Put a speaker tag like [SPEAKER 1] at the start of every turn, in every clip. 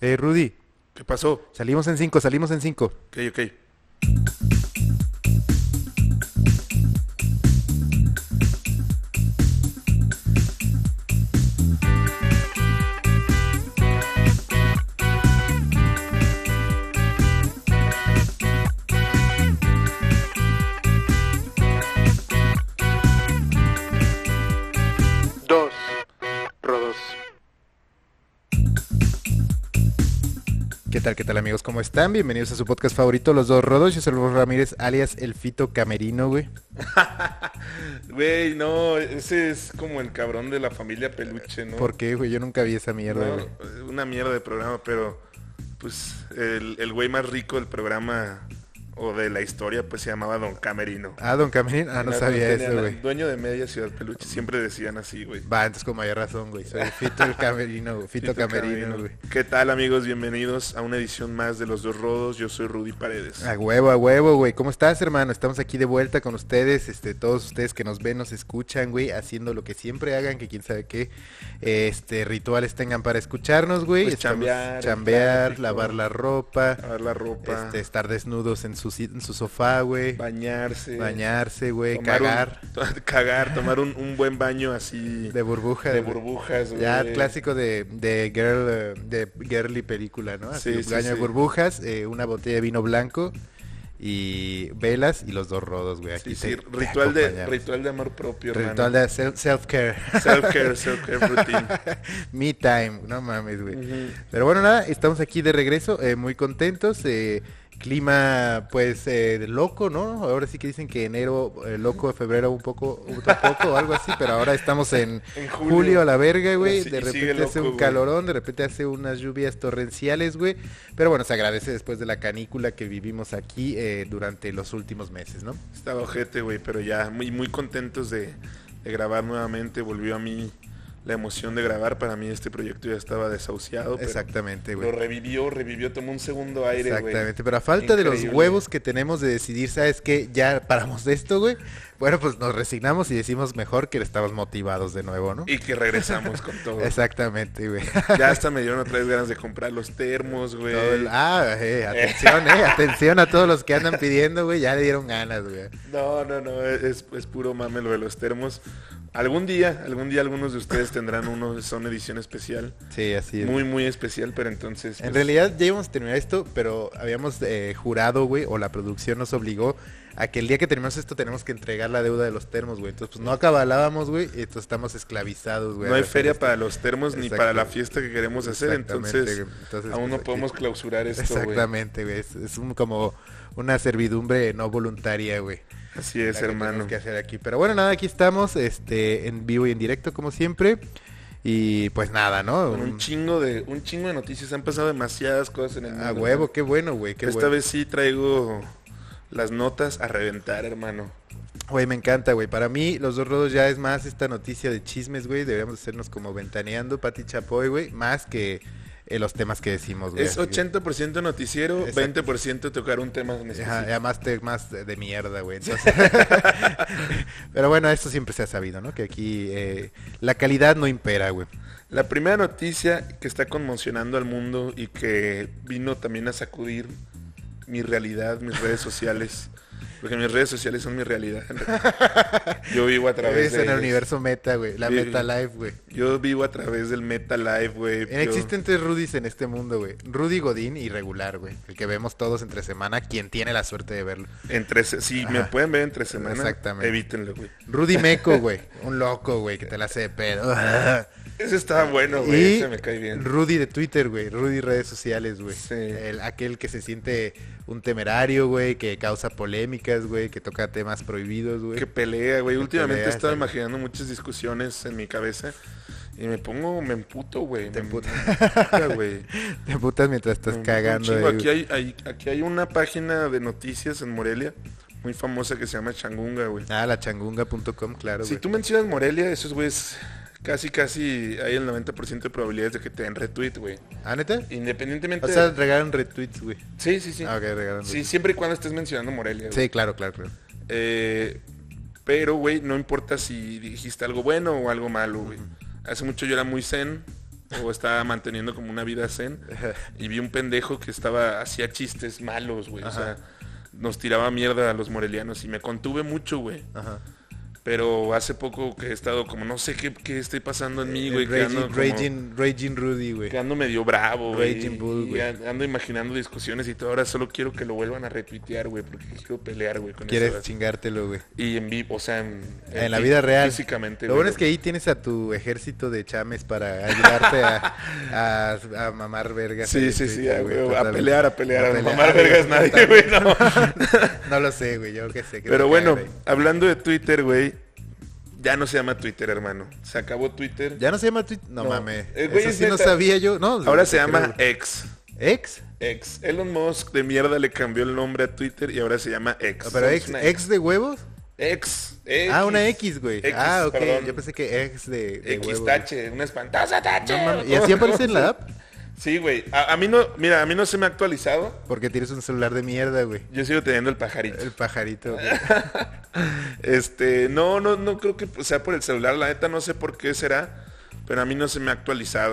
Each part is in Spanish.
[SPEAKER 1] Eh, Rudy,
[SPEAKER 2] ¿Qué pasó?
[SPEAKER 1] salimos en cinco, salimos en cinco.
[SPEAKER 2] Ok, ok. Dos rodos.
[SPEAKER 1] ¿Qué tal, qué tal amigos? ¿Cómo están? Bienvenidos a su podcast favorito, Los Dos Rodos. Yo soy Luis Ramírez, alias El Fito Camerino, güey.
[SPEAKER 2] Güey, no, ese es como el cabrón de la familia peluche, ¿no?
[SPEAKER 1] ¿Por qué, güey? Yo nunca vi esa mierda,
[SPEAKER 2] No,
[SPEAKER 1] güey.
[SPEAKER 2] una mierda de programa, pero pues el el güey más rico del programa o de la historia pues se llamaba Don Camerino.
[SPEAKER 1] Ah, don Camerino. Ah, no sabía
[SPEAKER 2] tenía
[SPEAKER 1] eso,
[SPEAKER 2] nada.
[SPEAKER 1] güey.
[SPEAKER 2] Dueño de media ciudad peluche, siempre decían así, güey.
[SPEAKER 1] Va, entonces con mayor razón, güey. Soy Fito el Camerino, güey. Fito, Camerino, güey.
[SPEAKER 2] ¿Qué tal amigos? Bienvenidos a una edición más de Los Dos Rodos. Yo soy Rudy Paredes.
[SPEAKER 1] A huevo, a huevo, güey. ¿Cómo estás, hermano? Estamos aquí de vuelta con ustedes, este, todos ustedes que nos ven, nos escuchan, güey, haciendo lo que siempre hagan, que quién sabe qué, este, rituales tengan para escucharnos, güey.
[SPEAKER 2] Pues
[SPEAKER 1] Estamos-
[SPEAKER 2] chambear,
[SPEAKER 1] chambear,
[SPEAKER 2] tráfico.
[SPEAKER 1] lavar la ropa,
[SPEAKER 2] A ver la ropa,
[SPEAKER 1] este, estar desnudos en su, si- en su sofá, güey,
[SPEAKER 2] bañarse,
[SPEAKER 1] bañarse, güey,
[SPEAKER 2] tomar un-
[SPEAKER 1] cagar
[SPEAKER 2] cagar, tomar un, un buen baño así
[SPEAKER 1] de burbuja.
[SPEAKER 2] de
[SPEAKER 1] güey.
[SPEAKER 2] burbujas,
[SPEAKER 1] Ya
[SPEAKER 2] güey.
[SPEAKER 1] clásico de, de girl, eh, de girly película, ¿no? Así,
[SPEAKER 2] Sí,
[SPEAKER 1] un
[SPEAKER 2] sí,
[SPEAKER 1] baño de
[SPEAKER 2] sí.
[SPEAKER 1] burbujas, eh, una botella de vino blanco y velas y los dos rodos, güey. Aquí
[SPEAKER 2] Sí, sí,
[SPEAKER 1] te- te
[SPEAKER 2] ritual de,
[SPEAKER 1] acompañamos.
[SPEAKER 2] ritual de amor propio, hermano.
[SPEAKER 1] Ritual de self- self-care.
[SPEAKER 2] Self-care, self-care routine.
[SPEAKER 1] Me time, no mames, güey. Pero bueno, nada, estamos aquí de regreso, eh, muy contentos. eh, clima, pues, eh, de loco, ¿no? Ahora sí que dicen que enero eh, loco, febrero un poco, otro poco, o algo así, pero ahora estamos en,
[SPEAKER 2] En
[SPEAKER 1] julio.
[SPEAKER 2] julio.
[SPEAKER 1] a la verga, güey.
[SPEAKER 2] Sí,
[SPEAKER 1] de
[SPEAKER 2] y sigue
[SPEAKER 1] repente hace
[SPEAKER 2] loco,
[SPEAKER 1] un
[SPEAKER 2] güey.
[SPEAKER 1] calorón, de repente hace unas lluvias torrenciales, güey. Pero bueno, se agradece después de la canícula que vivimos aquí eh, durante los últimos meses, ¿no?
[SPEAKER 2] Estaba ojete, güey, pero ya muy, muy contentos de, de grabar nuevamente. Volvió a mí la emoción de grabar. Para mí este proyecto ya estaba desahuciado. pero
[SPEAKER 1] Exactamente, güey.
[SPEAKER 2] Lo revivió, revivió, tomó un segundo aire, güey.
[SPEAKER 1] Exactamente, pero a falta de los
[SPEAKER 2] Increíble.
[SPEAKER 1] huevos que tenemos de decidir, ¿sabes qué? Ya paramos de esto, güey. Bueno, pues nos resignamos y decimos mejor que estamos motivados de nuevo, ¿no?
[SPEAKER 2] Y que regresamos con todo.
[SPEAKER 1] Exactamente, güey.
[SPEAKER 2] Ya hasta me dieron otra vez ganas de comprar los termos, güey.
[SPEAKER 1] Todo el- Ah, eh, atención, eh, atención a todos los que andan pidiendo, güey, ya le dieron ganas, güey.
[SPEAKER 2] No, no, no, es, es puro mame lo de los termos. Algún día, algún día algunos de ustedes tendrán uno, son edición especial.
[SPEAKER 1] Sí, así es.
[SPEAKER 2] Muy, muy especial, pero entonces...
[SPEAKER 1] En
[SPEAKER 2] pues,
[SPEAKER 1] realidad ya íbamos a terminar esto, pero habíamos eh, jurado, güey, o la producción nos obligó a que el día que terminamos esto tenemos que entregar la deuda de los termos, güey. Entonces, pues no acabalábamos, güey, y entonces estamos esclavizados, güey.
[SPEAKER 2] no
[SPEAKER 1] a
[SPEAKER 2] hay
[SPEAKER 1] hacer
[SPEAKER 2] feria
[SPEAKER 1] esto.
[SPEAKER 2] para los termos ni
[SPEAKER 1] Exacto.
[SPEAKER 2] para la fiesta que queremos hacer,
[SPEAKER 1] Exactamente,
[SPEAKER 2] entonces,
[SPEAKER 1] güey. Entonces,
[SPEAKER 2] aún
[SPEAKER 1] pues,
[SPEAKER 2] no
[SPEAKER 1] aquí-
[SPEAKER 2] podemos clausurar esto, güey.
[SPEAKER 1] Exactamente, güey. Es, es un- como una servidumbre no voluntaria, güey.
[SPEAKER 2] Así es,
[SPEAKER 1] la que
[SPEAKER 2] Pues, hermano.
[SPEAKER 1] tenemos que hacer aquí. Pero bueno, nada, aquí estamos este, en vivo y en directo, como siempre. Y pues nada, ¿no?
[SPEAKER 2] Con un chingo de un chingo de noticias, han pasado demasiadas cosas en el mundo.
[SPEAKER 1] A huevo, qué bueno, güey. Qué
[SPEAKER 2] Esta
[SPEAKER 1] bueno.
[SPEAKER 2] vez sí traigo las notas a reventar, hermano.
[SPEAKER 1] Güey, me encanta, güey. Para mí, los dos rodos ya es más esta noticia de chismes, güey. Deberíamos hacernos como ventaneando, Pati Chapoy, güey. Más que eh, los temas que decimos, Pues, güey.
[SPEAKER 2] Es
[SPEAKER 1] Así que-
[SPEAKER 2] 80% noticiero,
[SPEAKER 1] Exacto.
[SPEAKER 2] 20% tocar un tema en específico.
[SPEAKER 1] Ajá, además te más de, de mierda, güey. Entonces- Pero bueno, esto siempre se ha sabido, ¿no? Que aquí eh, la calidad no impera, güey.
[SPEAKER 2] La primera noticia que está conmocionando al mundo y que vino también a sacudir mi realidad, mis redes sociales. Porque mis redes sociales son mi realidad. Yo vivo a través
[SPEAKER 1] Vives
[SPEAKER 2] de
[SPEAKER 1] en el
[SPEAKER 2] ellas.
[SPEAKER 1] universo meta, güey. La
[SPEAKER 2] Sí.
[SPEAKER 1] meta life, güey. Eh,
[SPEAKER 2] Yo vivo a través del Meta Live, güey. Yo-
[SPEAKER 1] Existen tres Rudis en este mundo, güey. Rudy Godín irregular, güey. El que vemos todos entre semana, quien tiene la suerte de verlo.
[SPEAKER 2] Entre se- si me
[SPEAKER 1] Ajá.
[SPEAKER 2] pueden ver entre semana,
[SPEAKER 1] Exactamente.
[SPEAKER 2] evítenlo, güey.
[SPEAKER 1] Rudy Meco, güey. Un loco, güey, que te la hace de pedo.
[SPEAKER 2] Ese está bueno, güey. Ese me cae bien.
[SPEAKER 1] Rudy de Twitter, güey. Rudy redes sociales, güey.
[SPEAKER 2] Sí.
[SPEAKER 1] El- Aquel que se siente un temerario, güey, que causa polémicas, güey, que toca temas prohibidos, güey.
[SPEAKER 2] Que pelea, güey.
[SPEAKER 1] Que
[SPEAKER 2] Últimamente
[SPEAKER 1] pelea,
[SPEAKER 2] he estado
[SPEAKER 1] exacto.
[SPEAKER 2] imaginando muchas discusiones en mi cabeza y me pongo, me emputo, güey.
[SPEAKER 1] Te
[SPEAKER 2] Me
[SPEAKER 1] emputa.
[SPEAKER 2] emputa, güey.
[SPEAKER 1] Te putas mientras estás
[SPEAKER 2] Me emputa un
[SPEAKER 1] cagando.
[SPEAKER 2] chingo.
[SPEAKER 1] ahí,
[SPEAKER 2] Aquí
[SPEAKER 1] güey.
[SPEAKER 2] hay, hay- aquí hay una página de noticias en Morelia muy famosa que se llama Changunga, güey.
[SPEAKER 1] Ah, la changunga.com, claro,
[SPEAKER 2] Si
[SPEAKER 1] güey.
[SPEAKER 2] tú mencionas Morelia, esos güeyes casi, casi hay el 90% de probabilidades de que te den retweet, güey.
[SPEAKER 1] ¿Ah, neta?
[SPEAKER 2] Independientemente...
[SPEAKER 1] O sea, regalan retweets, güey.
[SPEAKER 2] sí, sí, sí.
[SPEAKER 1] Ah, ok, regalan
[SPEAKER 2] Sí,
[SPEAKER 1] retweets.
[SPEAKER 2] siempre y cuando estés mencionando Morelia. güey.
[SPEAKER 1] Sí, claro, claro, claro.
[SPEAKER 2] Eh, pero, güey, no importa si dijiste algo bueno o algo malo, güey. Hace mucho yo era muy zen o estaba manteniendo como una vida zen y vi un pendejo que estaba hacía chistes malos, güey. O sea, nos tiraba mierda a los morelianos y me contuve mucho, güey.
[SPEAKER 1] Ajá.
[SPEAKER 2] Pero hace poco que he estado como no sé qué, qué estoy pasando en mí, güey. que ando
[SPEAKER 1] Eh, Raging,
[SPEAKER 2] como-
[SPEAKER 1] Raging, Raging Rudy, güey.
[SPEAKER 2] que ando medio bravo, güey.
[SPEAKER 1] Raging Bull,
[SPEAKER 2] y
[SPEAKER 1] güey.
[SPEAKER 2] an- Ando imaginando discusiones y todo. Ahora solo quiero que lo vuelvan a retuitear, güey, porque quiero pelear, güey, con
[SPEAKER 1] Quieres
[SPEAKER 2] eso.
[SPEAKER 1] chingártelo, güey.
[SPEAKER 2] Y en vivo, o sea, en,
[SPEAKER 1] En la vida real.
[SPEAKER 2] Eh, Físicamente.
[SPEAKER 1] Lo
[SPEAKER 2] güey,
[SPEAKER 1] bueno es que ahí tienes a tu ejército de chames para ayudarte a, a- a mamar vergas.
[SPEAKER 2] Sí,
[SPEAKER 1] en
[SPEAKER 2] sí, sí,
[SPEAKER 1] Twitter,
[SPEAKER 2] a,
[SPEAKER 1] güey,
[SPEAKER 2] güey, a
[SPEAKER 1] totalmente.
[SPEAKER 2] pelear, a pelear, a,
[SPEAKER 1] pelear,
[SPEAKER 2] mamar
[SPEAKER 1] güey,
[SPEAKER 2] vergas nadie, güey,
[SPEAKER 1] totalmente.
[SPEAKER 2] no.
[SPEAKER 1] No lo sé, güey, yo qué sé. que
[SPEAKER 2] Pero
[SPEAKER 1] se
[SPEAKER 2] bueno,
[SPEAKER 1] cagan ahí.
[SPEAKER 2] hablando de Twitter, güey, ya no se llama Twitter, hermano. Se acabó Twitter.
[SPEAKER 1] Ya no se llama Twitter. No,
[SPEAKER 2] No.
[SPEAKER 1] mames.
[SPEAKER 2] Eh, güey,
[SPEAKER 1] Eso
[SPEAKER 2] es
[SPEAKER 1] sí no
[SPEAKER 2] neta.
[SPEAKER 1] sabía yo. No,
[SPEAKER 2] Ahora
[SPEAKER 1] no te
[SPEAKER 2] se llama
[SPEAKER 1] creo.
[SPEAKER 2] X.
[SPEAKER 1] Ex.
[SPEAKER 2] X. Elon Musk de mierda le cambió el nombre a Twitter y ahora se llama X.
[SPEAKER 1] Ah, Pero
[SPEAKER 2] Es
[SPEAKER 1] ex,
[SPEAKER 2] una
[SPEAKER 1] ex de huevos.
[SPEAKER 2] X. X.
[SPEAKER 1] Ah, una X, güey.
[SPEAKER 2] X,
[SPEAKER 1] ah, ok.
[SPEAKER 2] perdón.
[SPEAKER 1] Yo pensé que ex de, de
[SPEAKER 2] X
[SPEAKER 1] huevos.
[SPEAKER 2] tache, una espantosa tache.
[SPEAKER 1] No mames, ¿Y así aparece en la app?
[SPEAKER 2] Sí, güey. A, a mí no, mira, a mí no se me ha actualizado.
[SPEAKER 1] Porque tienes un celular de mierda, güey.
[SPEAKER 2] Yo sigo teniendo el pajarito.
[SPEAKER 1] El pajarito, güey.
[SPEAKER 2] Este, no, no, no creo que sea por el celular. La neta no sé por qué será, pero a mí no se me ha actualizado.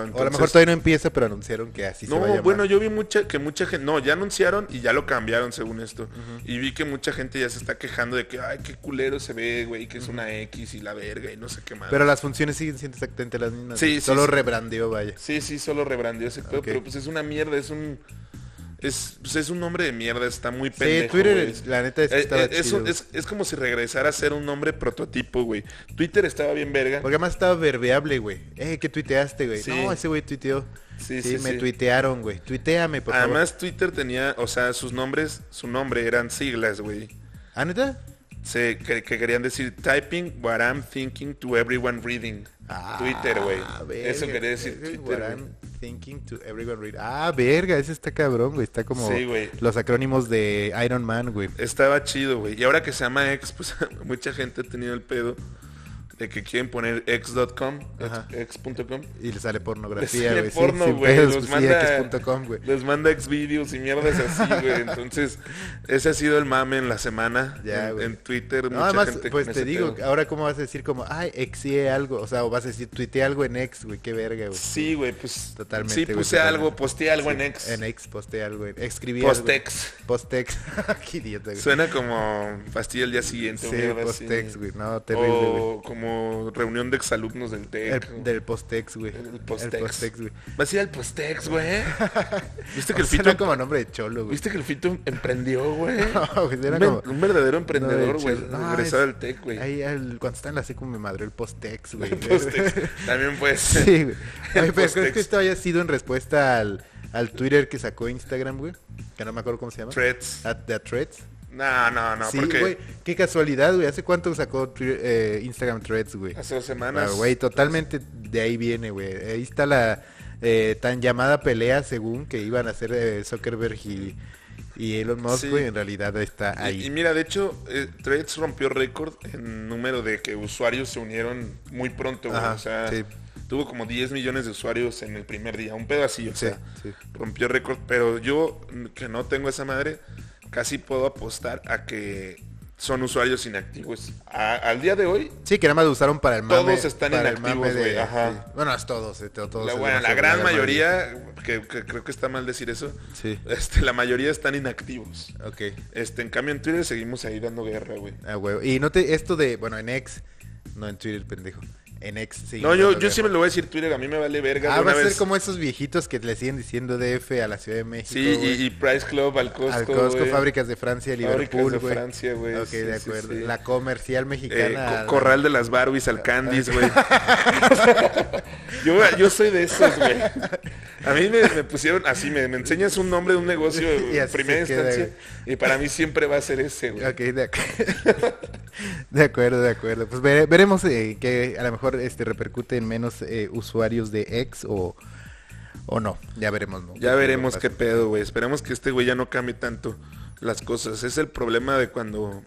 [SPEAKER 1] O a lo
[SPEAKER 2] entonces-
[SPEAKER 1] mejor todavía no empieza, pero anunciaron que así se va a
[SPEAKER 2] No,
[SPEAKER 1] llamar.
[SPEAKER 2] bueno, yo vi mucha, que mucha gente, no, ya anunciaron y ya lo cambiaron según esto. Y vi que mucha gente ya se está quejando de que, ay, qué culero se ve, güey, que es una X y la verga y no sé qué más.
[SPEAKER 1] Pero las funciones siguen siendo exactamente las mismas.
[SPEAKER 2] Sí,
[SPEAKER 1] güey.
[SPEAKER 2] sí,
[SPEAKER 1] Solo
[SPEAKER 2] sí.
[SPEAKER 1] rebrandeó, vaya.
[SPEAKER 2] Sí, sí, solo rebrandeó ese pedo,
[SPEAKER 1] Ok.
[SPEAKER 2] pero pues es una mierda, es un... Es, pues, es un nombre de mierda, está muy
[SPEAKER 1] Sí,
[SPEAKER 2] pendejo.
[SPEAKER 1] Twitter,
[SPEAKER 2] güey.
[SPEAKER 1] la neta, es que
[SPEAKER 2] Eh,
[SPEAKER 1] estaba
[SPEAKER 2] eh, es
[SPEAKER 1] chido,
[SPEAKER 2] un-
[SPEAKER 1] güey.
[SPEAKER 2] es- es como si regresara a ser un nombre prototipo, güey. Twitter estaba bien verga.
[SPEAKER 1] Porque además estaba verbeable, güey. Eh, ¿qué tuiteaste, güey?
[SPEAKER 2] Sí.
[SPEAKER 1] No, ese güey tuiteó.
[SPEAKER 2] Sí,
[SPEAKER 1] Sí,
[SPEAKER 2] sí,
[SPEAKER 1] me
[SPEAKER 2] sí.
[SPEAKER 1] tuitearon, güey. Tuiteame, por
[SPEAKER 2] Además, Twitter tenía, o sea, sus nombres, su nombre eran siglas, güey.
[SPEAKER 1] favor. ¿Ah, neta?
[SPEAKER 2] Se, que, que querían decir typing what I'm thinking to everyone reading.
[SPEAKER 1] Ah,
[SPEAKER 2] Twitter, güey.
[SPEAKER 1] verga,
[SPEAKER 2] Eso quería decir
[SPEAKER 1] ese es
[SPEAKER 2] Twitter.
[SPEAKER 1] what
[SPEAKER 2] güey.
[SPEAKER 1] I'm thinking to everyone read. Ah, verga, ese está cabrón, güey. Está como
[SPEAKER 2] Sí, güey.
[SPEAKER 1] los acrónimos de Iron Man, güey.
[SPEAKER 2] Estaba chido, güey. Y ahora que se llama X, pues mucha gente ha tenido el pedo de que quieren poner x.com,
[SPEAKER 1] Ajá.
[SPEAKER 2] x- x.com.
[SPEAKER 1] Y le sale
[SPEAKER 2] Les
[SPEAKER 1] pornografía,
[SPEAKER 2] sale
[SPEAKER 1] güey. sí,
[SPEAKER 2] porno,
[SPEAKER 1] sin
[SPEAKER 2] güey.
[SPEAKER 1] pedos,
[SPEAKER 2] los,
[SPEAKER 1] pues, sí,
[SPEAKER 2] manda-
[SPEAKER 1] X.com, güey.
[SPEAKER 2] les manda Xvideos y mierdas así, güey. Entonces, ese ha sido el mame en la semana.
[SPEAKER 1] Ya,
[SPEAKER 2] en,
[SPEAKER 1] güey.
[SPEAKER 2] en Twitter,
[SPEAKER 1] No,
[SPEAKER 2] mucha
[SPEAKER 1] además,
[SPEAKER 2] gente
[SPEAKER 1] pues
[SPEAKER 2] con
[SPEAKER 1] te
[SPEAKER 2] ese
[SPEAKER 1] digo,
[SPEAKER 2] pedo.
[SPEAKER 1] ahora cómo vas a decir como, ay, exié algo, o sea, o vas a decir, tuiteé algo en ex, güey, qué verga, güey.
[SPEAKER 2] Sí, güey, pues.
[SPEAKER 1] Totalmente,
[SPEAKER 2] Sí,
[SPEAKER 1] güey,
[SPEAKER 2] puse
[SPEAKER 1] totalmente.
[SPEAKER 2] algo, posteé algo en X.
[SPEAKER 1] En ex, posté algo, en- escribí
[SPEAKER 2] Postex.
[SPEAKER 1] algo. Postex. Postex. qué idiota, güey.
[SPEAKER 2] Suena como pastilla el día siguiente.
[SPEAKER 1] Sí,
[SPEAKER 2] mierda así. Oh,
[SPEAKER 1] postex, güey, no, terrible, güey. Eh,
[SPEAKER 2] O como reunión de exalumnos del TEC.
[SPEAKER 1] El-
[SPEAKER 2] o-
[SPEAKER 1] del postex, güey.
[SPEAKER 2] el postex.
[SPEAKER 1] El postex, güey.
[SPEAKER 2] Vas a ir al postex, güey. ¿Viste que, el
[SPEAKER 1] Suena
[SPEAKER 2] fito,
[SPEAKER 1] como nombre de cholo, güey.
[SPEAKER 2] ¿Viste que el fito emprendió, güey?
[SPEAKER 1] No, güey,
[SPEAKER 2] un,
[SPEAKER 1] era
[SPEAKER 2] ven-
[SPEAKER 1] como...
[SPEAKER 2] un verdadero
[SPEAKER 1] no,
[SPEAKER 2] emprendedor,
[SPEAKER 1] de
[SPEAKER 2] güey.
[SPEAKER 1] cholo. No,
[SPEAKER 2] regresado
[SPEAKER 1] es-
[SPEAKER 2] al TEC, güey.
[SPEAKER 1] Ahí, al- cuando está en la secu me madre el postex, güey.
[SPEAKER 2] El Postex. También pues.
[SPEAKER 1] Sí, güey.
[SPEAKER 2] El
[SPEAKER 1] Oye, pero ¿crees
[SPEAKER 2] postex.
[SPEAKER 1] que esto haya sido en respuesta al, al Twitter que sacó Instagram, güey? Que no me acuerdo cómo se llama.
[SPEAKER 2] Threads.
[SPEAKER 1] At the Threads.
[SPEAKER 2] No, no, no,
[SPEAKER 1] sí,
[SPEAKER 2] porque
[SPEAKER 1] güey. Qué casualidad, güey. ¿Hace cuánto sacó Twitter- eh, Instagram Threads, güey?
[SPEAKER 2] hace dos semanas.
[SPEAKER 1] Ah, Güey, totalmente de ahí viene, güey. Ahí está la eh, tan llamada pelea según que iban a hacer eh, Zuckerberg y, y Elon Musk,
[SPEAKER 2] Sí.
[SPEAKER 1] güey. En realidad está
[SPEAKER 2] Y,
[SPEAKER 1] ahí.
[SPEAKER 2] y mira, de hecho, eh, Threads rompió récord en número de que usuarios se unieron muy pronto, güey.
[SPEAKER 1] Ajá,
[SPEAKER 2] o sea,
[SPEAKER 1] sí.
[SPEAKER 2] tuvo como 10 millones de usuarios en el primer día, un pedacillo, o
[SPEAKER 1] Sí,
[SPEAKER 2] sea,
[SPEAKER 1] sí.
[SPEAKER 2] rompió récord. Pero yo, mm, que no tengo esa madre, casi puedo apostar a que son usuarios inactivos. A- al día de hoy,
[SPEAKER 1] Sí, que nada más lo usaron para el mame.
[SPEAKER 2] Todos están
[SPEAKER 1] para el
[SPEAKER 2] inactivos,
[SPEAKER 1] mame de-
[SPEAKER 2] güey, ajá.
[SPEAKER 1] sí. Bueno, es todos, eh, to- todos.
[SPEAKER 2] la,
[SPEAKER 1] es
[SPEAKER 2] bueno, la
[SPEAKER 1] demasiado,
[SPEAKER 2] gran mayoría, que, que creo que está mal decir eso,
[SPEAKER 1] Sí.
[SPEAKER 2] este, la mayoría están inactivos.
[SPEAKER 1] Ok.
[SPEAKER 2] Este, en cambio, en Twitter seguimos ahí dando guerra, güey.
[SPEAKER 1] Ah, huevo. Y no te, esto de, bueno, en ex, no en Twitter, pendejo. En ex, sí.
[SPEAKER 2] No, yo,
[SPEAKER 1] bueno,
[SPEAKER 2] yo
[SPEAKER 1] de-
[SPEAKER 2] sí me lo voy a decir Twitter, a mí me vale verga.
[SPEAKER 1] Ah, va
[SPEAKER 2] de una
[SPEAKER 1] a ser
[SPEAKER 2] vez.
[SPEAKER 1] como esos viejitos que le siguen diciendo DF a la Ciudad de México.
[SPEAKER 2] Sí,
[SPEAKER 1] güey.
[SPEAKER 2] y, y Price Club, al Costco.
[SPEAKER 1] Al Costco,
[SPEAKER 2] güey.
[SPEAKER 1] fábricas de Francia,
[SPEAKER 2] Fábricas
[SPEAKER 1] Liverpool,
[SPEAKER 2] de
[SPEAKER 1] güey.
[SPEAKER 2] Francia, güey,
[SPEAKER 1] Ok,
[SPEAKER 2] sí,
[SPEAKER 1] de
[SPEAKER 2] sí,
[SPEAKER 1] acuerdo.
[SPEAKER 2] sí.
[SPEAKER 1] La comercial
[SPEAKER 2] Eh,
[SPEAKER 1] mexicana. Ah.
[SPEAKER 2] co-
[SPEAKER 1] la-
[SPEAKER 2] Corral de las Barbies, al Candies, güey. yo, yo soy de esos, güey. A mí me, me pusieron así, me, me enseñas un nombre de un negocio
[SPEAKER 1] Y
[SPEAKER 2] en
[SPEAKER 1] así
[SPEAKER 2] primera
[SPEAKER 1] se queda,
[SPEAKER 2] instancia. y para mí siempre va a ser ese, güey.
[SPEAKER 1] Ok, de, ac- de acuerdo, de acuerdo. Pues vere- veremos eh, que a lo mejor este repercute en menos eh, usuarios de ex o, o no. Ya veremos. ¿no?
[SPEAKER 2] Ya veremos
[SPEAKER 1] pasa.
[SPEAKER 2] qué pedo, güey. Esperemos que este güey ya no cambie tanto las cosas. Es el problema de cuando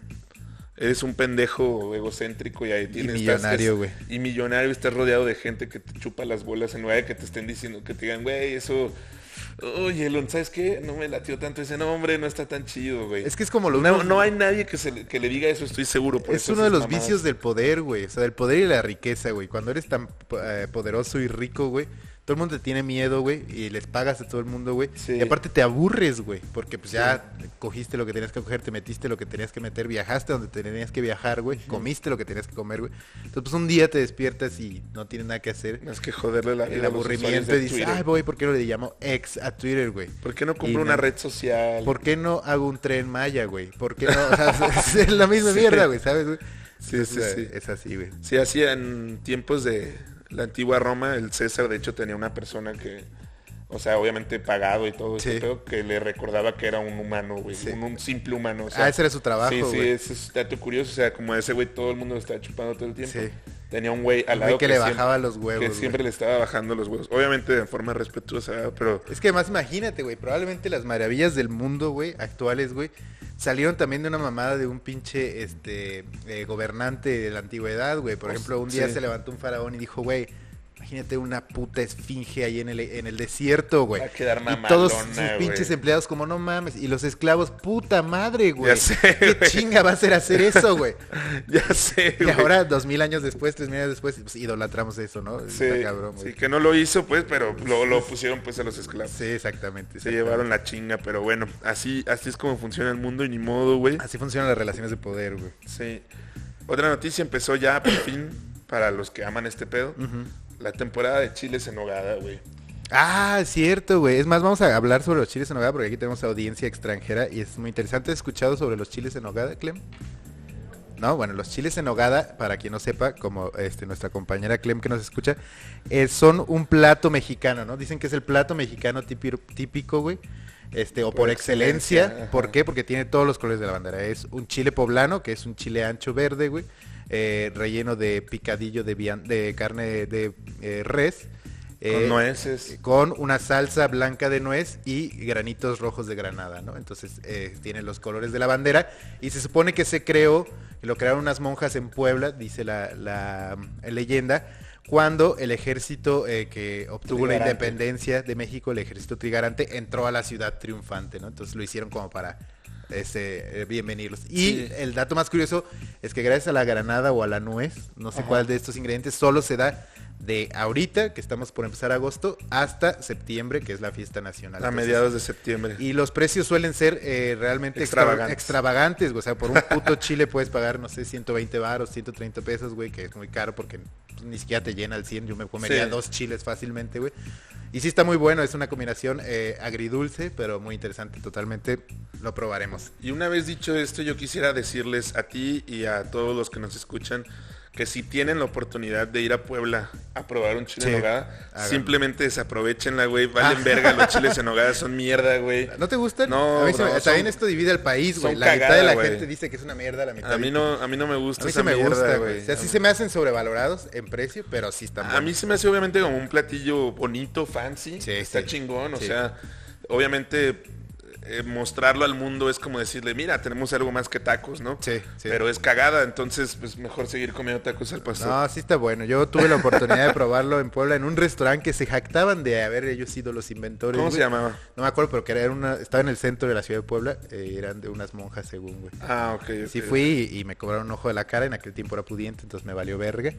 [SPEAKER 2] eres un pendejo egocéntrico y ahí tienes... estás-
[SPEAKER 1] millonario,
[SPEAKER 2] es-
[SPEAKER 1] güey.
[SPEAKER 2] Y millonario, estás rodeado de gente que te chupa las bolas en lugar de que te estén diciendo, que te digan, güey, eso... Oye, Elon, ¿sabes qué? No me latió tanto ese nombre, no está tan chido, güey.
[SPEAKER 1] Es que es como lo
[SPEAKER 2] No,
[SPEAKER 1] uno-
[SPEAKER 2] no hay nadie que, se le, que le diga eso, estoy seguro. por
[SPEAKER 1] Es
[SPEAKER 2] eso
[SPEAKER 1] uno de
[SPEAKER 2] haces
[SPEAKER 1] los
[SPEAKER 2] mamadas.
[SPEAKER 1] vicios del poder, güey. O sea, del poder y la riqueza, güey. Cuando eres tan eh, poderoso y rico, güey, Todo el mundo te tiene miedo, güey, y les pagas a todo el mundo, güey.
[SPEAKER 2] Sí.
[SPEAKER 1] Y aparte te aburres, güey, porque pues ya cogiste lo que tenías que coger, te metiste lo que tenías que meter, viajaste donde tenías que viajar, güey, comiste lo que tenías que comer, güey. Entonces, pues un día te despiertas y no tienes nada que hacer.
[SPEAKER 2] Más que joderle la vida
[SPEAKER 1] El
[SPEAKER 2] a los usuarios
[SPEAKER 1] aburrimiento
[SPEAKER 2] de
[SPEAKER 1] y dices,
[SPEAKER 2] Twitter.
[SPEAKER 1] ay, voy, ¿por qué no le llamo ex a Twitter, güey?
[SPEAKER 2] ¿Por qué no
[SPEAKER 1] Y
[SPEAKER 2] compro una
[SPEAKER 1] no.
[SPEAKER 2] red social?
[SPEAKER 1] ¿Por qué no hago un tren maya, güey? ¿Por qué no? O sea, es es la misma mierda, güey, ¿sabes, güey?
[SPEAKER 2] Sí,
[SPEAKER 1] Entonces,
[SPEAKER 2] sí,
[SPEAKER 1] eh,
[SPEAKER 2] sí.
[SPEAKER 1] Es así, güey.
[SPEAKER 2] Sí, hacía en tiempos de la antigua Roma, el César de hecho tenía una persona que, o sea, obviamente pagado y todo
[SPEAKER 1] Sí.
[SPEAKER 2] ese pedo, que le recordaba que era un humano, güey,
[SPEAKER 1] Sí.
[SPEAKER 2] un, un simple humano. o sea,
[SPEAKER 1] Ah, ese era su trabajo,
[SPEAKER 2] Sí, sí,
[SPEAKER 1] güey.
[SPEAKER 2] ese es dato curioso, o sea, como ese güey todo el mundo lo estaba chupando todo el tiempo.
[SPEAKER 1] Sí.
[SPEAKER 2] Tenía un güey al
[SPEAKER 1] Un güey
[SPEAKER 2] lado
[SPEAKER 1] que le
[SPEAKER 2] siempre-
[SPEAKER 1] bajaba los huevos,
[SPEAKER 2] Que
[SPEAKER 1] güey.
[SPEAKER 2] siempre le estaba bajando los huevos. Obviamente de forma respetuosa, ¿verdad? pero
[SPEAKER 1] Es que además imagínate, güey, probablemente las maravillas del mundo, güey, actuales, güey, salieron también de una mamada de un pinche, este, eh, gobernante de la antigüedad, güey. Por
[SPEAKER 2] Pues,
[SPEAKER 1] ejemplo, un día
[SPEAKER 2] sí.
[SPEAKER 1] se levantó un faraón y dijo, güey, imagínate una puta esfinge ahí en el, en el desierto, güey.
[SPEAKER 2] Va a quedar
[SPEAKER 1] Y todos
[SPEAKER 2] mamalona,
[SPEAKER 1] sus pinches em-
[SPEAKER 2] güey.
[SPEAKER 1] empleados como, no mames, y los esclavos, puta madre, güey.
[SPEAKER 2] Ya sé,
[SPEAKER 1] ¿Qué
[SPEAKER 2] güey.
[SPEAKER 1] chinga va a ser hacer eso, güey?
[SPEAKER 2] ya sé,
[SPEAKER 1] Y
[SPEAKER 2] güey.
[SPEAKER 1] ahora, dos mil años después, tres mil años después, pues, idolatramos eso, ¿no?
[SPEAKER 2] Sí,
[SPEAKER 1] Está cabrón,
[SPEAKER 2] sí,
[SPEAKER 1] güey.
[SPEAKER 2] que no lo hizo, pues, pero lo, lo pusieron, pues, a los esclavos.
[SPEAKER 1] Sí, exactamente.
[SPEAKER 2] Se
[SPEAKER 1] exactamente.
[SPEAKER 2] llevaron la chinga, pero bueno, así, así es como funciona el mundo y ni modo, güey.
[SPEAKER 1] Así funcionan las relaciones de poder, güey.
[SPEAKER 2] Sí. Otra noticia empezó ya, por fin, para los que aman este pedo. La temporada de chiles en nogada, güey.
[SPEAKER 1] Ah, es cierto, güey. Es más, vamos a hablar sobre los chiles en hogada porque aquí tenemos audiencia extranjera y es muy interesante. ¿Has escuchado sobre los chiles en hogada, Clem? No, bueno, los chiles en hogada, para quien no sepa, como este, nuestra compañera Clem que nos escucha, eh, son un plato mexicano, ¿no? Dicen que es el plato mexicano típico, típico güey. Este, o por,
[SPEAKER 2] Por
[SPEAKER 1] excelencia.
[SPEAKER 2] excelencia, ajá.
[SPEAKER 1] ¿Por qué? Porque tiene todos los colores de la bandera. Es un chile poblano, que es un chile ancho verde, güey. eh, relleno de picadillo de, vian- de carne de eh, res.
[SPEAKER 2] con
[SPEAKER 1] eh,
[SPEAKER 2] nueces.
[SPEAKER 1] con una salsa blanca de nuez y granitos rojos de granada, ¿no? Entonces eh, tiene los colores de la bandera y se supone que se creó, que lo crearon unas monjas en Puebla, dice la, la, mm, leyenda, cuando el ejército eh, que obtuvo la
[SPEAKER 2] Trigarante.
[SPEAKER 1] independencia de México, el ejército trigarante, entró a la ciudad triunfante, ¿no? Entonces lo hicieron como para este, eh, bienvenirlos. Y
[SPEAKER 2] Sí.
[SPEAKER 1] el dato más curioso es que gracias a la granada o a la nuez, no sé cuál de estos ingredientes, solo se da de ahorita, que estamos por empezar agosto, hasta septiembre, que es la fiesta nacional.
[SPEAKER 2] A
[SPEAKER 1] Entonces,
[SPEAKER 2] mediados de septiembre.
[SPEAKER 1] Y los precios suelen ser eh, realmente extrava-
[SPEAKER 2] Extravagantes.
[SPEAKER 1] extravagantes, güey. O sea, por un puto chile puedes pagar, no sé, 120 baros, 130 pesos, güey, que es muy caro porque pues, ni siquiera te llena el 100. Yo me comería
[SPEAKER 2] Sí.
[SPEAKER 1] dos chiles fácilmente, güey. Y sí está muy bueno, es una combinación eh, agridulce, pero muy interesante, totalmente. Lo probaremos.
[SPEAKER 2] Y una vez dicho esto, yo quisiera decirles a ti y a todos los que nos escuchan que si tienen la oportunidad de ir a Puebla a probar un chile
[SPEAKER 1] Sí,
[SPEAKER 2] en nogada,
[SPEAKER 1] háganlo. Ah.
[SPEAKER 2] simplemente desaprovechenla, güey. Valen verga los chiles en nogada, son mierda, güey.
[SPEAKER 1] ¿No te gustan?
[SPEAKER 2] No,
[SPEAKER 1] A mí se me-
[SPEAKER 2] bro,
[SPEAKER 1] también
[SPEAKER 2] son-
[SPEAKER 1] esto divide al país, güey.
[SPEAKER 2] son
[SPEAKER 1] La mitad de
[SPEAKER 2] cagada,
[SPEAKER 1] la
[SPEAKER 2] güey.
[SPEAKER 1] gente dice que es una mierda, la mitad
[SPEAKER 2] A mí no, a mí no me
[SPEAKER 1] A
[SPEAKER 2] gusta
[SPEAKER 1] mí
[SPEAKER 2] esa
[SPEAKER 1] sí me
[SPEAKER 2] mierda,
[SPEAKER 1] gusta,
[SPEAKER 2] güey.
[SPEAKER 1] güey. O sea, sí
[SPEAKER 2] A
[SPEAKER 1] se me hacen sobrevalorados en precio, pero sí están
[SPEAKER 2] A mí
[SPEAKER 1] buenos.
[SPEAKER 2] se me hace obviamente como un platillo bonito, fancy.
[SPEAKER 1] Sí,
[SPEAKER 2] está
[SPEAKER 1] sí.
[SPEAKER 2] chingón, o
[SPEAKER 1] Sí.
[SPEAKER 2] sea, obviamente eh, mostrarlo al mundo es como decirle, mira, tenemos algo más que tacos, ¿no?
[SPEAKER 1] Sí, sí.
[SPEAKER 2] Pero es cagada, entonces pues mejor seguir comiendo tacos al pastor.
[SPEAKER 1] No, sí está bueno. Yo tuve la oportunidad de probarlo en Puebla en un restaurante que se jactaban de haber ellos sido los inventores.
[SPEAKER 2] ¿Cómo
[SPEAKER 1] güey.
[SPEAKER 2] se llamaba?
[SPEAKER 1] No me acuerdo, pero que era una, estaba en el centro de la ciudad de Puebla. eh, eran de unas monjas, según, güey.
[SPEAKER 2] Ah, ok. ok.
[SPEAKER 1] Sí fui y, y me cobraron un ojo de la cara, en aquel tiempo era pudiente, entonces me valió verga.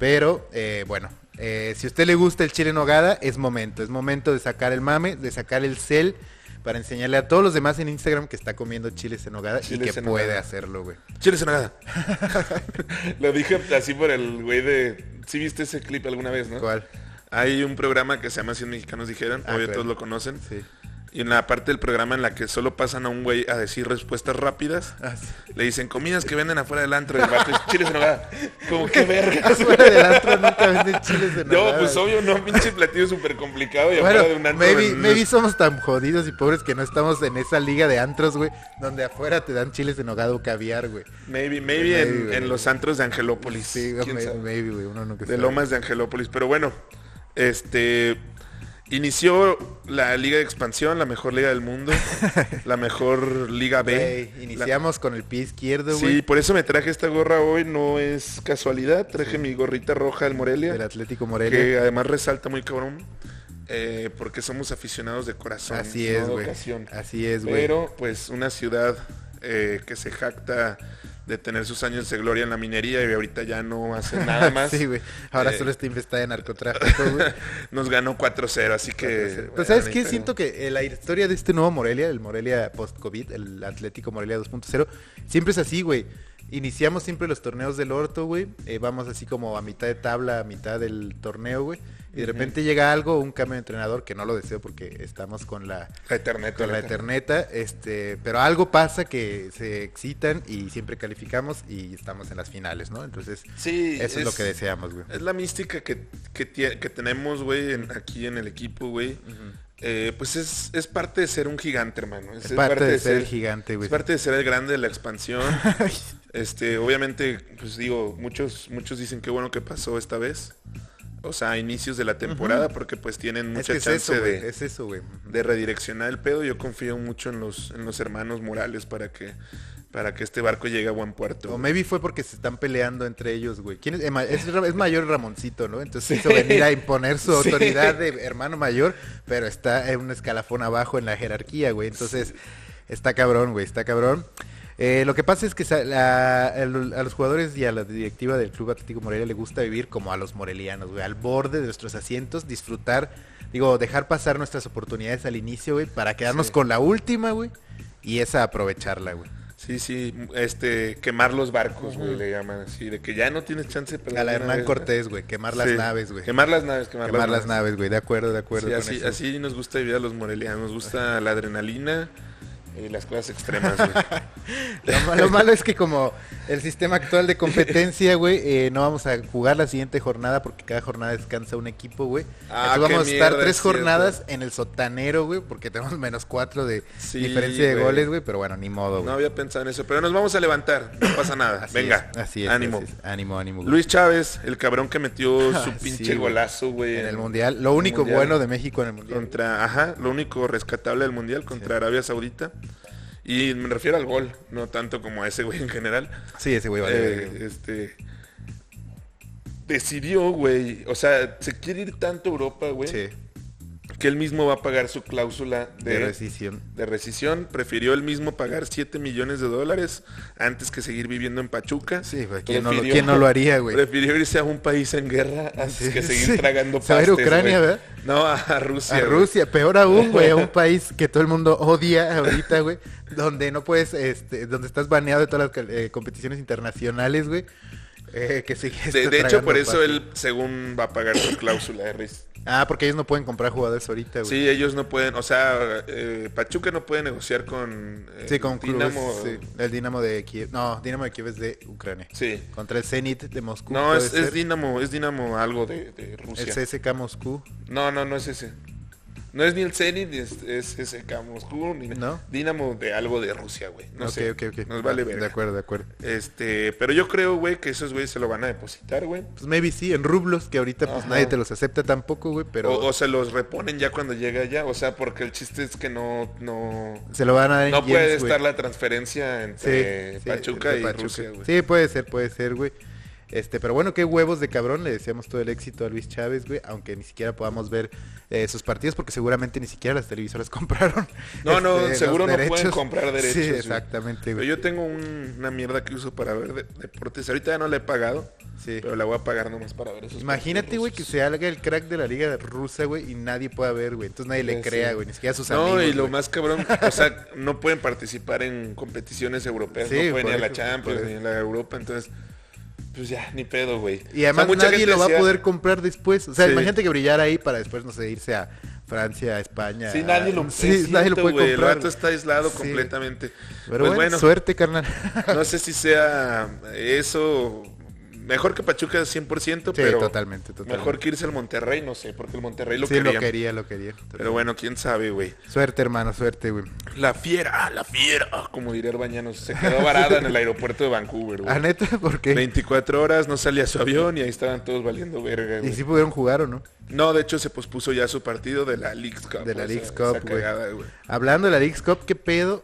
[SPEAKER 1] Pero eh, bueno, eh, si a usted le gusta el chile en nogada, es momento, es momento de sacar el mame, de sacar el cel para enseñarle a todos los demás en Instagram que está comiendo chiles en nogada
[SPEAKER 2] Chiles
[SPEAKER 1] y que
[SPEAKER 2] en
[SPEAKER 1] puede
[SPEAKER 2] nogada.
[SPEAKER 1] hacerlo, güey.
[SPEAKER 2] Chiles en nada. Lo dije así por el güey de... Sí viste ese clip alguna vez, ¿no?
[SPEAKER 1] ¿Cuál?
[SPEAKER 2] Hay un programa que se llama 100 mexicanos dijeron,
[SPEAKER 1] Ah,
[SPEAKER 2] obvio
[SPEAKER 1] claro.
[SPEAKER 2] todos lo conocen.
[SPEAKER 1] Sí.
[SPEAKER 2] Y en la parte del programa en la que solo pasan a un güey a decir respuestas rápidas, le dicen comidas que venden afuera del antro y el vato es chiles en nogada. Como que vergas.
[SPEAKER 1] Fuera del antro nunca venden chiles en nogada.
[SPEAKER 2] No, pues obvio, no, pinche platillo súper complicado y afuera de un
[SPEAKER 1] Bueno,
[SPEAKER 2] antro.
[SPEAKER 1] maybe,
[SPEAKER 2] venden-
[SPEAKER 1] maybe somos tan jodidos y pobres que no estamos en esa liga de antros, güey, donde afuera te dan chiles en nogada o caviar, güey.
[SPEAKER 2] Maybe, maybe
[SPEAKER 1] Maybe,
[SPEAKER 2] en,
[SPEAKER 1] güey.
[SPEAKER 2] en los antros de Angelópolis.
[SPEAKER 1] Sí,
[SPEAKER 2] ¿Quién
[SPEAKER 1] may-
[SPEAKER 2] sabe?
[SPEAKER 1] maybe, güey, uno nunca
[SPEAKER 2] de
[SPEAKER 1] sabe.
[SPEAKER 2] Lomas de Angelópolis. Pero bueno, este inició la Liga de Expansión, la mejor liga del mundo, la mejor Liga B.
[SPEAKER 1] Güey,
[SPEAKER 2] La-
[SPEAKER 1] iniciamos con el pie izquierdo, güey.
[SPEAKER 2] Sí, por eso me traje esta gorra hoy, no es casualidad. Traje mi gorrita roja del Morelia,
[SPEAKER 1] del Atlético Morelia.
[SPEAKER 2] que además resalta muy cabrón, eh, porque somos aficionados de corazón.
[SPEAKER 1] Así
[SPEAKER 2] no
[SPEAKER 1] es,
[SPEAKER 2] de
[SPEAKER 1] güey.
[SPEAKER 2] ocasión.
[SPEAKER 1] Así es, güey.
[SPEAKER 2] Pero pues una ciudad eh, que se jacta de tener sus años de gloria en la minería y ahorita ya no hace nada más.
[SPEAKER 1] Sí, güey. Ahora
[SPEAKER 2] Eh,
[SPEAKER 1] solo está infestada de narcotráfico, güey.
[SPEAKER 2] Nos ganó 4-0, así que...
[SPEAKER 1] Pero
[SPEAKER 2] bueno,
[SPEAKER 1] Pues, ¿sabes
[SPEAKER 2] ni
[SPEAKER 1] qué?
[SPEAKER 2] pedo.
[SPEAKER 1] Siento que eh, la historia de este nuevo Morelia, el Morelia post-COVID, el Atlético Morelia 2.0, siempre es así, güey. Iniciamos siempre los torneos del orto, güey. eh, vamos así como a mitad de tabla, a mitad del torneo, güey. Y de repente llega algo, un cambio de entrenador, que no lo deseo porque estamos con la,
[SPEAKER 2] La Eterneta.
[SPEAKER 1] con la
[SPEAKER 2] Eterneta.
[SPEAKER 1] Eterneta, este, pero algo pasa que se excitan y siempre calificamos y estamos en las finales, ¿no? Entonces,
[SPEAKER 2] Sí,
[SPEAKER 1] eso es, lo que deseamos, güey.
[SPEAKER 2] Es la mística que, que, tie- que tenemos, güey, en- aquí en el equipo, güey. Eh, pues es, es parte de ser un gigante, hermano.
[SPEAKER 1] Es parte de ser el gigante, güey.
[SPEAKER 2] Es parte de ser el grande de la expansión. este, obviamente, pues digo, muchos, muchos dicen qué bueno que pasó esta vez. O sea, a inicios de la temporada, porque pues tienen mucha
[SPEAKER 1] es que es
[SPEAKER 2] chance
[SPEAKER 1] eso, güey.
[SPEAKER 2] de,
[SPEAKER 1] Es eso, güey. Ujú.
[SPEAKER 2] de redireccionar el pedo. Yo confío mucho en los, en los hermanos Morales para que, para que este barco llegue a buen puerto.
[SPEAKER 1] O
[SPEAKER 2] güey.
[SPEAKER 1] maybe fue porque se están peleando entre ellos, güey. ¿Quién es? Ema- Es, Ra- es mayor Ramoncito, ¿no? Entonces hizo venir a imponer su
[SPEAKER 2] Sí.
[SPEAKER 1] autoridad de hermano mayor, pero está en un escalafón abajo en la jerarquía, güey. Entonces, está cabrón, güey, está cabrón. Eh, lo que pasa es que sa- la- a lo- a los jugadores y a la directiva del Club Atlético Morelia le gusta vivir como a los morelianos, güey, al borde de nuestros asientos, disfrutar, digo, dejar pasar nuestras oportunidades al inicio, güey, para quedarnos
[SPEAKER 2] Sí.
[SPEAKER 1] con la última, güey, y esa aprovecharla, güey.
[SPEAKER 2] Sí, sí, este, quemar los barcos, güey, le llaman así, de que ya no tienes chance de
[SPEAKER 1] A
[SPEAKER 2] perder
[SPEAKER 1] la
[SPEAKER 2] una
[SPEAKER 1] Hernán
[SPEAKER 2] vez,
[SPEAKER 1] Cortés, güey, quemar
[SPEAKER 2] ¿no?
[SPEAKER 1] las
[SPEAKER 2] Sí,
[SPEAKER 1] naves, güey.
[SPEAKER 2] Quemar las naves, quemar,
[SPEAKER 1] Quemar las naves, güey, de acuerdo, de acuerdo.
[SPEAKER 2] Sí,
[SPEAKER 1] con
[SPEAKER 2] así,
[SPEAKER 1] eso.
[SPEAKER 2] así nos gusta vivir a los morelianos, nos gusta la adrenalina y las cosas extremas, güey.
[SPEAKER 1] Lo, ma- lo malo es que como el sistema actual de competencia, güey, eh, no vamos a jugar la siguiente jornada porque cada jornada descansa un equipo, güey.
[SPEAKER 2] Ah,
[SPEAKER 1] Entonces vamos
[SPEAKER 2] qué
[SPEAKER 1] a estar
[SPEAKER 2] mierda,
[SPEAKER 1] tres
[SPEAKER 2] es cierto.
[SPEAKER 1] jornadas en el sotanero, güey, porque tenemos menos cuatro de
[SPEAKER 2] Sí,
[SPEAKER 1] diferencia de
[SPEAKER 2] güey.
[SPEAKER 1] goles, güey, pero bueno, ni modo,
[SPEAKER 2] No
[SPEAKER 1] güey.
[SPEAKER 2] había pensado en eso, pero nos vamos a levantar, no pasa nada.
[SPEAKER 1] Así
[SPEAKER 2] Venga,
[SPEAKER 1] es, así es.
[SPEAKER 2] ánimo.
[SPEAKER 1] así es. Ánimo, ánimo. güey.
[SPEAKER 2] Luis Chávez, el cabrón que metió
[SPEAKER 1] Ah,
[SPEAKER 2] su
[SPEAKER 1] sí,
[SPEAKER 2] pinche
[SPEAKER 1] güey.
[SPEAKER 2] golazo, güey.
[SPEAKER 1] en el Mundial, lo único
[SPEAKER 2] eh, Mundial.
[SPEAKER 1] bueno de México en el Mundial.
[SPEAKER 2] Contra, ajá, lo único rescatable del mundial contra
[SPEAKER 1] Sí.
[SPEAKER 2] Arabia Saudita. Y me refiero al gol, no tanto como a ese güey en general.
[SPEAKER 1] Sí, ese güey vale.
[SPEAKER 2] Eh,
[SPEAKER 1] verga.
[SPEAKER 2] este decidió, güey, o sea, se quiere ir tanto a Europa, güey,
[SPEAKER 1] Sí,
[SPEAKER 2] que él mismo va a pagar su cláusula de,
[SPEAKER 1] de
[SPEAKER 2] de,
[SPEAKER 1] rescisión.
[SPEAKER 2] rescisión. Prefirió él mismo pagar 7 millones de dólares antes que seguir viviendo en Pachuca.
[SPEAKER 1] Sí, güey, ¿quién no lo-
[SPEAKER 2] Prefirió-
[SPEAKER 1] quién no lo haría, güey?
[SPEAKER 2] Prefirió irse a un país en guerra antes
[SPEAKER 1] Sí,
[SPEAKER 2] que seguir
[SPEAKER 1] sí.
[SPEAKER 2] tragando
[SPEAKER 1] Se va a ir a
[SPEAKER 2] pastes,
[SPEAKER 1] Ucrania,
[SPEAKER 2] güey.
[SPEAKER 1] ¿verdad?
[SPEAKER 2] No, a Rusia.
[SPEAKER 1] A
[SPEAKER 2] güey.
[SPEAKER 1] Rusia, peor aún, güey, a un país que todo el mundo odia ahorita, güey, donde no puedes, este, donde estás baneado de todas las cal- eh, competiciones internacionales, güey, eh, que sigue
[SPEAKER 2] De,
[SPEAKER 1] este,
[SPEAKER 2] de hecho, por
[SPEAKER 1] tragando
[SPEAKER 2] eso
[SPEAKER 1] pasto.
[SPEAKER 2] él, según va a pagar su cláusula de res-
[SPEAKER 1] Ah, porque ellos no pueden comprar jugadores ahorita, güey.
[SPEAKER 2] Sí, ellos no pueden, o sea, eh, Pachuca no puede negociar con eh,
[SPEAKER 1] Sí, con clubes,
[SPEAKER 2] Dinamo.
[SPEAKER 1] sí. el Dinamo de Kiev, no, Dinamo de Kiev es de Ucrania,
[SPEAKER 2] Sí.
[SPEAKER 1] contra el Zenit de Moscú.
[SPEAKER 2] No,
[SPEAKER 1] puede
[SPEAKER 2] es, es
[SPEAKER 1] ser.
[SPEAKER 2] Dinamo, es Dinamo algo de, de Rusia.
[SPEAKER 1] el CSK Moscú,
[SPEAKER 2] No, no, no es ese. No es ni el Zenit, ni es, es SK Moscú, ni
[SPEAKER 1] ¿No?
[SPEAKER 2] Dinamo de algo de Rusia, güey. No
[SPEAKER 1] ok,
[SPEAKER 2] sé.
[SPEAKER 1] ok, ok, Ah,
[SPEAKER 2] Nos vale
[SPEAKER 1] de
[SPEAKER 2] verga.
[SPEAKER 1] acuerdo, de acuerdo.
[SPEAKER 2] Este, pero yo creo, güey, que esos güeyes se lo van a depositar, güey.
[SPEAKER 1] Pues maybe sí, en rublos, que ahorita pues
[SPEAKER 2] Ajá.
[SPEAKER 1] nadie te los acepta tampoco, güey, pero...
[SPEAKER 2] O, o se los reponen ya cuando llega allá, o sea, porque el chiste es que no, no,
[SPEAKER 1] se lo van a dar en
[SPEAKER 2] no
[SPEAKER 1] yenes,
[SPEAKER 2] puede
[SPEAKER 1] güey.
[SPEAKER 2] estar la transferencia entre
[SPEAKER 1] sí,
[SPEAKER 2] Pachuca
[SPEAKER 1] entre
[SPEAKER 2] y
[SPEAKER 1] Pachuca.
[SPEAKER 2] Rusia, güey.
[SPEAKER 1] Sí, puede ser, puede ser, güey. Este, pero bueno, qué huevos de cabrón. Le deseamos todo el éxito a Luis Chávez, güey. Aunque ni siquiera podamos ver eh, sus partidos, porque seguramente ni siquiera las televisoras compraron. este,
[SPEAKER 2] No, no,
[SPEAKER 1] los
[SPEAKER 2] seguro no pueden comprar derechos,
[SPEAKER 1] Sí,
[SPEAKER 2] güey.
[SPEAKER 1] exactamente,
[SPEAKER 2] Pero
[SPEAKER 1] güey.
[SPEAKER 2] yo tengo un- una mierda que uso para ver de- deportes. Ahorita ya no la he pagado,
[SPEAKER 1] Sí.
[SPEAKER 2] pero la voy a pagar nomás para ver esos
[SPEAKER 1] Imagínate, güey, que se haga el crack de la liga rusa, güey, y nadie pueda ver, güey. Entonces nadie le
[SPEAKER 2] Ya
[SPEAKER 1] crea,
[SPEAKER 2] sé.
[SPEAKER 1] güey. Ni siquiera sus
[SPEAKER 2] No,
[SPEAKER 1] amigos.
[SPEAKER 2] y lo
[SPEAKER 1] güey.
[SPEAKER 2] más cabrón, o sea, no pueden participar en competiciones europeas,
[SPEAKER 1] Sí,
[SPEAKER 2] no pueden
[SPEAKER 1] por
[SPEAKER 2] ir a la
[SPEAKER 1] eso,
[SPEAKER 2] Champions
[SPEAKER 1] por
[SPEAKER 2] ni a la Europa, entonces, pues ya, ni pedo, güey.
[SPEAKER 1] Y además
[SPEAKER 2] O sea, mucha
[SPEAKER 1] nadie
[SPEAKER 2] gente
[SPEAKER 1] lo va
[SPEAKER 2] decía-
[SPEAKER 1] a poder comprar después. O sea,
[SPEAKER 2] Sí.
[SPEAKER 1] imagínate que brillara ahí para después, no sé, irse a Francia, a España.
[SPEAKER 2] Sí, nadie lo,
[SPEAKER 1] a-
[SPEAKER 2] es
[SPEAKER 1] Sí, nadie lo
[SPEAKER 2] cierto,
[SPEAKER 1] puede
[SPEAKER 2] güey,
[SPEAKER 1] comprar.
[SPEAKER 2] El vato está aislado
[SPEAKER 1] Sí.
[SPEAKER 2] completamente.
[SPEAKER 1] Pero
[SPEAKER 2] pues
[SPEAKER 1] bueno,
[SPEAKER 2] bueno,
[SPEAKER 1] suerte, carnal.
[SPEAKER 2] no sé si sea eso... Mejor que Pachuca 100%,
[SPEAKER 1] Sí,
[SPEAKER 2] pero
[SPEAKER 1] totalmente, totalmente.
[SPEAKER 2] mejor que irse al Monterrey, no sé, porque el Monterrey lo
[SPEAKER 1] sí,
[SPEAKER 2] quería.
[SPEAKER 1] lo quería, lo quería.
[SPEAKER 2] Pero bueno, quién sabe, güey.
[SPEAKER 1] Suerte, hermano, suerte, güey.
[SPEAKER 2] La fiera, la fiera, como diría Bañanos, se quedó varada en el aeropuerto de Vancouver,
[SPEAKER 1] ¿A
[SPEAKER 2] güey.
[SPEAKER 1] neta? ¿Por qué?
[SPEAKER 2] 24 horas, no salía su avión y ahí estaban todos valiendo verga,
[SPEAKER 1] ¿Y
[SPEAKER 2] güey.
[SPEAKER 1] si pudieron jugar o no?
[SPEAKER 2] No, de hecho se pospuso ya su partido de la Leagues Cup.
[SPEAKER 1] De la
[SPEAKER 2] o sea,
[SPEAKER 1] Leagues
[SPEAKER 2] esa
[SPEAKER 1] Cup, güey.
[SPEAKER 2] cagada, güey.
[SPEAKER 1] Hablando de la League's Cup, ¿qué pedo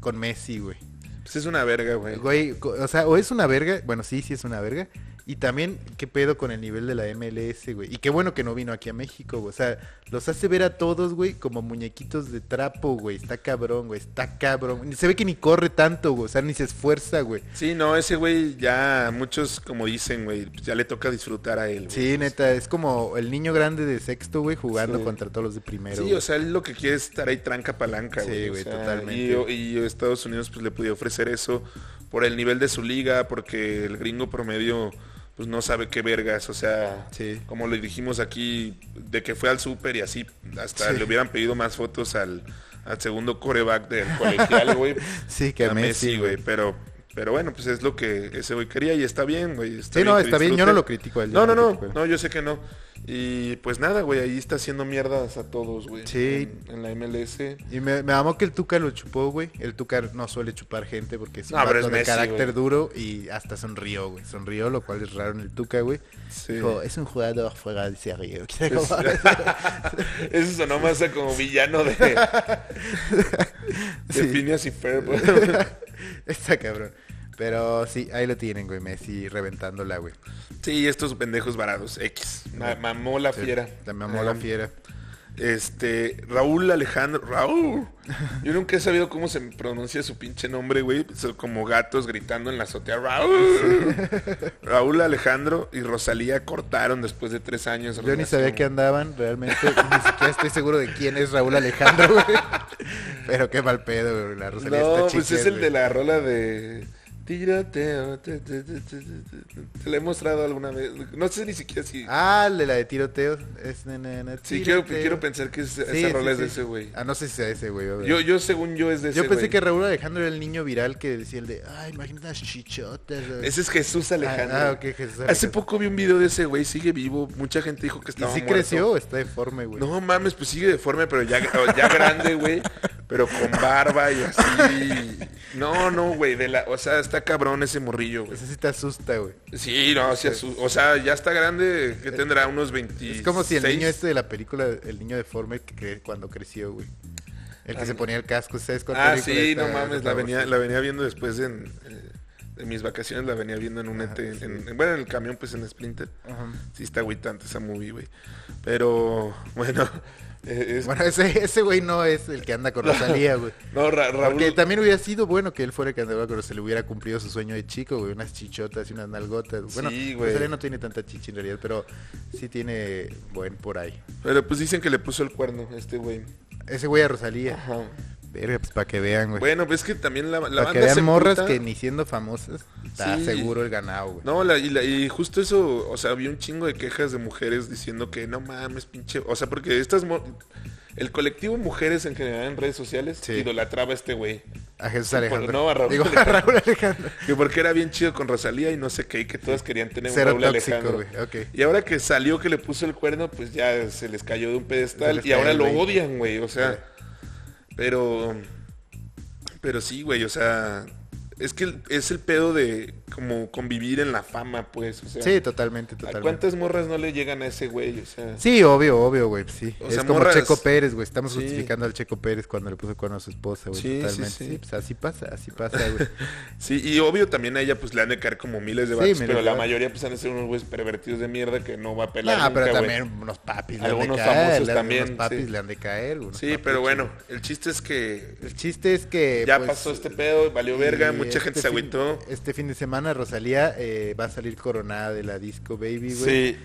[SPEAKER 1] con Messi, güey?
[SPEAKER 2] Pues es una verga, güey.
[SPEAKER 1] Güey, co- o sea, o es una verga, bueno, sí, sí es una verga, Y también, ¿qué pedo con el nivel de la MLS, güey? Y qué bueno que no vino aquí a México, güey. O sea, los hace ver a todos, güey, como muñequitos de trapo, güey. Está cabrón, güey. Está cabrón. Se ve que ni corre tanto, güey. O sea, ni se esfuerza, güey.
[SPEAKER 2] Sí, no, ese güey ya, muchos como dicen, güey, pues ya le toca disfrutar a él. güey.
[SPEAKER 1] Sí, neta, es como el niño grande de sexto, güey, jugando
[SPEAKER 2] Sí.
[SPEAKER 1] contra todos los de primero.
[SPEAKER 2] Sí,
[SPEAKER 1] güey.
[SPEAKER 2] o sea, él lo que quiere es estar ahí tranca palanca,
[SPEAKER 1] Sí,
[SPEAKER 2] güey. o
[SPEAKER 1] güey,
[SPEAKER 2] sea,
[SPEAKER 1] totalmente.
[SPEAKER 2] Y, y Estados Unidos pues le podía ofrecer eso por el nivel de su liga, porque el gringo promedio pues no sabe qué vergas, o sea,
[SPEAKER 1] Sí.
[SPEAKER 2] como le dijimos aquí, de que fue al súper y así, hasta
[SPEAKER 1] Sí.
[SPEAKER 2] le hubieran pedido más fotos al, al segundo coreback del colegial, güey.
[SPEAKER 1] Sí, que a Messi, güey.
[SPEAKER 2] Pero, pero bueno, pues es lo que ese güey quería y está bien, güey.
[SPEAKER 1] Sí, no,
[SPEAKER 2] que
[SPEAKER 1] está bien, yo no
[SPEAKER 2] disfrute.
[SPEAKER 1] lo critico a él, yo
[SPEAKER 2] No, no,
[SPEAKER 1] no
[SPEAKER 2] no,
[SPEAKER 1] critico a él.
[SPEAKER 2] no, yo sé que no. Y pues nada, güey, ahí está haciendo mierdas a todos, güey.
[SPEAKER 1] Sí.
[SPEAKER 2] En, en la MLS.
[SPEAKER 1] Y me, me amó que el Tuca lo chupó, güey. El Tuca no suele chupar gente porque es un
[SPEAKER 2] No, pero
[SPEAKER 1] vato
[SPEAKER 2] es
[SPEAKER 1] de
[SPEAKER 2] Messi,
[SPEAKER 1] carácter
[SPEAKER 2] güey.
[SPEAKER 1] duro y hasta sonrió, güey. Sonrió, lo cual es raro en el Tuca, güey.
[SPEAKER 2] Sí.
[SPEAKER 1] Dijo, es un jugador fuera de serie.
[SPEAKER 2] Eso sonó más a como villano de, de
[SPEAKER 1] Sí.
[SPEAKER 2] Phineas y Ferb. güey.
[SPEAKER 1] Está cabrón. Pero sí, ahí lo tienen, güey. Messi reventándola, güey.
[SPEAKER 2] Sí, estos pendejos varados. X. Ma- mamó la fiera. Eh,
[SPEAKER 1] La mamó la
[SPEAKER 2] Ajá.
[SPEAKER 1] fiera.
[SPEAKER 2] Este, Raúl Alejandro, Raúl. Yo nunca he sabido cómo se pronuncia su pinche nombre, güey. Son Como gatos gritando en la azotea, Raúl. Raúl Alejandro y Rosalía cortaron después de tres años. de
[SPEAKER 1] Yo ni
[SPEAKER 2] relación.
[SPEAKER 1] sabía que andaban, realmente. Ni siquiera estoy seguro de quién es Raúl Alejandro, güey. Pero qué mal pedo, güey. La Rosalía
[SPEAKER 2] No,
[SPEAKER 1] está
[SPEAKER 2] pues
[SPEAKER 1] chiquel,
[SPEAKER 2] es el
[SPEAKER 1] güey.
[SPEAKER 2] de la rola de... Tiroteo. te- te- te- te- te- te- Te la he mostrado alguna vez. No sé ni siquiera si...
[SPEAKER 1] Ah, el de la de tiroteo. Es na, na, na,
[SPEAKER 2] si quiero,
[SPEAKER 1] tiroteo.
[SPEAKER 2] quiero pensar que es- esa
[SPEAKER 1] Sí,
[SPEAKER 2] rola
[SPEAKER 1] sí,
[SPEAKER 2] es de
[SPEAKER 1] sí.
[SPEAKER 2] ese güey.
[SPEAKER 1] Ah, no sé si sea ese, güey. a ver.
[SPEAKER 2] Yo, yo según yo es de ese
[SPEAKER 1] Yo pensé
[SPEAKER 2] güey.
[SPEAKER 1] que Raúl Alejandro era el niño viral que decía el de, ay, imagínate las chichotas. güey".
[SPEAKER 2] Ese es Jesús Alejandro.
[SPEAKER 1] Ah, ah, ok, Jesús
[SPEAKER 2] Hace
[SPEAKER 1] Alejandro.
[SPEAKER 2] poco vi un video de ese güey, sigue vivo. Mucha gente dijo que
[SPEAKER 1] ¿Y
[SPEAKER 2] estaba
[SPEAKER 1] sí
[SPEAKER 2] muerto.
[SPEAKER 1] creció o está deforme, güey?
[SPEAKER 2] No mames, pues sigue deforme, pero ya, ya grande, güey. Pero con barba y así. No, no, güey. de la- O sea, está cabrón ese morrillo, güey.
[SPEAKER 1] Ese sí te asusta, güey.
[SPEAKER 2] Sí, no, sí, asu- o sea, ya está grande, que tendrá unos 26.
[SPEAKER 1] Es como si el niño este de la película, el niño deforme que cre- cuando creció, güey. El que
[SPEAKER 2] Ah,
[SPEAKER 1] se
[SPEAKER 2] no.
[SPEAKER 1] ponía el casco, ¿sabes cuál
[SPEAKER 2] Ah,
[SPEAKER 1] película
[SPEAKER 2] sí,
[SPEAKER 1] está?
[SPEAKER 2] no mames, la
[SPEAKER 1] Por
[SPEAKER 2] venía,
[SPEAKER 1] favor.
[SPEAKER 2] la venía viendo después en, eh, en mis vacaciones, la venía viendo en un ET, en- en- bueno, en el camión, pues en Splinter.
[SPEAKER 1] Ajá.
[SPEAKER 2] Sí está agüitante esa movie, güey. Pero, bueno, eh, es-
[SPEAKER 1] Bueno, ese, ese güey no es el que anda con Rosalía, güey.
[SPEAKER 2] no, Ra- Raúl,
[SPEAKER 1] Porque también hubiera sido bueno que él fuera el que andaba con se le hubiera cumplido su sueño de chico, güey. Unas chichotas y unas nalgotas. Bueno, pues,
[SPEAKER 2] Sí, güey.
[SPEAKER 1] Rosalía no tiene tanta chicha en realidad, pero sí tiene buen por ahí.
[SPEAKER 2] pero pues dicen que le puso el cuerno a este güey.
[SPEAKER 1] Ese güey a Rosalía.
[SPEAKER 2] Ajá.
[SPEAKER 1] Verga, pues para que vean, güey.
[SPEAKER 2] Bueno, pues es que también la, la
[SPEAKER 1] para
[SPEAKER 2] banda
[SPEAKER 1] que vean
[SPEAKER 2] se
[SPEAKER 1] morras
[SPEAKER 2] emputa.
[SPEAKER 1] que ni siendo famosas, está
[SPEAKER 2] Sí.
[SPEAKER 1] seguro el ganado, güey.
[SPEAKER 2] No, la- y, la- y justo eso, o sea, había un chingo de quejas de mujeres diciendo que no mames, pinche. O sea, porque estas. mo- El colectivo mujeres en general en redes sociales
[SPEAKER 1] Sí.
[SPEAKER 2] idolatraba a este güey.
[SPEAKER 1] a Jesús
[SPEAKER 2] por-
[SPEAKER 1] Alejandro.
[SPEAKER 2] no, a Raúl
[SPEAKER 1] Digo, a Raúl Alejandro.
[SPEAKER 2] Que porque era bien chido con Rosalía y no sé qué, y que todas querían tener un
[SPEAKER 1] Cero
[SPEAKER 2] Raúl
[SPEAKER 1] tóxico,
[SPEAKER 2] Alejandro.
[SPEAKER 1] güey, ok.
[SPEAKER 2] Y ahora que salió que le puso el cuerno, pues ya se les cayó de un
[SPEAKER 1] Se
[SPEAKER 2] pedestal
[SPEAKER 1] les
[SPEAKER 2] y ahora
[SPEAKER 1] cayó,
[SPEAKER 2] lo
[SPEAKER 1] güey.
[SPEAKER 2] odian, güey. O sea, pero. Pero sí, güey, o sea. Es que el- es el pedo de como convivir en la fama, pues. O sea,
[SPEAKER 1] Sí, totalmente,
[SPEAKER 2] ¿A
[SPEAKER 1] totalmente.
[SPEAKER 2] cuántas morras no le llegan a ese güey? O sea,
[SPEAKER 1] Sí, obvio, obvio, güey. Sí.
[SPEAKER 2] O
[SPEAKER 1] es
[SPEAKER 2] sea,
[SPEAKER 1] como
[SPEAKER 2] morras-
[SPEAKER 1] Checo Pérez, güey. Estamos
[SPEAKER 2] Sí.
[SPEAKER 1] justificando al Checo Pérez cuando le puso con a su esposa, güey.
[SPEAKER 2] Sí, sí,
[SPEAKER 1] totalmente.
[SPEAKER 2] sí.
[SPEAKER 1] Sí, pues así pasa, así pasa, güey.
[SPEAKER 2] sí, y obvio también a ella pues le han de caer como miles de
[SPEAKER 1] Sí,
[SPEAKER 2] vatos,
[SPEAKER 1] miles
[SPEAKER 2] pero
[SPEAKER 1] de
[SPEAKER 2] la
[SPEAKER 1] vatos.
[SPEAKER 2] mayoría pues han de ser unos güeyes pervertidos de mierda que no va a pelar
[SPEAKER 1] no, pero
[SPEAKER 2] nunca, güey.
[SPEAKER 1] también unos papis le han de
[SPEAKER 2] Algunos
[SPEAKER 1] caer.
[SPEAKER 2] famosos
[SPEAKER 1] le-
[SPEAKER 2] también,
[SPEAKER 1] unos papis
[SPEAKER 2] sí.
[SPEAKER 1] le han de caer, güey. unos
[SPEAKER 2] Sí,
[SPEAKER 1] papis
[SPEAKER 2] pero bueno,
[SPEAKER 1] chidos.
[SPEAKER 2] el chiste es que
[SPEAKER 1] El chiste es que.
[SPEAKER 2] ya
[SPEAKER 1] pues,
[SPEAKER 2] pasó este pedo, valió verga,
[SPEAKER 1] Y
[SPEAKER 2] mucha gente
[SPEAKER 1] este
[SPEAKER 2] se
[SPEAKER 1] fin-
[SPEAKER 2] agüitó.
[SPEAKER 1] Este fin de semana Rosalía eh, va a salir coronada de la disco Baby, güey.
[SPEAKER 2] Sí.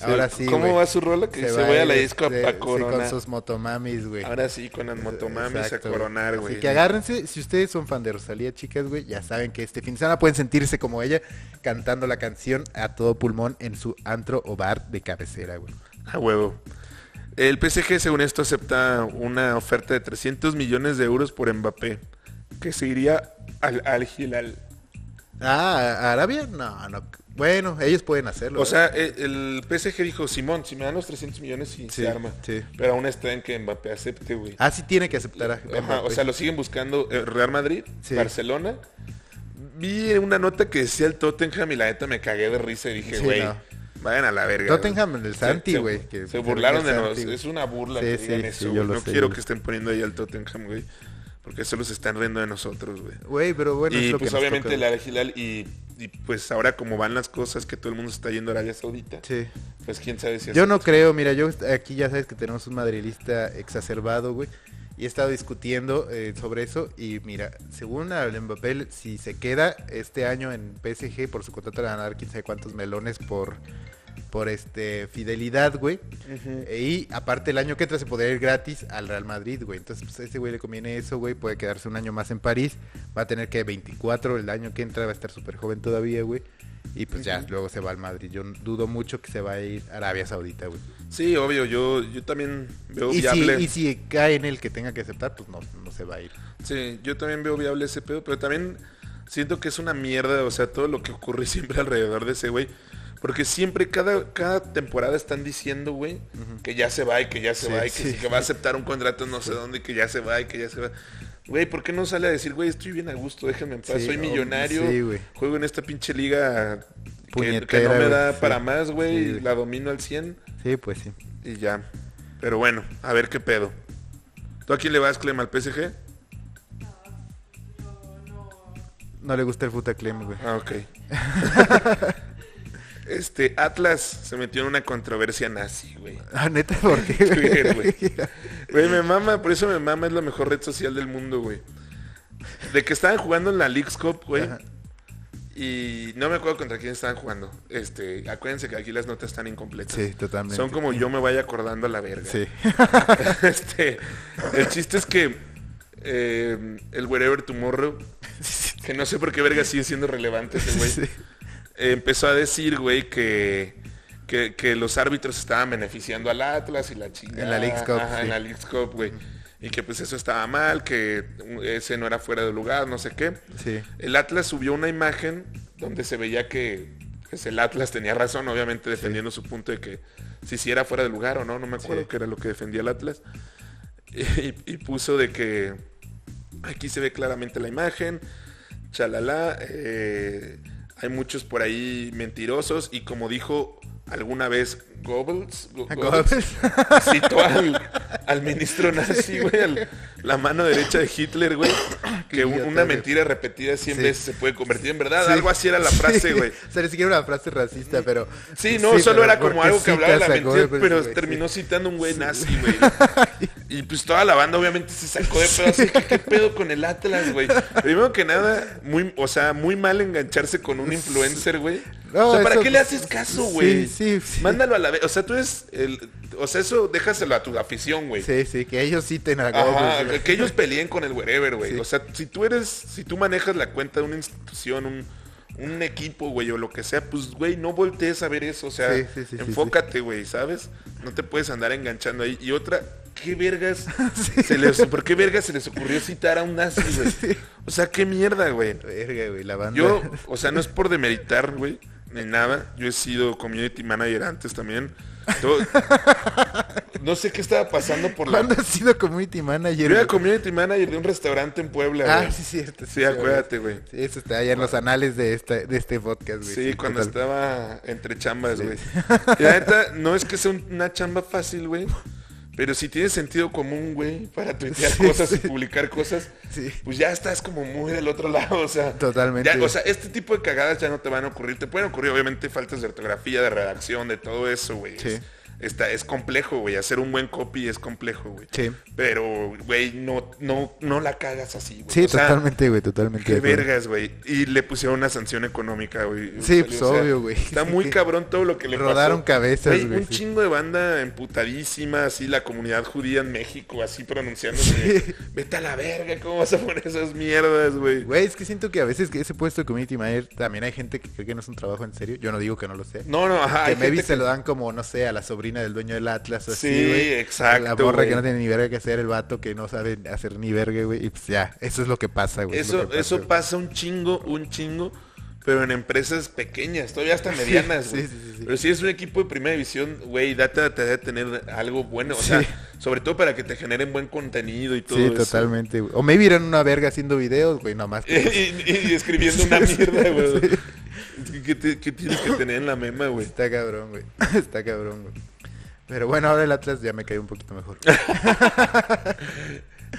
[SPEAKER 1] Ahora sí,
[SPEAKER 2] ¿Cómo
[SPEAKER 1] güey.
[SPEAKER 2] va su rola? Que se,
[SPEAKER 1] va
[SPEAKER 2] voy a la
[SPEAKER 1] ir,
[SPEAKER 2] disco
[SPEAKER 1] este,
[SPEAKER 2] a
[SPEAKER 1] sí,
[SPEAKER 2] coronar.
[SPEAKER 1] con sus motomamis, güey.
[SPEAKER 2] Ahora sí, con las motomamis
[SPEAKER 1] Exacto,
[SPEAKER 2] a
[SPEAKER 1] güey.
[SPEAKER 2] coronar, güey.
[SPEAKER 1] Así que agárrense, si ustedes son fan de Rosalía, chicas, güey, ya saben que este fin de semana pueden sentirse como ella cantando la canción a todo pulmón en su antro o bar de cabecera, güey.
[SPEAKER 2] A huevo. El PSG, según esto, acepta una oferta de 300 millones de euros por Mbappé, que se iría al Al Hilal.
[SPEAKER 1] Ah, ¿a Arabia? No, no. Bueno, ellos pueden hacerlo.
[SPEAKER 2] O
[SPEAKER 1] ¿verdad?
[SPEAKER 2] sea, eh, el PSG dijo, Simón, si me dan los 300 millones y
[SPEAKER 1] Sí,
[SPEAKER 2] se arma.
[SPEAKER 1] sí.
[SPEAKER 2] Pero aún está en que Mbappé acepte, güey.
[SPEAKER 1] Ah, sí tiene que aceptar a
[SPEAKER 2] Ajá, o sea, lo siguen buscando eh, Real Madrid,
[SPEAKER 1] pues Sí.
[SPEAKER 2] Barcelona. Vi una nota que decía el Tottenham y la neta me cagué de risa y dije,
[SPEAKER 1] Sí,
[SPEAKER 2] güey,
[SPEAKER 1] no.
[SPEAKER 2] vayan a la verga.
[SPEAKER 1] Tottenham,
[SPEAKER 2] güey".
[SPEAKER 1] el
[SPEAKER 2] Se-
[SPEAKER 1] Santi,
[SPEAKER 2] se-
[SPEAKER 1] güey, que-
[SPEAKER 2] Se,
[SPEAKER 1] se
[SPEAKER 2] burlaron de
[SPEAKER 1] burla el Santi,
[SPEAKER 2] nosotros.
[SPEAKER 1] güey.
[SPEAKER 2] Es una burla
[SPEAKER 1] Sí,
[SPEAKER 2] que
[SPEAKER 1] sí,
[SPEAKER 2] digan
[SPEAKER 1] sí,
[SPEAKER 2] eso,
[SPEAKER 1] yo
[SPEAKER 2] güey.
[SPEAKER 1] lo
[SPEAKER 2] No
[SPEAKER 1] sé,
[SPEAKER 2] quiero
[SPEAKER 1] güey.
[SPEAKER 2] que estén poniendo ahí al Tottenham, güey. Porque solo se están riendo de nosotros, güey.
[SPEAKER 1] Güey, pero bueno,
[SPEAKER 2] y
[SPEAKER 1] es lo
[SPEAKER 2] pues
[SPEAKER 1] que nos
[SPEAKER 2] obviamente
[SPEAKER 1] toca,
[SPEAKER 2] la legislal y, y, pues ahora como van las cosas que todo el mundo se está yendo a Arabia Saudita,
[SPEAKER 1] Sí.
[SPEAKER 2] pues quién sabe si
[SPEAKER 1] Yo no creo, mira, yo aquí ya sabes que tenemos un madrilista exacerbado, güey. Y he estado discutiendo eh, sobre eso. Y mira, según al Mbappé, si se queda este año en PSG por su contrato, le van a dar quién sabe cuántos melones por, por este fidelidad, güey.
[SPEAKER 2] Ujú.
[SPEAKER 1] Y aparte el año que entra se podría ir gratis al Real Madrid, güey. Entonces, pues a ese güey le conviene eso, güey. Puede quedarse un año más en París. Va a tener que 24 el año que entra. Va a estar súper joven todavía, güey. Y pues ya, luego se va al Madrid. Yo dudo mucho que se va a ir a Arabia Saudita, güey.
[SPEAKER 2] Sí, obvio, yo, yo también veo
[SPEAKER 1] Y si,
[SPEAKER 2] viable.
[SPEAKER 1] y si cae en el que tenga que aceptar, pues no, no se va a ir.
[SPEAKER 2] Sí, yo también veo viable ese pedo, pero también siento que es una mierda, o sea, todo lo que ocurre siempre alrededor de ese güey. Porque siempre, cada, cada temporada están diciendo, güey, que ya se va y que ya se
[SPEAKER 1] Sí,
[SPEAKER 2] va y que,
[SPEAKER 1] sí.
[SPEAKER 2] sí, que va a aceptar un contrato no sé dónde y que ya se va y que ya se va. Güey, ¿por qué no sale a decir, güey, estoy bien a gusto, déjenme en paz,
[SPEAKER 1] Sí,
[SPEAKER 2] soy
[SPEAKER 1] hombre,
[SPEAKER 2] millonario,
[SPEAKER 1] sí, güey.
[SPEAKER 2] juego en esta pinche liga que- que,
[SPEAKER 1] Puñetera,
[SPEAKER 2] no me
[SPEAKER 1] güey,
[SPEAKER 2] da
[SPEAKER 1] sí.
[SPEAKER 2] para más,
[SPEAKER 1] Sí,
[SPEAKER 2] güey,
[SPEAKER 1] güey.
[SPEAKER 2] la domino al 100
[SPEAKER 1] Sí, pues sí.
[SPEAKER 2] y ya. Pero bueno, a ver qué pedo. ¿Tú a quién le vas, Clem, al PSG?
[SPEAKER 1] No le gusta el futaclem, güey.
[SPEAKER 2] Ah, ok. este, Atlas se metió en una controversia nazi, güey.
[SPEAKER 1] Ah, neta, ¿por qué,
[SPEAKER 2] Twitter,
[SPEAKER 1] güey?
[SPEAKER 2] güey. Güey, me mama, por eso me mama, es la mejor red social del mundo, güey. De que estaban jugando en la League's Cup, güey.
[SPEAKER 1] Ajá.
[SPEAKER 2] Y no me acuerdo contra quién estaban jugando. Este, acuérdense que aquí las notas están incompletas.
[SPEAKER 1] Sí, totalmente.
[SPEAKER 2] Son como yo me vaya acordando a la verga.
[SPEAKER 1] Sí.
[SPEAKER 2] Este, el chiste es que eh, el Wherever Tomorrow, que no sé por qué verga sigue siendo relevante ese güey,
[SPEAKER 1] Sí.
[SPEAKER 2] eh, empezó a decir, güey, que, que, que los árbitros estaban beneficiando al Atlas y la chingada.
[SPEAKER 1] En la Leagues Cup,
[SPEAKER 2] Ajá, en
[SPEAKER 1] sí.
[SPEAKER 2] la Leagues Cup, güey. Y que pues eso estaba mal, que uh, ese no era fuera de lugar, no sé qué.
[SPEAKER 1] Sí.
[SPEAKER 2] El Atlas subió una imagen donde se veía que pues, el Atlas tenía razón, obviamente defendiendo su punto de que si sí era fuera de lugar o no, no me acuerdo
[SPEAKER 1] Sí.
[SPEAKER 2] qué era lo que defendía el Atlas. Y, y puso de que aquí se ve claramente la imagen, chalala, eh, hay muchos por ahí mentirosos y como dijo alguna vez Goebbels, Go- Goebbels, citó al, al ministro nazi, güey, al- la mano derecha de Hitler, güey, que un-
[SPEAKER 1] idiota,
[SPEAKER 2] una
[SPEAKER 1] güey.
[SPEAKER 2] mentira repetida 100
[SPEAKER 1] Sí.
[SPEAKER 2] veces se puede convertir en verdad.
[SPEAKER 1] Sí.
[SPEAKER 2] Algo así era la frase, güey.
[SPEAKER 1] O sea, ni siquiera una frase racista, pero. pues
[SPEAKER 2] Sí, no, solo
[SPEAKER 1] pero
[SPEAKER 2] era como
[SPEAKER 1] porque
[SPEAKER 2] algo que hablaba de la
[SPEAKER 1] citas a
[SPEAKER 2] mentira,
[SPEAKER 1] Goebbels,
[SPEAKER 2] pero
[SPEAKER 1] güey,
[SPEAKER 2] terminó
[SPEAKER 1] sí.
[SPEAKER 2] citando un güey nazi, güey. Y pues toda la banda obviamente se sacó de pedo. así que, ¿Qué pedo con el Atlas, güey? Primero que nada, muy, o sea, muy mal engancharse con un influencer, güey.
[SPEAKER 1] No,
[SPEAKER 2] o sea, ¿para
[SPEAKER 1] eso-
[SPEAKER 2] qué le haces caso, güey?
[SPEAKER 1] Sí, sí, sí.
[SPEAKER 2] Mándalo a la vez. O sea, tú es el, o sea, eso déjaselo a tu afición, güey.
[SPEAKER 1] Sí, sí, que ellos citen a
[SPEAKER 2] Ajá,
[SPEAKER 1] Goebbels. güey.
[SPEAKER 2] que ellos peleen con el wherever, güey.
[SPEAKER 1] Sí.
[SPEAKER 2] O sea, si tú eres, si tú manejas la cuenta de una institución, un, un equipo, güey, o lo que sea, pues, güey, no voltees a ver eso. O sea,
[SPEAKER 1] Sí, sí, sí, sí,
[SPEAKER 2] enfócate, güey, ¿sabes? No te puedes andar enganchando ahí. Y otra, ¿qué vergas?
[SPEAKER 1] Sí.
[SPEAKER 2] se les, ¿Por qué vergas se les ocurrió citar a un nazi, güey?
[SPEAKER 1] Sí.
[SPEAKER 2] O sea, qué mierda, güey.
[SPEAKER 1] Verga, güey, la banda.
[SPEAKER 2] Yo, o sea, no es por demeritar, güey, ni nada. Yo he sido community manager antes también. Yo- no sé qué estaba pasando por la
[SPEAKER 1] ¿Cuándo has sido community manager?
[SPEAKER 2] yo era
[SPEAKER 1] güey?
[SPEAKER 2] community manager de un restaurante en Puebla,
[SPEAKER 1] Ah,
[SPEAKER 2] güey.
[SPEAKER 1] sí, cierto.
[SPEAKER 2] Sí, acuérdate, güey.
[SPEAKER 1] Sí, eso está allá en los anales de, esta, de este podcast, güey.
[SPEAKER 2] Sí, cuando
[SPEAKER 1] total.
[SPEAKER 2] estaba entre chambas,
[SPEAKER 1] Sí.
[SPEAKER 2] güey. Y la neta, no es que sea un- una chamba fácil, güey. Pero si tienes sentido común, güey, para tuitear
[SPEAKER 1] Sí,
[SPEAKER 2] cosas y
[SPEAKER 1] sí.
[SPEAKER 2] publicar cosas,
[SPEAKER 1] Sí.
[SPEAKER 2] pues ya estás como muy del otro lado, o sea.
[SPEAKER 1] Totalmente.
[SPEAKER 2] ya, o sea, este tipo de cagadas ya no te van a ocurrir. Te pueden ocurrir, obviamente, faltas de ortografía, de redacción, de todo eso, güey.
[SPEAKER 1] Sí.
[SPEAKER 2] Es, está, es complejo, güey. Hacer un buen copy es complejo, güey.
[SPEAKER 1] Sí.
[SPEAKER 2] Pero, güey, no, no, no la cagas así, güey.
[SPEAKER 1] Sí,
[SPEAKER 2] O sea,
[SPEAKER 1] totalmente, güey, totalmente.
[SPEAKER 2] Qué
[SPEAKER 1] de acuerdo.
[SPEAKER 2] vergas, güey. Y le pusieron una sanción económica, güey.
[SPEAKER 1] Sí,
[SPEAKER 2] Salió,
[SPEAKER 1] pues, obvio, güey.
[SPEAKER 2] Está muy cabrón todo lo que le
[SPEAKER 1] Rodaron
[SPEAKER 2] pasó.
[SPEAKER 1] cabezas, güey,
[SPEAKER 2] Un
[SPEAKER 1] sí.
[SPEAKER 2] chingo de banda emputadísima, así la comunidad judía en México, así pronunciándose.
[SPEAKER 1] Sí.
[SPEAKER 2] Vete a la verga, ¿cómo vas a poner esas mierdas, güey?
[SPEAKER 1] Güey, es que siento que a veces que ese puesto de community manager también hay gente que cree que no es un trabajo en serio. Yo no digo que no lo sea.
[SPEAKER 2] No, no, ajá. hay
[SPEAKER 1] que maybe
[SPEAKER 2] gente
[SPEAKER 1] se lo dan como, no sé, a la sobrina del dueño del Atlas o así,
[SPEAKER 2] Sí,
[SPEAKER 1] güey.
[SPEAKER 2] exacto,
[SPEAKER 1] La borra
[SPEAKER 2] güey.
[SPEAKER 1] que no tiene ni verga que hacer, el vato que no sabe hacer ni verga, güey. Y pues ya, eso es lo que pasa, güey. es lo
[SPEAKER 2] Eso,
[SPEAKER 1] que
[SPEAKER 2] eso
[SPEAKER 1] pasa,
[SPEAKER 2] pasa un chingo, un chingo, pero en empresas pequeñas, todavía hasta medianas,
[SPEAKER 1] sí,
[SPEAKER 2] güey.
[SPEAKER 1] sí, sí, sí.
[SPEAKER 2] Pero si es un equipo de primera división, güey, date a de tener algo bueno, o
[SPEAKER 1] Sí.
[SPEAKER 2] sea, sobre todo para que te generen buen contenido y todo
[SPEAKER 1] güey. Sí,
[SPEAKER 2] eso.
[SPEAKER 1] totalmente, güey. O maybe eran una verga haciendo videos, güey, nomás.
[SPEAKER 2] y, y- y escribiendo una mierda, güey. ¿Qué, te- qué tienes que tener en la mema, güey?
[SPEAKER 1] Está cabrón, güey. Está cabrón, güey. Pero bueno, ahora el Atlas ya me cae un poquito mejor.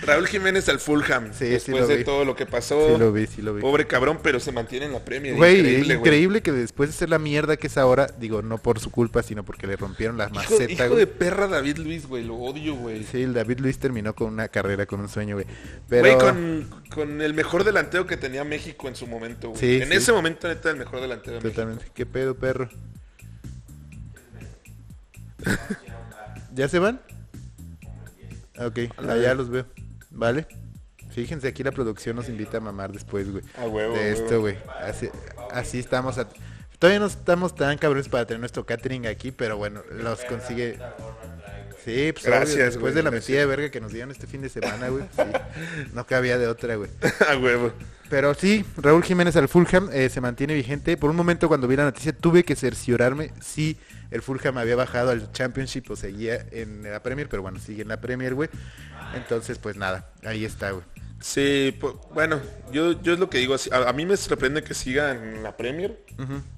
[SPEAKER 2] Raúl Jiménez al Fulham.
[SPEAKER 1] Sí, sí
[SPEAKER 2] después
[SPEAKER 1] lo
[SPEAKER 2] de
[SPEAKER 1] vi.
[SPEAKER 2] todo lo que pasó.
[SPEAKER 1] Sí lo vi, sí lo vi.
[SPEAKER 2] Pobre cabrón, pero se mantiene en la Premier.
[SPEAKER 1] Güey, increíble,
[SPEAKER 2] increíble, güey.
[SPEAKER 1] que después de ser la mierda que es ahora, digo, no por su culpa, sino porque le rompieron las
[SPEAKER 2] Hijo,
[SPEAKER 1] macetas.
[SPEAKER 2] hijo
[SPEAKER 1] güey.
[SPEAKER 2] de perra David Luis, güey. Lo odio, güey.
[SPEAKER 1] Sí, el David Luis terminó con una carrera, con un sueño, güey. Pero...
[SPEAKER 2] Güey, con, con el mejor delantero que tenía México en su momento, güey.
[SPEAKER 1] Sí,
[SPEAKER 2] en
[SPEAKER 1] sí.
[SPEAKER 2] ese momento, neta, el mejor delantero de México.
[SPEAKER 1] Totalmente. ¿Qué pedo, perro? ¿Ya se van? Ok, allá los veo. Vale. Fíjense, aquí la producción nos invita a mamar después, güey.
[SPEAKER 2] A huevo,
[SPEAKER 1] De
[SPEAKER 2] huevo.
[SPEAKER 1] esto, güey. Así, así estamos. a- Todavía no estamos tan cabrones para tener nuestro catering aquí, pero bueno, los consigue. Sí, pues obvio,
[SPEAKER 2] Gracias,
[SPEAKER 1] después
[SPEAKER 2] güey,
[SPEAKER 1] de la
[SPEAKER 2] gracias.
[SPEAKER 1] metida de verga que nos dieron este fin de semana, güey. sí, no cabía de otra, güey.
[SPEAKER 2] A huevo.
[SPEAKER 1] Pero sí, Raúl Jiménez al Fulham eh, se mantiene vigente. Por un momento cuando vi la noticia tuve que cerciorarme si el Fulham había bajado al Championship o seguía en la Premier, pero bueno, sigue en la Premier, güey. Entonces, pues nada, ahí está, güey.
[SPEAKER 2] Sí, po- bueno, yo, yo es lo que digo. así, A, a mí me sorprende que siga en la Premier.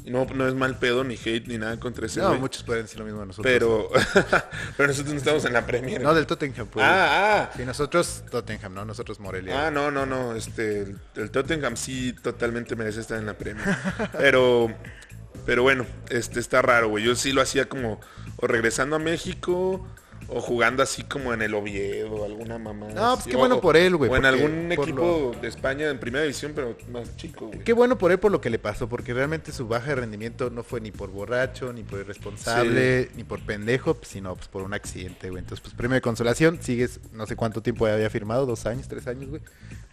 [SPEAKER 2] Y no, no es mal pedo, ni hate, ni nada contra ese
[SPEAKER 1] No,
[SPEAKER 2] güey.
[SPEAKER 1] muchos pueden decir lo mismo de nosotros.
[SPEAKER 2] Pero, pero nosotros no estamos en la Premier.
[SPEAKER 1] No, del Tottenham, pues.
[SPEAKER 2] ah, ah.
[SPEAKER 1] Sí, nosotros Tottenham, no, nosotros Morelia.
[SPEAKER 2] Ah, no, no, no. Este, el, el Tottenham sí totalmente merece estar en la Premier. Pero, pero bueno, este está raro, güey. Yo sí lo hacía como o regresando a México o jugando así como en el Oviedo, alguna mamá.
[SPEAKER 1] No, pues
[SPEAKER 2] así,
[SPEAKER 1] qué
[SPEAKER 2] o-
[SPEAKER 1] bueno por él, güey,
[SPEAKER 2] O en
[SPEAKER 1] porque
[SPEAKER 2] algún
[SPEAKER 1] por
[SPEAKER 2] equipo de España en primera división, pero más chico, güey.
[SPEAKER 1] Qué bueno por él por lo que le pasó, porque realmente su baja de rendimiento no fue ni por borracho, ni por irresponsable, ni por pendejo, pues, sino pues, por un accidente, güey. Entonces, pues premio de consolación, sigues no sé cuánto tiempo había firmado, dos años, tres años, güey,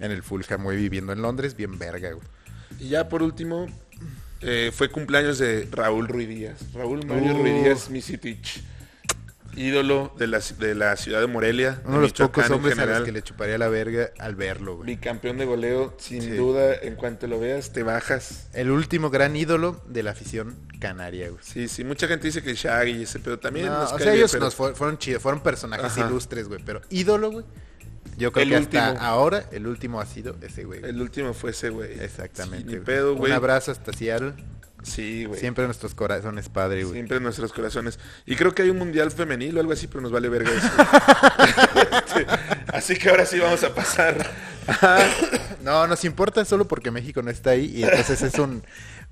[SPEAKER 1] en el Fulham, güey, viviendo en Londres, bien verga, güey.
[SPEAKER 2] Y ya por último, eh, fue cumpleaños de Raúl Ruiz Díaz. Raúl Mario
[SPEAKER 1] Uh.
[SPEAKER 2] Ruiz Díaz Misitich. Ídolo de la, ci- de la ciudad de Morelia.
[SPEAKER 1] Uno de los
[SPEAKER 2] Michoacán
[SPEAKER 1] pocos
[SPEAKER 2] en
[SPEAKER 1] hombres a los
[SPEAKER 2] general.
[SPEAKER 1] que le chuparía la verga al verlo, güey.
[SPEAKER 2] Bicampeón de goleo, sin
[SPEAKER 1] Sí.
[SPEAKER 2] duda, en cuanto lo veas, te bajas.
[SPEAKER 1] El último gran ídolo de la afición canaria, güey.
[SPEAKER 2] Sí, sí, mucha gente dice que Shaggy y ese, pero también
[SPEAKER 1] No,
[SPEAKER 2] nos
[SPEAKER 1] o
[SPEAKER 2] cae
[SPEAKER 1] sea,
[SPEAKER 2] bien,
[SPEAKER 1] ellos
[SPEAKER 2] pero
[SPEAKER 1] nos fue- fueron chidos, fueron personajes
[SPEAKER 2] Ajá.
[SPEAKER 1] ilustres, güey, pero ídolo, güey. Yo creo
[SPEAKER 2] El
[SPEAKER 1] que hasta
[SPEAKER 2] último.
[SPEAKER 1] ahora el último ha sido ese güey. güey.
[SPEAKER 2] El último fue ese, güey.
[SPEAKER 1] Exactamente.
[SPEAKER 2] Sí, ni
[SPEAKER 1] güey.
[SPEAKER 2] pedo, güey.
[SPEAKER 1] Un abrazo hasta Seattle.
[SPEAKER 2] Sí, güey. Siempre.
[SPEAKER 1] Siempre en nuestros corazones, padre, güey.
[SPEAKER 2] en nuestros corazones. Y creo que hay un mundial femenil o algo así, pero nos vale verga eso. Este, así que ahora sí vamos a pasar.
[SPEAKER 1] No, nos importa solo porque México no está ahí y entonces es un,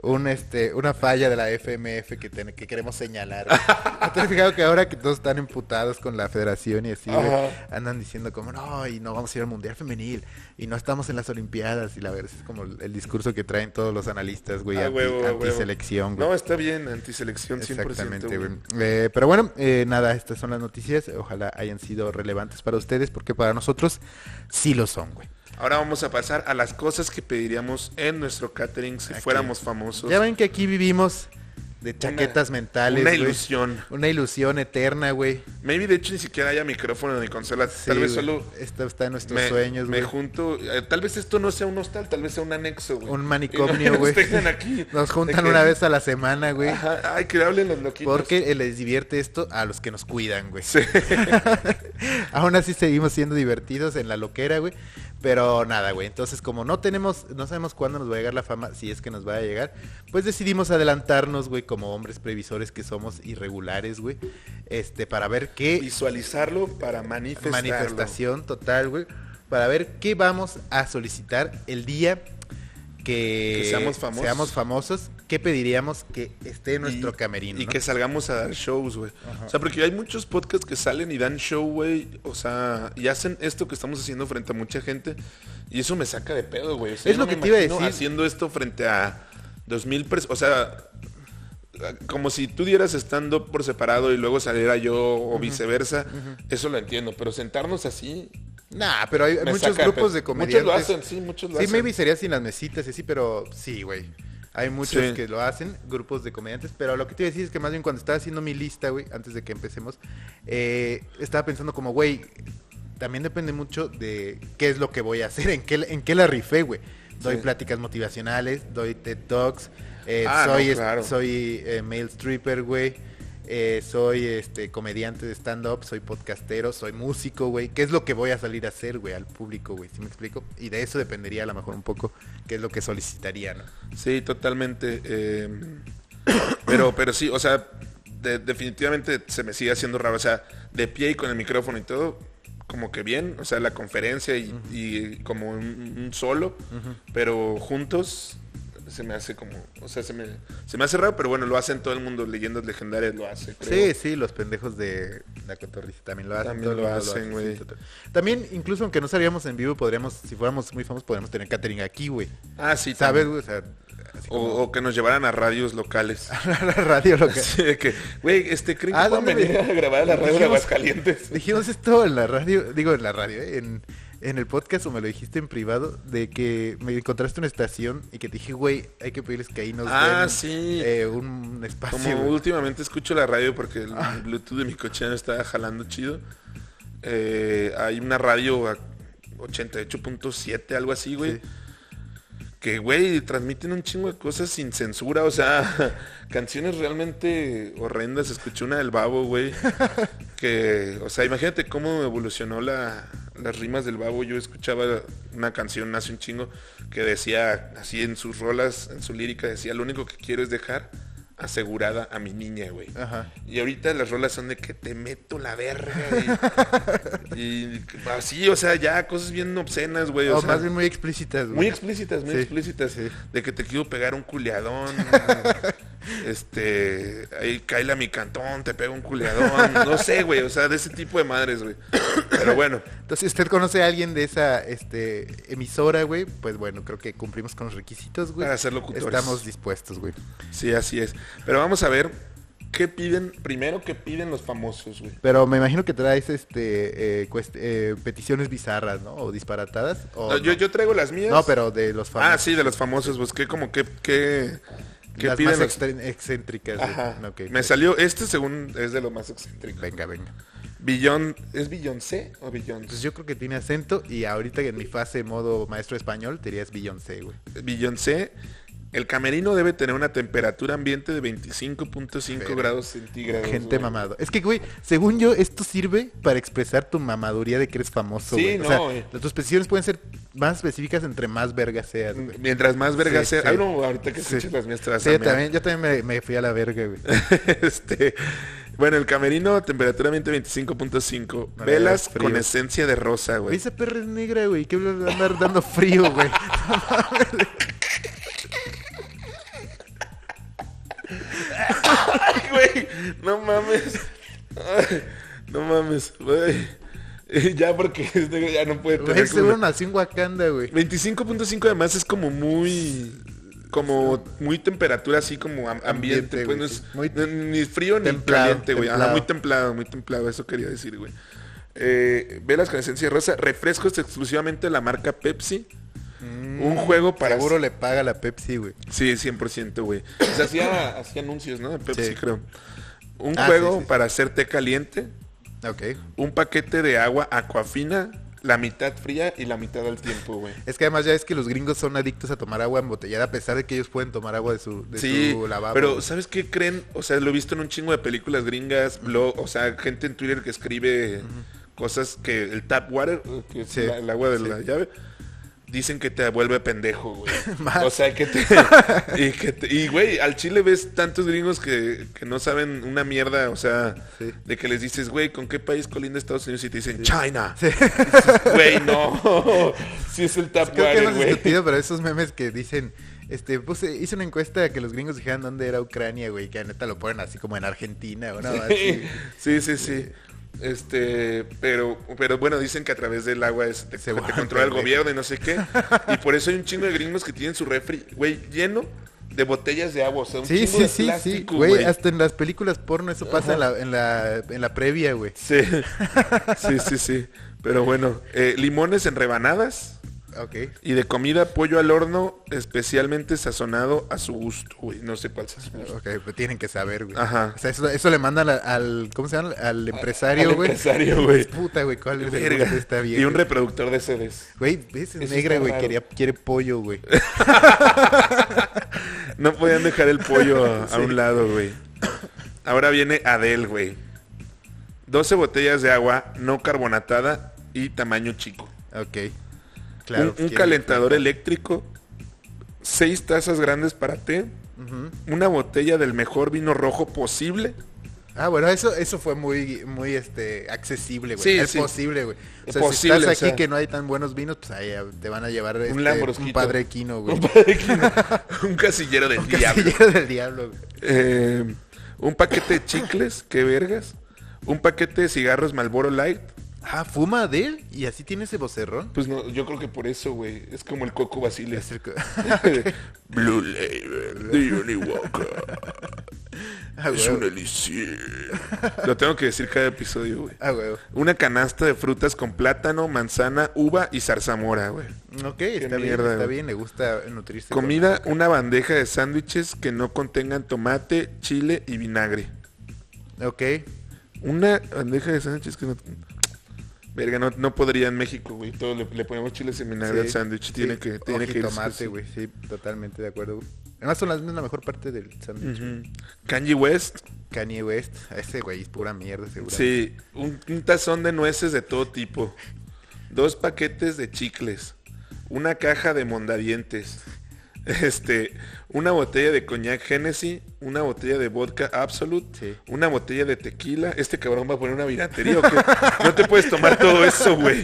[SPEAKER 1] un este, una falla de la FMF que, ten- que queremos señalar. güey. ¿No te has fijado que ahora que todos están emputados con la federación y así, güey,
[SPEAKER 2] Ajá.
[SPEAKER 1] andan diciendo como, no, y no vamos a ir al Mundial Femenil y no estamos en las Olimpiadas y la verdad es como el, el discurso que traen todos los analistas, güey,
[SPEAKER 2] A
[SPEAKER 1] anti,
[SPEAKER 2] huevo, a huevo.
[SPEAKER 1] antiselección, güey.
[SPEAKER 2] No, está bien, antiselección 100%.
[SPEAKER 1] Exactamente,
[SPEAKER 2] güey.
[SPEAKER 1] güey. Eh, pero bueno, eh, nada, estas son las noticias. Ojalá hayan sido relevantes para ustedes, porque para nosotros sí lo son, güey.
[SPEAKER 2] Ahora vamos a pasar a las cosas que pediríamos en nuestro catering si
[SPEAKER 1] Aquí.
[SPEAKER 2] fuéramos famosos.
[SPEAKER 1] Ya ven que aquí vivimos de chaquetas mentales,
[SPEAKER 2] Una
[SPEAKER 1] güey.
[SPEAKER 2] ilusión.
[SPEAKER 1] Una ilusión eterna, güey.
[SPEAKER 2] Maybe de hecho ni siquiera haya micrófono ni consola.
[SPEAKER 1] Sí,
[SPEAKER 2] tal vez
[SPEAKER 1] güey.
[SPEAKER 2] solo
[SPEAKER 1] Esto está en nuestros
[SPEAKER 2] me,
[SPEAKER 1] sueños,
[SPEAKER 2] me
[SPEAKER 1] güey.
[SPEAKER 2] junto. eh, tal vez esto no sea un hostal, tal vez sea un anexo, güey.
[SPEAKER 1] Un
[SPEAKER 2] Y
[SPEAKER 1] manicomio,
[SPEAKER 2] nos
[SPEAKER 1] güey.
[SPEAKER 2] tengan aquí.
[SPEAKER 1] Nos juntan
[SPEAKER 2] De que-
[SPEAKER 1] una vez a la semana, güey.
[SPEAKER 2] Ajá, ay, que hablen los loquitos.
[SPEAKER 1] Porque eh, les divierte esto a los que nos cuidan, güey.
[SPEAKER 2] Sí.
[SPEAKER 1] Aún así seguimos siendo divertidos en la loquera, güey. Pero nada, güey. Entonces, como no tenemos, no sabemos cuándo nos va a llegar la fama, si es que nos va a llegar, pues decidimos adelantarnos, güey, como hombres previsores que somos irregulares, güey. Este, para ver qué
[SPEAKER 2] Visualizarlo para manifestarlo.
[SPEAKER 1] manifestación total, güey. Para ver qué vamos a solicitar el día que,
[SPEAKER 2] Que seamos famosos.
[SPEAKER 1] seamos famosos, qué pediríamos que esté en
[SPEAKER 2] Y-
[SPEAKER 1] nuestro camerino.
[SPEAKER 2] Y
[SPEAKER 1] ¿no?
[SPEAKER 2] que salgamos a dar shows, güey. O sea, porque hay muchos podcasts que salen y dan show, güey. O sea, y hacen esto que estamos haciendo frente a mucha gente. Y eso me saca de pedo, güey. O sea,
[SPEAKER 1] Es lo
[SPEAKER 2] yo no
[SPEAKER 1] que
[SPEAKER 2] me
[SPEAKER 1] te iba a
[SPEAKER 2] imagino
[SPEAKER 1] decir.
[SPEAKER 2] Haciendo esto frente a dos mil personas. O sea, como si tú dieras stand-up por separado y luego saliera yo o viceversa. Eso lo entiendo. Pero sentarnos así.
[SPEAKER 1] Nah, pero hay
[SPEAKER 2] me
[SPEAKER 1] muchos
[SPEAKER 2] saca de
[SPEAKER 1] grupos
[SPEAKER 2] pedo.
[SPEAKER 1] de comediantes.
[SPEAKER 2] Muchos lo hacen, sí, muchos lo
[SPEAKER 1] Sí,
[SPEAKER 2] hacen.
[SPEAKER 1] maybe sería sin las mesitas y así, pero sí, güey. Hay muchos
[SPEAKER 2] Sí.
[SPEAKER 1] que lo hacen, grupos de comediantes, pero lo que te iba a decir es que más bien cuando estaba haciendo mi lista, güey, antes de que empecemos, eh, estaba pensando como, güey, también depende mucho de qué es lo que voy a hacer, en qué, en qué la rifé, güey. Doy
[SPEAKER 2] Sí.
[SPEAKER 1] pláticas motivacionales, doy TED Talks, eh,
[SPEAKER 2] Ah, no,
[SPEAKER 1] soy, es-
[SPEAKER 2] claro.
[SPEAKER 1] soy eh, mail stripper, güey. eh, soy este comediante de stand-up, soy podcastero, soy músico, güey. ¿Qué es lo que voy a salir a hacer, güey, al público, güey? ¿Sí me explico? Y de eso dependería a lo mejor un poco qué es lo que solicitaría, ¿no?
[SPEAKER 2] Sí, totalmente. eh, pero, pero sí, o sea, de- definitivamente se me sigue haciendo raro. O sea, de pie y con el micrófono y todo, como que bien, o sea, la conferencia y, y como un, un solo, pero juntos se me hace como, o sea, se me, se me hace raro, pero bueno, lo hacen todo el mundo, leyendas legendarias lo hace. creo.
[SPEAKER 1] Sí, sí, los pendejos de la cotorrisa también lo hacen.
[SPEAKER 2] También
[SPEAKER 1] todo el
[SPEAKER 2] lo
[SPEAKER 1] mundo
[SPEAKER 2] hacen,
[SPEAKER 1] hace,
[SPEAKER 2] güey.
[SPEAKER 1] sí, total. También, incluso aunque no saliéramos en vivo, podríamos, si fuéramos muy famosos, podríamos tener catering aquí, güey.
[SPEAKER 2] Ah, sí,
[SPEAKER 1] ¿Sabes,
[SPEAKER 2] también.
[SPEAKER 1] güey? O sea, así
[SPEAKER 2] O,
[SPEAKER 1] como
[SPEAKER 2] o que nos llevaran a radios locales.
[SPEAKER 1] la radio local.
[SPEAKER 2] Así de que, güey, este, ¿creen que
[SPEAKER 1] Ah,
[SPEAKER 2] puedan
[SPEAKER 1] ¿dónde
[SPEAKER 2] venir a
[SPEAKER 1] vi-
[SPEAKER 2] grabar a la radio de
[SPEAKER 1] dijimos-
[SPEAKER 2] Aguascalientes?
[SPEAKER 1] Dijimos esto en la radio, digo en la radio, ¿eh? en, en el podcast o me lo dijiste en privado, de que me encontraste una estación y que te dije, güey, hay que pedirles que ahí nos
[SPEAKER 2] Ah,
[SPEAKER 1] den
[SPEAKER 2] sí.
[SPEAKER 1] eh, un espacio.
[SPEAKER 2] Como
[SPEAKER 1] güey. Ah.
[SPEAKER 2] últimamente escucho la radio porque el Bluetooth de mi coche no está jalando chido. eh, hay una radio a 88.7, algo así, güey.
[SPEAKER 1] Sí.
[SPEAKER 2] Que, güey, transmiten un chingo de cosas sin censura. O sea, canciones realmente horrendas. Escuché una del babo, güey. que, o sea, imagínate cómo evolucionó la, las rimas del babo. Yo escuchaba una canción hace un chingo que decía, así en sus rolas, en su lírica, decía, lo único que quiero es dejar asegurada a mi niña, güey.
[SPEAKER 1] Ajá.
[SPEAKER 2] Y ahorita las rolas son de que te meto la verga. Y, y así, o sea, ya cosas bien obscenas, güey. O
[SPEAKER 1] O
[SPEAKER 2] sea,
[SPEAKER 1] más bien muy explícitas, güey.
[SPEAKER 2] muy explícitas, muy
[SPEAKER 1] Sí,
[SPEAKER 2] explícitas.
[SPEAKER 1] sí.
[SPEAKER 2] De que te quiero pegar un culeadón. este, ahí caila mi cantón, te pego un culeadón. No sé, güey. O sea, de ese tipo de madres, güey. Pero bueno,
[SPEAKER 1] Entonces, si usted conoce a alguien de esa este, emisora, güey, pues bueno, creo que cumplimos con los requisitos, güey.
[SPEAKER 2] Para ser locutores.
[SPEAKER 1] Estamos dispuestos, güey.
[SPEAKER 2] sí, así es. Pero vamos a ver qué piden, primero qué piden los famosos, güey.
[SPEAKER 1] Pero me imagino que traes este eh, cuest- eh, peticiones bizarras, ¿no? O disparatadas. O
[SPEAKER 2] No, yo, yo traigo las mías.
[SPEAKER 1] Oh, No, pero de los famosos.
[SPEAKER 2] Ah, sí, de los famosos. Busqué como qué, qué, qué
[SPEAKER 1] las
[SPEAKER 2] piden
[SPEAKER 1] más
[SPEAKER 2] los-
[SPEAKER 1] extren- excéntricas. güey.
[SPEAKER 2] Ajá.
[SPEAKER 1] No, ok. pues,
[SPEAKER 2] Me salió, este según es de lo más excéntrico.
[SPEAKER 1] Venga, venga.
[SPEAKER 2] Billón, ¿es Beyoncé o Billón?
[SPEAKER 1] Entonces yo creo que tiene acento y ahorita que en mi fase modo maestro español te dirías Beyoncé, güey.
[SPEAKER 2] Beyoncé, el camerino debe tener una temperatura ambiente de 25.5
[SPEAKER 1] Pero-
[SPEAKER 2] grados centígrados.
[SPEAKER 1] Gente
[SPEAKER 2] güey.
[SPEAKER 1] mamado. Es que, güey, según yo, esto sirve para expresar tu mamaduría de que eres famoso,
[SPEAKER 2] Sí,
[SPEAKER 1] güey.
[SPEAKER 2] no,
[SPEAKER 1] o sea,
[SPEAKER 2] güey.
[SPEAKER 1] las- tus peticiones pueden ser más específicas entre más verga seas, güey.
[SPEAKER 2] Mientras más verga
[SPEAKER 1] Sí,
[SPEAKER 2] sea.
[SPEAKER 1] sí.
[SPEAKER 2] Ay, no, ahorita Mm, que
[SPEAKER 1] Sí.
[SPEAKER 2] escuches las mías te vas
[SPEAKER 1] Sí,
[SPEAKER 2] a
[SPEAKER 1] yo
[SPEAKER 2] mear. Ah,
[SPEAKER 1] también, yo también me, me fui a la verga, güey.
[SPEAKER 2] Este, bueno, el camerino, temperatura ambiente 25.5.
[SPEAKER 1] Para
[SPEAKER 2] Velas
[SPEAKER 1] frío.
[SPEAKER 2] con esencia de rosa, güey.
[SPEAKER 1] Esa perra es negra, güey. ¿Qué le va a andar dando frío, güey?
[SPEAKER 2] Ay, güey, no mames. Ay, no mames, güey. Eh, Ya porque es negro, ya no puede tener
[SPEAKER 1] Güey, seguro
[SPEAKER 2] como-
[SPEAKER 1] nació en Wakanda, güey.
[SPEAKER 2] 25.5 además es como muy... Como muy temperatura así como am- ambiente,
[SPEAKER 1] Ambiente,
[SPEAKER 2] pues
[SPEAKER 1] güey,
[SPEAKER 2] no es
[SPEAKER 1] muy
[SPEAKER 2] no- ni frío ni
[SPEAKER 1] templado,
[SPEAKER 2] caliente, güey. Ajá,
[SPEAKER 1] templado.
[SPEAKER 2] muy templado, muy templado, eso quería decir, güey. Eh, velas con esencia de rosa, refrescos exclusivamente de la marca Pepsi. un juego para
[SPEAKER 1] Mm, Seguro le paga la Pepsi, güey.
[SPEAKER 2] Sí, 100%, güey. O sea, hacía, hacía anuncios, ¿no? De Pepsi,
[SPEAKER 1] Sí.
[SPEAKER 2] creo. Un
[SPEAKER 1] Ah,
[SPEAKER 2] juego
[SPEAKER 1] sí, sí.
[SPEAKER 2] para hacer té caliente,
[SPEAKER 1] Ok.
[SPEAKER 2] un paquete de agua aquafina, la mitad fría y la mitad al tiempo, güey.
[SPEAKER 1] Es que además ya es que los gringos son adictos a tomar agua embotellada, a pesar de que ellos pueden tomar agua de su, de
[SPEAKER 2] Sí,
[SPEAKER 1] su lavabo.
[SPEAKER 2] pero
[SPEAKER 1] güey.
[SPEAKER 2] ¿sabes qué creen? O sea, lo he visto en un chingo de películas gringas, blog, o sea, gente en Twitter que escribe cosas que el tap water, que es
[SPEAKER 1] Sí,
[SPEAKER 2] la- el agua de
[SPEAKER 1] sí.
[SPEAKER 2] la llave, dicen que te vuelve pendejo, güey.
[SPEAKER 1] Más.
[SPEAKER 2] o sea, que te... Y, que te- y, güey, al chile ves tantos gringos que, que no saben una mierda, o sea,
[SPEAKER 1] Sí.
[SPEAKER 2] de que les dices, güey, ¿con qué país colinda Estados Unidos? Y te dicen, China.
[SPEAKER 1] Sí.
[SPEAKER 2] Güey, no. sí es el
[SPEAKER 1] Creo
[SPEAKER 2] tap
[SPEAKER 1] que
[SPEAKER 2] water,
[SPEAKER 1] hemos
[SPEAKER 2] güey.
[SPEAKER 1] discutido, pero esos memes que dicen, este, puse, hice una encuesta que los gringos dijeran dónde era Ucrania, güey, que la neta lo ponen así como en Argentina o no, así.
[SPEAKER 2] sí, sí, sí. Este, pero, pero bueno, dicen que a través del agua es, te,
[SPEAKER 1] Se
[SPEAKER 2] te
[SPEAKER 1] vuelve
[SPEAKER 2] controla el
[SPEAKER 1] pendejo.
[SPEAKER 2] gobierno y no sé qué. Y por eso hay un chingo de gringos que tienen su refri, güey, lleno de botellas de agua. O sea, un
[SPEAKER 1] Sí,
[SPEAKER 2] chingo
[SPEAKER 1] sí,
[SPEAKER 2] de
[SPEAKER 1] sí, sí,
[SPEAKER 2] plástico,
[SPEAKER 1] güey, hasta en las películas porno eso pasa en la, en, la, en la previa, güey.
[SPEAKER 2] Sí. sí, sí, sí. Pero bueno, eh, limones en rebanadas
[SPEAKER 1] Ok.
[SPEAKER 2] y de comida pollo al horno especialmente sazonado a su gusto, güey. No sé cuál sazonado.
[SPEAKER 1] Ok, pues tienen que saber, güey.
[SPEAKER 2] Ajá.
[SPEAKER 1] O sea, eso, eso le mandan al, al- ¿cómo se llama? Al empresario,
[SPEAKER 2] al
[SPEAKER 1] güey.
[SPEAKER 2] empresario, güey.
[SPEAKER 1] Puta, güey, ¿cuál es el
[SPEAKER 2] Verga.
[SPEAKER 1] gusto de esta vieja?
[SPEAKER 2] Y un reproductor de CDs.
[SPEAKER 1] Güey, ves, es
[SPEAKER 2] Eso
[SPEAKER 1] negra,
[SPEAKER 2] está
[SPEAKER 1] güey,
[SPEAKER 2] raro.
[SPEAKER 1] quería, quiere pollo, güey.
[SPEAKER 2] No podían dejar el pollo a, a un lado, güey. Ahora viene Adel, güey. 12 botellas de agua no carbonatada y tamaño chico.
[SPEAKER 1] Ok. Claro.
[SPEAKER 2] un un
[SPEAKER 1] quiere-
[SPEAKER 2] calentador eléctrico. 6 tazas grandes para té. Una botella del mejor vino rojo posible.
[SPEAKER 1] Ah, bueno, eso, eso fue muy, muy este, accesible, güey.
[SPEAKER 2] Sí,
[SPEAKER 1] es
[SPEAKER 2] sí.
[SPEAKER 1] posible, güey. O sea,
[SPEAKER 2] Posible,
[SPEAKER 1] si
[SPEAKER 2] o
[SPEAKER 1] estás aquí
[SPEAKER 2] sea.
[SPEAKER 1] que no hay tan buenos vinos, pues ahí eh, te van a llevar este,
[SPEAKER 2] Lambrosquito.
[SPEAKER 1] un padre quino, güey.
[SPEAKER 2] Un padre quino. Un casillero del diablo.
[SPEAKER 1] Casillero del diablo, güey.
[SPEAKER 2] Eh, un paquete de chicles, qué vergas. Un paquete de cigarros Malboro Light.
[SPEAKER 1] Ah, fuma de él y así tiene ese vocerrón.
[SPEAKER 2] Pues no, yo creo que por eso, güey. Es como el Coco Basile.
[SPEAKER 1] Es el co-
[SPEAKER 2] Blue Label, The Only Walker.
[SPEAKER 1] Ah,
[SPEAKER 2] Es
[SPEAKER 1] güey.
[SPEAKER 2] un elixir. Lo tengo que decir cada episodio, güey.
[SPEAKER 1] Ah, güey.
[SPEAKER 2] Una canasta de frutas con plátano, manzana, uva y zarzamora, güey.
[SPEAKER 1] Ok, está bien,
[SPEAKER 2] mierda,
[SPEAKER 1] está
[SPEAKER 2] güey.
[SPEAKER 1] bien, le gusta nutrirse. con-
[SPEAKER 2] Comida, una bandeja de sándwiches que no contengan tomate, chile y vinagre.
[SPEAKER 1] Ok.
[SPEAKER 2] Una bandeja de sándwiches que no... Verga, no, no podría en México, güey. Todo le, le ponemos chiles y vinagre al
[SPEAKER 1] sí,
[SPEAKER 2] sándwich.
[SPEAKER 1] sí.
[SPEAKER 2] Tiene que,
[SPEAKER 1] O
[SPEAKER 2] tiene que irse
[SPEAKER 1] jitomate,
[SPEAKER 2] así.
[SPEAKER 1] güey. Sí, totalmente de acuerdo, güey. Además son las es la mejor parte del sándwich.
[SPEAKER 2] Ujú. Kanye West,
[SPEAKER 1] Kanye West, ese güey es pura mierda, seguro.
[SPEAKER 2] sí. Un, un tazón de nueces de todo tipo. Dos paquetes de chicles. Una caja de mondadientes. Este, una botella de coñac Genesis, una botella de vodka Absolute,
[SPEAKER 1] Sí.
[SPEAKER 2] una botella de tequila. Este cabrón va a poner una viratería o qué? No te puedes tomar todo eso, güey.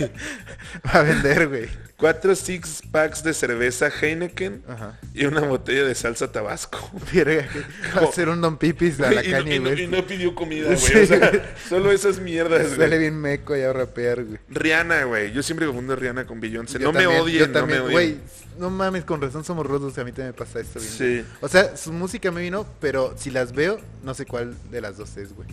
[SPEAKER 1] Va a vender, güey.
[SPEAKER 2] Cuatro six packs de cerveza Heineken
[SPEAKER 1] Ajá.
[SPEAKER 2] y una botella de salsa tabasco.
[SPEAKER 1] Verga, que va a ser un Don Pipis a la
[SPEAKER 2] y, no- y
[SPEAKER 1] Kanye
[SPEAKER 2] no, y
[SPEAKER 1] West.
[SPEAKER 2] no pidió comida, güey.
[SPEAKER 1] Sí.
[SPEAKER 2] O sea, solo esas mierdas,
[SPEAKER 1] Sale
[SPEAKER 2] güey.
[SPEAKER 1] bien meco y a rapear, güey.
[SPEAKER 2] Rihanna, güey. Yo siempre confundo a Rihanna con Beyoncé.
[SPEAKER 1] Yo
[SPEAKER 2] No me
[SPEAKER 1] también,
[SPEAKER 2] odien,
[SPEAKER 1] yo también,
[SPEAKER 2] no me
[SPEAKER 1] güey.
[SPEAKER 2] odien.
[SPEAKER 1] No mames, con razón somos rudos, a mí también me pasa esto bien.
[SPEAKER 2] Sí.
[SPEAKER 1] O sea, su música me vino, pero si las veo, no sé cuál de las dos es, güey.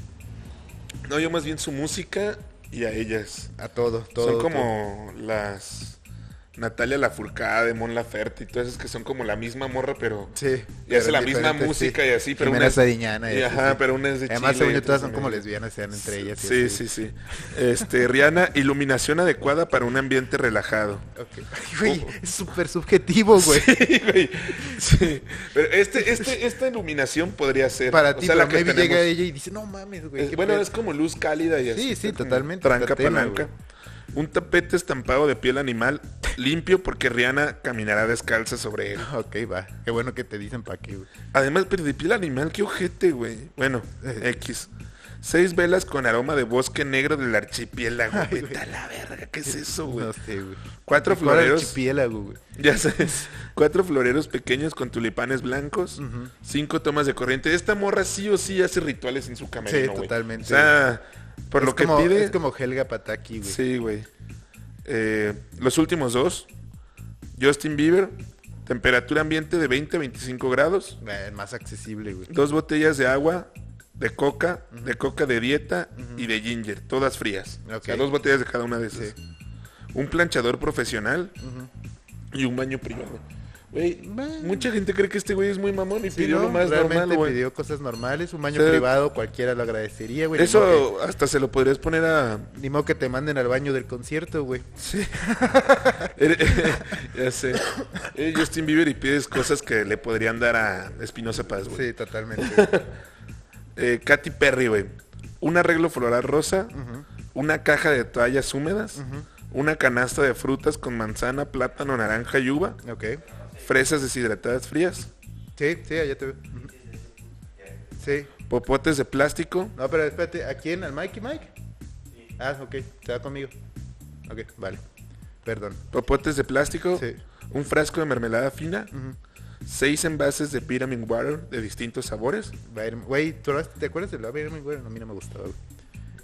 [SPEAKER 2] No, yo más bien su música y a ellas.
[SPEAKER 1] A todos, todos.
[SPEAKER 2] son como las Natalia Lafourcade, Mon Laferte y todas esas que son como la misma morra, pero
[SPEAKER 1] Sí.
[SPEAKER 2] y hace la misma música y así, pero
[SPEAKER 1] Primera
[SPEAKER 2] una es-
[SPEAKER 1] Sariñana.
[SPEAKER 2] y ajá, pero una es de
[SPEAKER 1] Además,
[SPEAKER 2] Chile y
[SPEAKER 1] según yo,
[SPEAKER 2] otra
[SPEAKER 1] todas
[SPEAKER 2] es
[SPEAKER 1] son
[SPEAKER 2] de
[SPEAKER 1] como
[SPEAKER 2] México.
[SPEAKER 1] lesbianas, sean entre ellas. y
[SPEAKER 2] Sí,
[SPEAKER 1] así.
[SPEAKER 2] sí, sí. Este, Rihanna, iluminación adecuada para un ambiente relajado.
[SPEAKER 1] Ok. Ay, Güey, es súper subjetivo, Oh, güey.
[SPEAKER 2] Sí, güey. Sí. Pero este, este, esta iluminación podría ser.
[SPEAKER 1] Para ti,
[SPEAKER 2] o sea, la
[SPEAKER 1] pero
[SPEAKER 2] que
[SPEAKER 1] maybe
[SPEAKER 2] tenemos-
[SPEAKER 1] llega ella y dice, no mames, güey.
[SPEAKER 2] es-
[SPEAKER 1] qué
[SPEAKER 2] bueno,
[SPEAKER 1] pedo".
[SPEAKER 2] es como luz cálida y así.
[SPEAKER 1] Sí, sí,
[SPEAKER 2] está como
[SPEAKER 1] totalmente,
[SPEAKER 2] Tranca
[SPEAKER 1] tatema,
[SPEAKER 2] palanca. Un tapete estampado de piel animal limpio porque Rihanna caminará descalza sobre él.
[SPEAKER 1] Ok, va. Qué bueno que te dicen pa' qué, güey.
[SPEAKER 2] Además, pero de piel animal, qué ojete, güey. Bueno,
[SPEAKER 1] Eh.
[SPEAKER 2] X. Seis velas con aroma de bosque negro del archipiélago.
[SPEAKER 1] Ay, güey.
[SPEAKER 2] Vete a la verga, ¿qué es eso, güey?
[SPEAKER 1] No sé, güey.
[SPEAKER 2] Cuatro
[SPEAKER 1] Mejor
[SPEAKER 2] floreros.
[SPEAKER 1] archipiélago, güey.
[SPEAKER 2] Ya sabes, cuatro floreros pequeños con tulipanes blancos, cinco tomas de corriente. Esta morra sí o sí hace rituales en su camerino,
[SPEAKER 1] Sí,
[SPEAKER 2] güey.
[SPEAKER 1] totalmente,
[SPEAKER 2] O sea, por
[SPEAKER 1] Es
[SPEAKER 2] lo que
[SPEAKER 1] como-
[SPEAKER 2] pide...
[SPEAKER 1] Es como Helga Pataki, güey.
[SPEAKER 2] Sí, güey. Eh, los últimos dos, Justin Bieber, temperatura ambiente de 20 a 25 grados,
[SPEAKER 1] Eh, Más accesible, güey.
[SPEAKER 2] dos botellas de agua, de coca, de coca de dieta y de ginger, todas frías. O sea,
[SPEAKER 1] Ok.
[SPEAKER 2] dos botellas de cada una de esas. Un planchador profesional y un baño privado. Güey,
[SPEAKER 1] Bueno.
[SPEAKER 2] mucha gente cree que este güey es muy mamón y
[SPEAKER 1] Sí,
[SPEAKER 2] pidió
[SPEAKER 1] ¿no?
[SPEAKER 2] lo más
[SPEAKER 1] Realmente
[SPEAKER 2] normal, güey.
[SPEAKER 1] pidió cosas normales, un baño
[SPEAKER 2] O sea,
[SPEAKER 1] privado, cualquiera lo agradecería, güey. Ni modo
[SPEAKER 2] Eso hasta se lo podrías poner a...
[SPEAKER 1] que- Ni modo que te manden al baño del concierto, güey.
[SPEAKER 2] ya sé. Eh, Justin Bieber y pides cosas que le podrían dar a Espinosa Paz, güey.
[SPEAKER 1] Sí, totalmente. güey.
[SPEAKER 2] Eh, Katy Perry, güey. Un arreglo floral rosa, una caja de toallas húmedas, una canasta de frutas con manzana, plátano, naranja y uva,
[SPEAKER 1] ok.
[SPEAKER 2] fresas deshidratadas frías,
[SPEAKER 1] Sí, sí, allá te veo. Ujú. Sí.
[SPEAKER 2] popotes de plástico,
[SPEAKER 1] No, pero espérate, ¿a quién? ¿Al Mikey Mike? Ah, ok, se va conmigo. Ok, vale. Perdón.
[SPEAKER 2] popotes de plástico,
[SPEAKER 1] Sí.
[SPEAKER 2] un frasco de mermelada fina, seis envases de Pyramid Water de distintos sabores.
[SPEAKER 1] Bayern- Güey, ¿tú no- ¿te acuerdas del Bayern, güey? No, a mí no me gustaba, güey.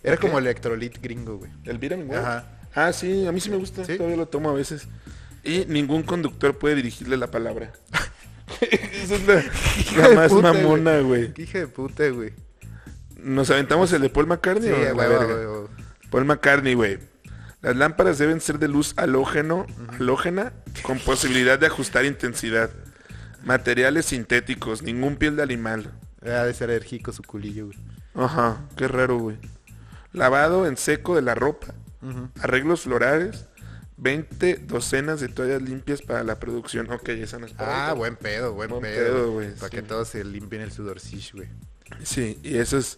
[SPEAKER 1] Era
[SPEAKER 2] ¿Por qué?
[SPEAKER 1] como electrolit gringo, güey.
[SPEAKER 2] ¿El Vitamin Water?
[SPEAKER 1] Ajá.
[SPEAKER 2] Ah, sí, a mí sí me gusta.
[SPEAKER 1] ¿Sí?
[SPEAKER 2] Todavía lo tomo a veces. Y ningún conductor puede dirigirle la palabra. Esa es la, la
[SPEAKER 1] de
[SPEAKER 2] más
[SPEAKER 1] puta,
[SPEAKER 2] mamona, güey.
[SPEAKER 1] Qué hija de puta, güey.
[SPEAKER 2] ¿Nos aventamos el de Paul McCartney
[SPEAKER 1] Sí,
[SPEAKER 2] o la
[SPEAKER 1] güey,
[SPEAKER 2] verga?
[SPEAKER 1] güey, güey.
[SPEAKER 2] Paul McCartney, güey. Las lámparas deben ser de luz halógeno, halógena con posibilidad de ajustar intensidad. Materiales sintéticos, ningún piel de animal.
[SPEAKER 1] Ha de ser alérgico su culillo, güey.
[SPEAKER 2] Ajá, qué raro, güey. Lavado en seco de la ropa. Arreglos florales. 20 docenas de toallas limpias para la producción. Ok, esa no es para
[SPEAKER 1] Ah,
[SPEAKER 2] ahorita.
[SPEAKER 1] buen pedo, buen,
[SPEAKER 2] Buen pedo,
[SPEAKER 1] pedo,
[SPEAKER 2] güey,
[SPEAKER 1] güey. Para
[SPEAKER 2] sí.
[SPEAKER 1] que todos se limpien el sudorcillo, güey.
[SPEAKER 2] Sí, y esos,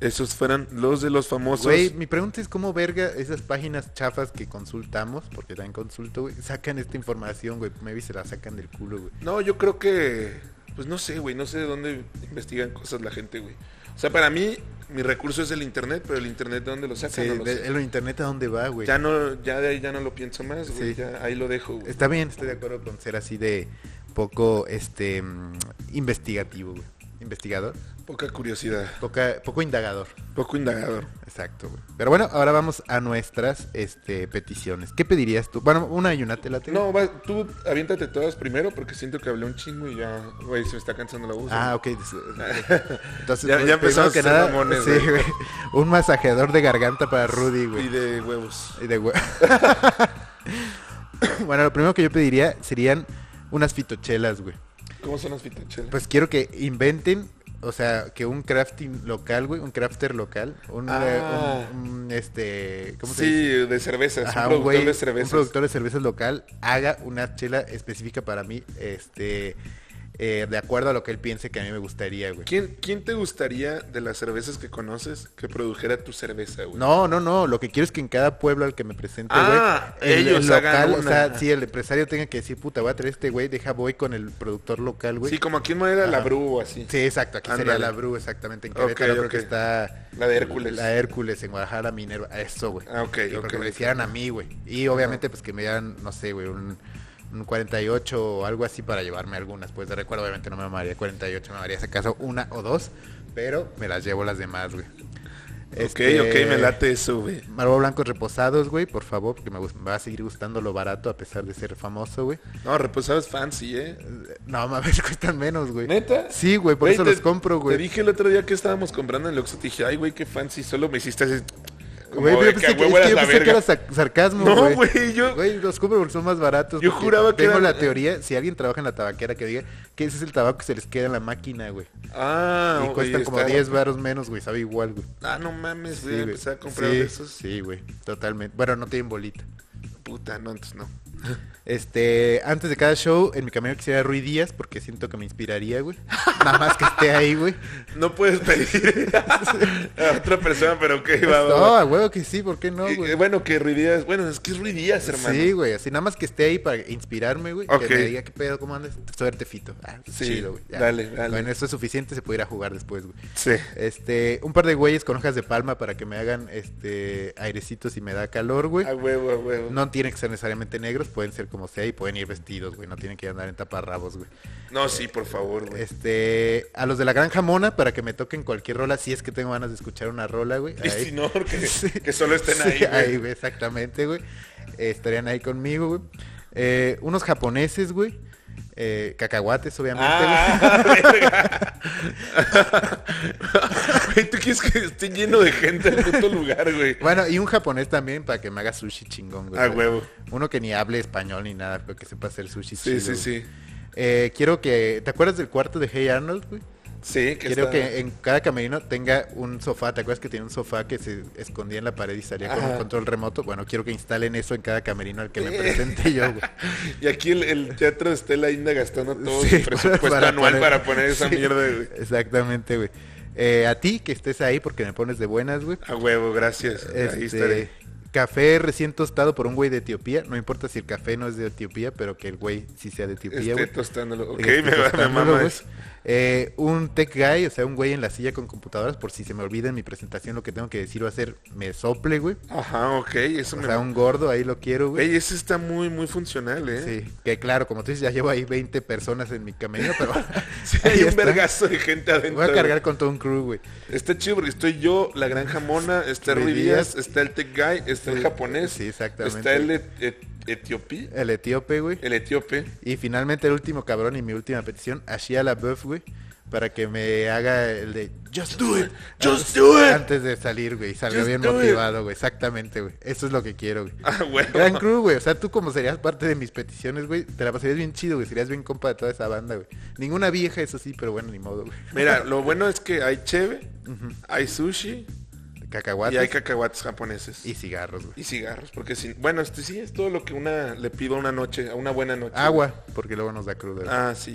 [SPEAKER 2] esos fueran los de los famosos.
[SPEAKER 1] Güey, mi pregunta es cómo verga esas páginas chafas que consultamos, porque también consulto, güey, sacan esta información, güey. Maybe se la sacan del culo, güey.
[SPEAKER 2] No, yo creo que... Pues no sé, güey. No sé de dónde investigan cosas la gente, güey. O sea, para mí, mi recurso es el internet, pero el internet de dónde lo sacan.
[SPEAKER 1] Sí,
[SPEAKER 2] no lo
[SPEAKER 1] de-
[SPEAKER 2] sé.
[SPEAKER 1] ¿El internet a dónde va, güey?
[SPEAKER 2] Ya no, ya de ahí ya no lo pienso más,
[SPEAKER 1] Sí.
[SPEAKER 2] güey. Ya ahí lo dejo, güey.
[SPEAKER 1] Está bien, estoy de acuerdo con ser así de poco este mm, investigativo, güey. Investigador.
[SPEAKER 2] Poca curiosidad.
[SPEAKER 1] Poca- poco indagador.
[SPEAKER 2] Poco indagador.
[SPEAKER 1] Exacto, güey. Pero bueno, ahora vamos a nuestras este, peticiones. ¿Qué pedirías tú? Bueno, una y una te la
[SPEAKER 2] No, va, tú aviéntate todas primero porque siento que hablé un chingo y ya, güey, se me está cansando la voz.
[SPEAKER 1] Ah,
[SPEAKER 2] güey.
[SPEAKER 1] ok. des- Entonces,
[SPEAKER 2] Ya-
[SPEAKER 1] pues,
[SPEAKER 2] ya
[SPEAKER 1] primero
[SPEAKER 2] empezamos
[SPEAKER 1] que
[SPEAKER 2] a ser
[SPEAKER 1] nada,
[SPEAKER 2] mamones,
[SPEAKER 1] sí,
[SPEAKER 2] güey.
[SPEAKER 1] güey. Un masajeador de garganta para Rudy,
[SPEAKER 2] Y
[SPEAKER 1] güey.
[SPEAKER 2] de huevos.
[SPEAKER 1] Y de hue- bueno, lo primero que yo pediría serían unas fitochelas, güey.
[SPEAKER 2] ¿Cómo son las fitachelas?
[SPEAKER 1] Pues quiero que inventen, o sea, que un crafting local, güey, un crafter local, un, eh,
[SPEAKER 2] Ah.
[SPEAKER 1] un- un, este, ¿cómo se
[SPEAKER 2] sí,
[SPEAKER 1] dice?
[SPEAKER 2] de cervezas.
[SPEAKER 1] Ajá,
[SPEAKER 2] un
[SPEAKER 1] un
[SPEAKER 2] productor
[SPEAKER 1] güey,
[SPEAKER 2] de
[SPEAKER 1] un
[SPEAKER 2] cervezas.
[SPEAKER 1] productor de cervezas local haga una chela específica para mí, este, eh, de acuerdo a lo que él piense que a mí me gustaría, güey.
[SPEAKER 2] ¿Quién, quién te gustaría de las cervezas que conoces que produjera tu cerveza, güey?
[SPEAKER 1] No, no, no. Lo que quiero es que en cada pueblo al que me presente, güey,
[SPEAKER 2] Ah, ellos hagan
[SPEAKER 1] o sea,
[SPEAKER 2] una.
[SPEAKER 1] si el empresario tenga que decir, puta, voy a traer este güey, deja voy con el productor local, güey.
[SPEAKER 2] Sí, como aquí en Madera la
[SPEAKER 1] Ajá.
[SPEAKER 2] Bru o así.
[SPEAKER 1] Sí, exacto. Aquí sería
[SPEAKER 2] Ándale.
[SPEAKER 1] la Bru, exactamente. En
[SPEAKER 2] Ok,
[SPEAKER 1] Querétaro creo que
[SPEAKER 2] ok.
[SPEAKER 1] está...
[SPEAKER 2] La de Hércules.
[SPEAKER 1] La Hércules, en Guadalajara, Minerva. Eso, güey.
[SPEAKER 2] Ah, ok,
[SPEAKER 1] Yo creo
[SPEAKER 2] ok,
[SPEAKER 1] que me
[SPEAKER 2] ok. Ah.
[SPEAKER 1] hicieran a mí, güey. Y obviamente, pues que me dieran, no sé, güey, un... Un 48 o algo así para llevarme algunas. Pues de recuerdo, obviamente no me mamaría 48, me mamaría si acaso una o dos. Pero me las llevo las demás, güey. Este,
[SPEAKER 2] Ok, ok, me late eso, güey.
[SPEAKER 1] Marbo blancos reposados, güey, por favor, porque me, gus- me va a seguir gustando lo barato a pesar de ser famoso, güey.
[SPEAKER 2] No, reposados fancy, ¿eh?
[SPEAKER 1] Eh, No, mames, cuestan menos, güey.
[SPEAKER 2] ¿Neta?
[SPEAKER 1] Sí, güey, por
[SPEAKER 2] Güey,
[SPEAKER 1] eso
[SPEAKER 2] te-
[SPEAKER 1] los compro, güey.
[SPEAKER 2] Te dije el otro día que estábamos comprando en el Oxxo, te dije, ay, güey, qué fancy, solo me hiciste así... como
[SPEAKER 1] Güey,
[SPEAKER 2] de
[SPEAKER 1] pero yo pensé
[SPEAKER 2] a
[SPEAKER 1] que,
[SPEAKER 2] huevo
[SPEAKER 1] es que
[SPEAKER 2] eras
[SPEAKER 1] yo
[SPEAKER 2] la
[SPEAKER 1] pensé que
[SPEAKER 2] verga.
[SPEAKER 1] era sac- sarcasmo,
[SPEAKER 2] No,
[SPEAKER 1] güey.
[SPEAKER 2] güey, yo-
[SPEAKER 1] Güey, los compro porque son más baratos.
[SPEAKER 2] Yo
[SPEAKER 1] porque
[SPEAKER 2] juraba que
[SPEAKER 1] Tengo
[SPEAKER 2] eran-
[SPEAKER 1] la teoría, si alguien trabaja en la tabaquera, que diga que ese es el tabaco que se les queda en la máquina, güey.
[SPEAKER 2] Ah,
[SPEAKER 1] y
[SPEAKER 2] oye,
[SPEAKER 1] cuestan como
[SPEAKER 2] está-
[SPEAKER 1] 10 varos menos, güey, sabe igual, güey.
[SPEAKER 2] Ah, no mames,
[SPEAKER 1] Sí,
[SPEAKER 2] güey,
[SPEAKER 1] güey.
[SPEAKER 2] empecé a comprar
[SPEAKER 1] Sí,
[SPEAKER 2] de esos.
[SPEAKER 1] Sí, güey, totalmente. Bueno, no tienen bolita.
[SPEAKER 2] Puta, no, entonces no.
[SPEAKER 1] Este, antes de cada show, en mi camino quisiera Rui Díaz porque siento que me inspiraría, güey. Nada más que esté ahí, güey.
[SPEAKER 2] No puedes pedir a otra persona, pero ok, va, va,
[SPEAKER 1] No,
[SPEAKER 2] va.
[SPEAKER 1] a huevo que sí, ¿por qué no,
[SPEAKER 2] Y-
[SPEAKER 1] güey?
[SPEAKER 2] eh, bueno, que Rui Díaz- bueno, es que es Rui Díaz, hermano.
[SPEAKER 1] Sí, güey, así nada más que esté ahí para inspirarme, güey.
[SPEAKER 2] Ok.
[SPEAKER 1] Que me diga qué pedo, cómo andas. Suerte, Fito. Ah,
[SPEAKER 2] Sí,
[SPEAKER 1] chido, güey. ya.
[SPEAKER 2] dale, dale.
[SPEAKER 1] Con eso es suficiente, se puede ir a jugar después, güey.
[SPEAKER 2] Sí.
[SPEAKER 1] Este, un par de güeyes con hojas de palma para que me hagan este airecitos y me da calor, güey.
[SPEAKER 2] A huevo, a huevo. No,
[SPEAKER 1] No tienen que ser necesariamente negros, pueden ser como sea y pueden ir vestidos, güey. No tienen que andar en taparrabos, güey.
[SPEAKER 2] sí, por favor, güey.
[SPEAKER 1] Este, a los de la Granja Mona para que me toquen cualquier rola, si es que tengo ganas de escuchar una rola, güey.
[SPEAKER 2] Y
[SPEAKER 1] Ahí.
[SPEAKER 2] si no, que,
[SPEAKER 1] Sí.
[SPEAKER 2] que solo estén
[SPEAKER 1] Sí,
[SPEAKER 2] ahí, güey.
[SPEAKER 1] güey, exactamente, güey. Eh, estarían ahí conmigo, güey. Eh, unos japoneses, güey. Eh, cacahuates, obviamente, güey.
[SPEAKER 2] Ah, verga. Güey, ¿tú quieres que esté lleno de gente en puto lugar, güey?
[SPEAKER 1] Bueno, pues, y un japonés también para que me haga sushi chingón, güey.
[SPEAKER 2] A
[SPEAKER 1] ¿sabes?
[SPEAKER 2] huevo.
[SPEAKER 1] Uno que ni hable español ni nada, pero que sepa hacer sushi
[SPEAKER 2] Sí,
[SPEAKER 1] chido,
[SPEAKER 2] sí,
[SPEAKER 1] güey.
[SPEAKER 2] sí.
[SPEAKER 1] Eh, quiero que... ¿Te acuerdas del cuarto de Hey Arnold, güey?
[SPEAKER 2] Sí, que
[SPEAKER 1] Quiero
[SPEAKER 2] está-
[SPEAKER 1] que en cada camerino tenga un sofá. ¿Te acuerdas que tenía un sofá que se escondía en la pared y salía con
[SPEAKER 2] Ajá.
[SPEAKER 1] un control remoto? Bueno, quiero que instalen eso en cada camerino al que me presente yo, güey.
[SPEAKER 2] Y aquí el, el teatro está la Inda gastando todo
[SPEAKER 1] Sí,
[SPEAKER 2] su presupuesto
[SPEAKER 1] para- para
[SPEAKER 2] anual
[SPEAKER 1] poner-
[SPEAKER 2] para poner esa
[SPEAKER 1] Sí,
[SPEAKER 2] mierda, güey.
[SPEAKER 1] Exactamente, güey. Eh, a ti, que estés ahí porque me pones de buenas, güey.
[SPEAKER 2] A huevo, gracias. Pues, Ahí estaré.
[SPEAKER 1] Este, café recién tostado por un güey de Etiopía. No importa si el café no es de Etiopía, pero que el güey sí sea de Etiopía,
[SPEAKER 2] Esté
[SPEAKER 1] güey.
[SPEAKER 2] tostándolo. Ok,
[SPEAKER 1] Que esté
[SPEAKER 2] me, va, me
[SPEAKER 1] tostándolo,
[SPEAKER 2] mama
[SPEAKER 1] güey.
[SPEAKER 2] eso.
[SPEAKER 1] Eh, un tech guy, o sea, un güey en la silla con computadoras, por si se me olvida en mi presentación lo que tengo que decir o hacer, me sople, güey.
[SPEAKER 2] Ajá, ok, eso
[SPEAKER 1] O
[SPEAKER 2] me
[SPEAKER 1] sea, un gordo, ahí lo quiero, güey.
[SPEAKER 2] Ey, ese está muy, muy funcional, ¿eh? Sí.
[SPEAKER 1] Sí, que claro, como tú dices, ya llevo ahí 20 personas en mi camino, pero ahí
[SPEAKER 2] hay un
[SPEAKER 1] está.
[SPEAKER 2] vergazo de gente adentro.
[SPEAKER 1] Voy a
[SPEAKER 2] güey.
[SPEAKER 1] cargar con todo un crew, güey.
[SPEAKER 2] Está chido porque estoy yo, la gran jamona, está
[SPEAKER 1] Rui
[SPEAKER 2] Rui
[SPEAKER 1] Díaz.
[SPEAKER 2] Díaz, está el Tech Guy, está el
[SPEAKER 1] Sí,
[SPEAKER 2] japonés.
[SPEAKER 1] sí, exactamente.
[SPEAKER 2] Está el et- et- etiopí,
[SPEAKER 1] El etíope, güey.
[SPEAKER 2] el etíope.
[SPEAKER 1] Y finalmente el último cabrón y mi última petición, a Shia LaBeouf, güey, para que me haga el de Just do it,
[SPEAKER 2] Just do it.
[SPEAKER 1] antes de salir, güey. y Salga
[SPEAKER 2] Just
[SPEAKER 1] bien
[SPEAKER 2] do it.
[SPEAKER 1] motivado, güey. Exactamente, güey. Eso es lo que quiero, güey.
[SPEAKER 2] Ah, bueno.
[SPEAKER 1] Gran crew, güey. O sea, tú como serías parte de mis peticiones, güey, te la pasarías bien chido, güey. Serías bien compa de toda esa banda, güey. Ninguna vieja, eso sí, pero bueno, ni modo, güey.
[SPEAKER 2] Mira, lo bueno es que hay cheve, hay sushi y
[SPEAKER 1] Cacahuates y,
[SPEAKER 2] hay cacahuates japoneses. Y,
[SPEAKER 1] cigarros, güey.
[SPEAKER 2] cigarros, porque si... Bueno, este sí es todo lo que una le pido a una noche, a una buena noche.
[SPEAKER 1] Agua, porque luego nos da cruda. güey.
[SPEAKER 2] Ah, sí,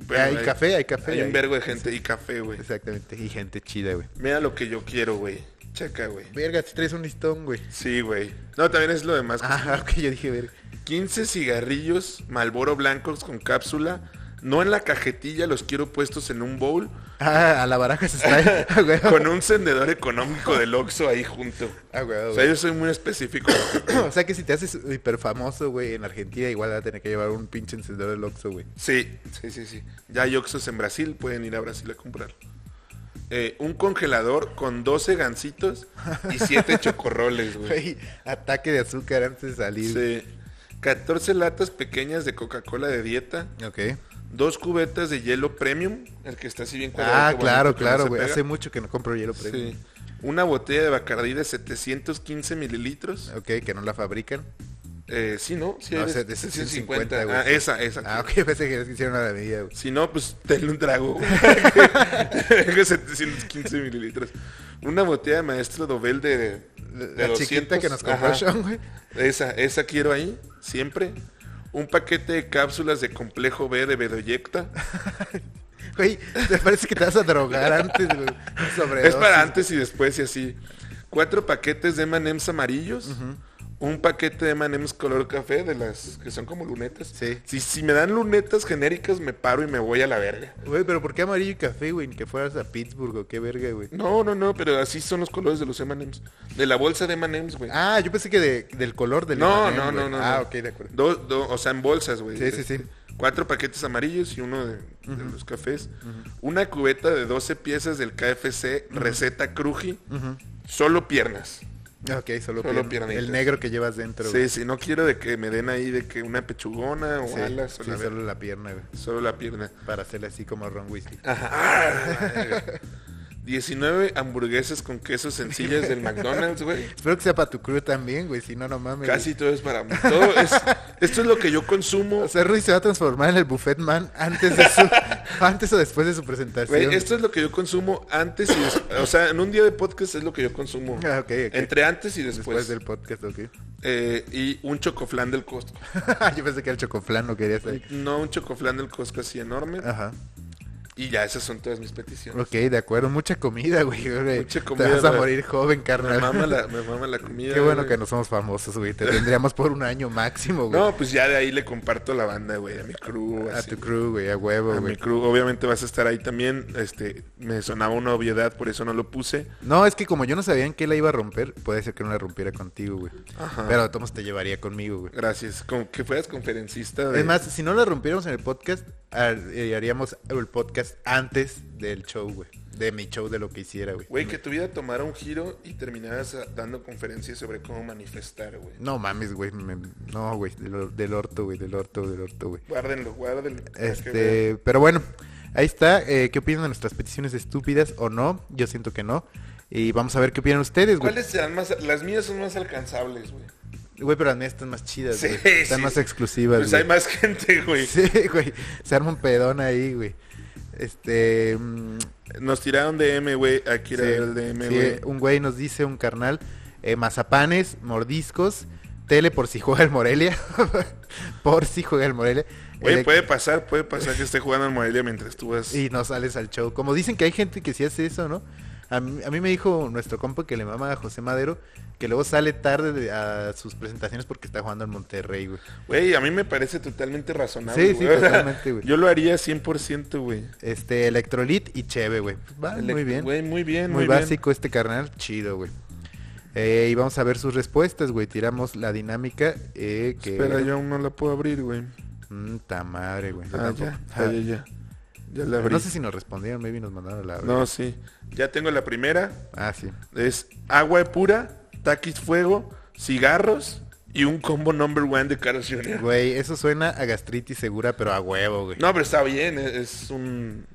[SPEAKER 2] y...
[SPEAKER 1] Ah, y café, hay café,
[SPEAKER 2] Hay un
[SPEAKER 1] hay-
[SPEAKER 2] vergo de gente y café, güey.
[SPEAKER 1] Exactamente. Y gente chida, güey.
[SPEAKER 2] Mira lo que yo quiero, güey. Checa, güey.
[SPEAKER 1] Verga, si traes un listón, güey.
[SPEAKER 2] Sí, güey. No, también es lo demás.
[SPEAKER 1] Ah, ok, yo dije, verga.
[SPEAKER 2] 15 cigarrillos Malboro blancos con cápsula No en la cajetilla, los quiero puestos en un bowl
[SPEAKER 1] Ah, a la baraja se está. Ah, güey.
[SPEAKER 2] con un sendedor económico del Oxxo ahí junto.
[SPEAKER 1] Ah, güey,
[SPEAKER 2] O sea,
[SPEAKER 1] güey.
[SPEAKER 2] yo soy muy específico.
[SPEAKER 1] O sea que si te haces hiper famoso, güey, en Argentina igual vas a tener que llevar un pinche encendedor del Oxxo, güey.
[SPEAKER 2] Sí, sí, sí, sí. Ya hay Oxxos en Brasil, pueden ir a Brasil a comprar. Eh, un congelador con 12 gancitos y 7 chocorroles, güey.
[SPEAKER 1] Güey, ataque de azúcar antes de salir.
[SPEAKER 2] Sí. 14 latas pequeñas de Coca-Cola de dieta,
[SPEAKER 1] Ok.
[SPEAKER 2] dos cubetas de hielo premium, el que está así bien
[SPEAKER 1] Ah,
[SPEAKER 2] cuadradito,
[SPEAKER 1] claro,
[SPEAKER 2] bonito, que no
[SPEAKER 1] claro,
[SPEAKER 2] se
[SPEAKER 1] güey.
[SPEAKER 2] pega.
[SPEAKER 1] Hace mucho que no compro hielo premium.
[SPEAKER 2] Sí. Una botella de Bacardí de 715 mililitros.
[SPEAKER 1] Ok, que no la fabrican.
[SPEAKER 2] Eh, sí, ¿no? Sí,
[SPEAKER 1] Ah, No,
[SPEAKER 2] hay de
[SPEAKER 1] se- de
[SPEAKER 2] 750.
[SPEAKER 1] 750, güey.
[SPEAKER 2] Ah, esa, esa.
[SPEAKER 1] Ah, ok, pensé que les hicieron a la medida, güey.
[SPEAKER 2] Si no, pues tenle un trago. güey. De 715 mililitros. Una botella de maestro Dobel de, de
[SPEAKER 1] La chiquita
[SPEAKER 2] 200,
[SPEAKER 1] que nos compró
[SPEAKER 2] ajá.
[SPEAKER 1] Sean, güey.
[SPEAKER 2] Esa, esa quiero ahí, siempre. Un paquete de cápsulas de complejo B de Bedoyecta.
[SPEAKER 1] Güey, te parece que te vas a drogar antes, güey. Sobre
[SPEAKER 2] Es para antes y después y así. Cuatro paquetes de M&M's amarillos. Un paquete de M&M's color café, de las que son como lunetas.
[SPEAKER 1] Sí.
[SPEAKER 2] Si, si me dan lunetas genéricas, me paro y me voy a la verga.
[SPEAKER 1] Güey, pero ¿por qué amarillo y café, güey? Ni Que fueras a Pittsburgh o qué verga, güey.
[SPEAKER 2] No, no, no, pero así son los colores de los M&M's. De la bolsa de M&M's, güey.
[SPEAKER 1] Ah, yo pensé que de- del color del
[SPEAKER 2] no,
[SPEAKER 1] M&M,
[SPEAKER 2] no,
[SPEAKER 1] güey.
[SPEAKER 2] no, no.
[SPEAKER 1] Ah,
[SPEAKER 2] no.
[SPEAKER 1] ok, de acuerdo.
[SPEAKER 2] Do- do- o sea, en bolsas, güey.
[SPEAKER 1] Sí, sí, sí.
[SPEAKER 2] Cuatro paquetes amarillos y uno de, de los cafés. Una cubeta de 12 piezas del KFC, receta cruji. Solo piernas.
[SPEAKER 1] Ah, Ok, solo, pierna.
[SPEAKER 2] Solo piernitas.
[SPEAKER 1] El negro que llevas dentro,
[SPEAKER 2] Sí, sí, no quiero de que me den ahí de que una pechugona o
[SPEAKER 1] Sí,
[SPEAKER 2] alas o
[SPEAKER 1] sí,
[SPEAKER 2] la ver-
[SPEAKER 1] solo la pierna, güey.
[SPEAKER 2] solo la pierna.
[SPEAKER 1] Para hacerle así como Ron Whiskey.
[SPEAKER 2] Ah.
[SPEAKER 1] Ah,
[SPEAKER 2] Ajá. 19 hamburguesas con queso sencillas del McDonald's, güey.
[SPEAKER 1] Espero que sea para tu crew también, güey. Si no, no mames.
[SPEAKER 2] Casi todo es para mí. Todo es, esto es lo que yo consumo.
[SPEAKER 1] O sea, Rudy se va a transformar en el Buffet Man antes de su, antes o después de su presentación.
[SPEAKER 2] Güey, esto es lo que yo consumo antes y después. O sea, en un día de podcast es lo que yo consumo.
[SPEAKER 1] Ah, ok, ok.
[SPEAKER 2] Entre antes y después.
[SPEAKER 1] después del podcast, ok.
[SPEAKER 2] Eh, y un chocoflán del Costco.
[SPEAKER 1] Yo pensé que era el chocoflan, no quería saber.
[SPEAKER 2] No un chocoflán del Costco así enorme.
[SPEAKER 1] Ajá.
[SPEAKER 2] Y ya, esas son todas mis peticiones.
[SPEAKER 1] Ok, de acuerdo. Mucha comida, güey. Creo que
[SPEAKER 2] Mucha comida,
[SPEAKER 1] Te vas a
[SPEAKER 2] güey.
[SPEAKER 1] morir joven,
[SPEAKER 2] Me
[SPEAKER 1] carnal.
[SPEAKER 2] mama la, me mama la comida.
[SPEAKER 1] Qué bueno
[SPEAKER 2] güey.
[SPEAKER 1] que no somos famosos, güey. Te tendríamos por un año máximo, güey.
[SPEAKER 2] No, pues ya de ahí le comparto la banda, güey, a mi crew.
[SPEAKER 1] a
[SPEAKER 2] así.
[SPEAKER 1] tu crew, güey. A huevo,
[SPEAKER 2] A mi
[SPEAKER 1] güey.
[SPEAKER 2] crew. Obviamente vas a estar ahí también. Este, me sonaba una obviedad, por eso no lo puse.
[SPEAKER 1] No, es que como yo no sabía en qué la iba a romper, puede ser que no la rompiera contigo, güey.
[SPEAKER 2] Ajá.
[SPEAKER 1] Pero de todos modos te llevaría conmigo, güey.
[SPEAKER 2] Gracias. Como que fueras conferencista. de-
[SPEAKER 1] Es más, si no la rompiéramos en el podcast, har- eh, haríamos el podcast antes del show, güey. De mi show, de lo que hiciera, güey.
[SPEAKER 2] Güey, que tu vida tomara un giro y terminaras ah, dando conferencias sobre cómo manifestar, güey.
[SPEAKER 1] No mames, güey. me- No, güey. Del, or- del orto, güey. Del orto, del orto, güey.
[SPEAKER 2] Guárdenlo, guárdenlo. para que vean.
[SPEAKER 1] Este, pero bueno, ahí está. Eh, ¿Qué opinan de nuestras peticiones estúpidas o no? Yo siento que no. Y vamos a ver qué opinan ustedes, güey.
[SPEAKER 2] ¿Cuáles serán más? Las mías son más alcanzables, güey.
[SPEAKER 1] Güey, pero las mías están más chidas,
[SPEAKER 2] Sí,
[SPEAKER 1] güey. están
[SPEAKER 2] sí.
[SPEAKER 1] más exclusivas,
[SPEAKER 2] Pues
[SPEAKER 1] güey.
[SPEAKER 2] hay más gente, güey.
[SPEAKER 1] Sí, güey. Se arma un pedón ahí, güey. Este. mm,
[SPEAKER 2] Nos tiraron DM, güey. Aquí era
[SPEAKER 1] Sí,
[SPEAKER 2] el DM,
[SPEAKER 1] sí,
[SPEAKER 2] güey.
[SPEAKER 1] un güey nos dice, un carnal, eh, mazapanes, mordiscos, tele por si juega el Morelia. por si juega el Morelia.
[SPEAKER 2] Güey,
[SPEAKER 1] Ele-
[SPEAKER 2] puede pasar, puede pasar que esté jugando al Morelia mientras tú vas.
[SPEAKER 1] Y no sales al show. Como dicen que hay gente que sí hace eso, ¿no? A mí, a mí me dijo nuestro compa que le mama a José Madero que luego sale tarde de- a sus presentaciones porque está jugando en Monterrey, güey.
[SPEAKER 2] Güey, a mí me parece totalmente razonable.
[SPEAKER 1] Sí, sí,
[SPEAKER 2] güey. O sea,
[SPEAKER 1] totalmente, güey.
[SPEAKER 2] Yo lo haría 100%, güey.
[SPEAKER 1] Este, Electrolit y Cheve, güey. Pues va, muy
[SPEAKER 2] Elect-
[SPEAKER 1] bien.
[SPEAKER 2] Güey, muy bien,
[SPEAKER 1] Muy
[SPEAKER 2] muy, bien.
[SPEAKER 1] básico este carnal, chido, güey. Eh, y vamos a ver sus respuestas, güey. Tiramos la dinámica eh, que...
[SPEAKER 2] Espera, yo aún no la puedo abrir, güey.
[SPEAKER 1] Mm, ta madre, güey.
[SPEAKER 2] Ah, ya,
[SPEAKER 1] Ajá.
[SPEAKER 2] ah, ya, ya. Ya la abrí.
[SPEAKER 1] No sé si nos respondieron, maybe nos mandaron la...
[SPEAKER 2] No, sí. Ya tengo la primera.
[SPEAKER 1] Ah, sí.
[SPEAKER 2] Es agua pura, taquis fuego, cigarros y un combo number one de Carlos Jr.
[SPEAKER 1] Güey, eso suena a gastritis segura, pero a huevo, güey.
[SPEAKER 2] No, pero está bien. e-, Es es un,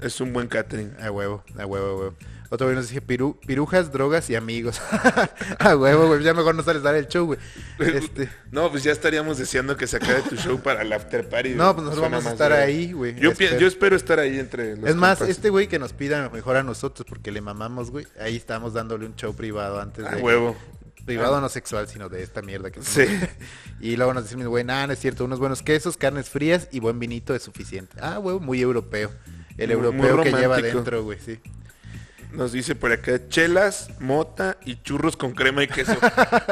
[SPEAKER 2] es un buen catering.
[SPEAKER 1] A huevo, a huevo, a huevo. Otro güey nos dije piru- pirujas, drogas y amigos. a huevo, güey. Ya mejor no sales a dar el show, güey. Este...
[SPEAKER 2] No, pues ya estaríamos deseando que se acabe tu show para el after party.
[SPEAKER 1] No, pues nos
[SPEAKER 2] Suena
[SPEAKER 1] vamos a
[SPEAKER 2] más
[SPEAKER 1] estar
[SPEAKER 2] verga.
[SPEAKER 1] ahí, güey.
[SPEAKER 2] Yo, pi-
[SPEAKER 1] Espero.
[SPEAKER 2] yo espero estar ahí entre los
[SPEAKER 1] Es más,
[SPEAKER 2] compas.
[SPEAKER 1] este güey que nos pida mejor a nosotros porque le mamamos, güey. Ahí estamos dándole un show privado antes
[SPEAKER 2] A
[SPEAKER 1] de...
[SPEAKER 2] huevo.
[SPEAKER 1] Privado no sexual, sino de esta mierda que
[SPEAKER 2] Ah, Sí.
[SPEAKER 1] hacemos. Y luego nos dicen, güey, nada, no es cierto, unos buenos quesos, carnes frías y buen vinito es suficiente. Ah, güey, muy europeo. El
[SPEAKER 2] Muy- muy
[SPEAKER 1] europeo que lleva
[SPEAKER 2] romántico.
[SPEAKER 1] adentro, güey, sí.
[SPEAKER 2] Nos dice por acá, chelas, mota y churros con crema y queso.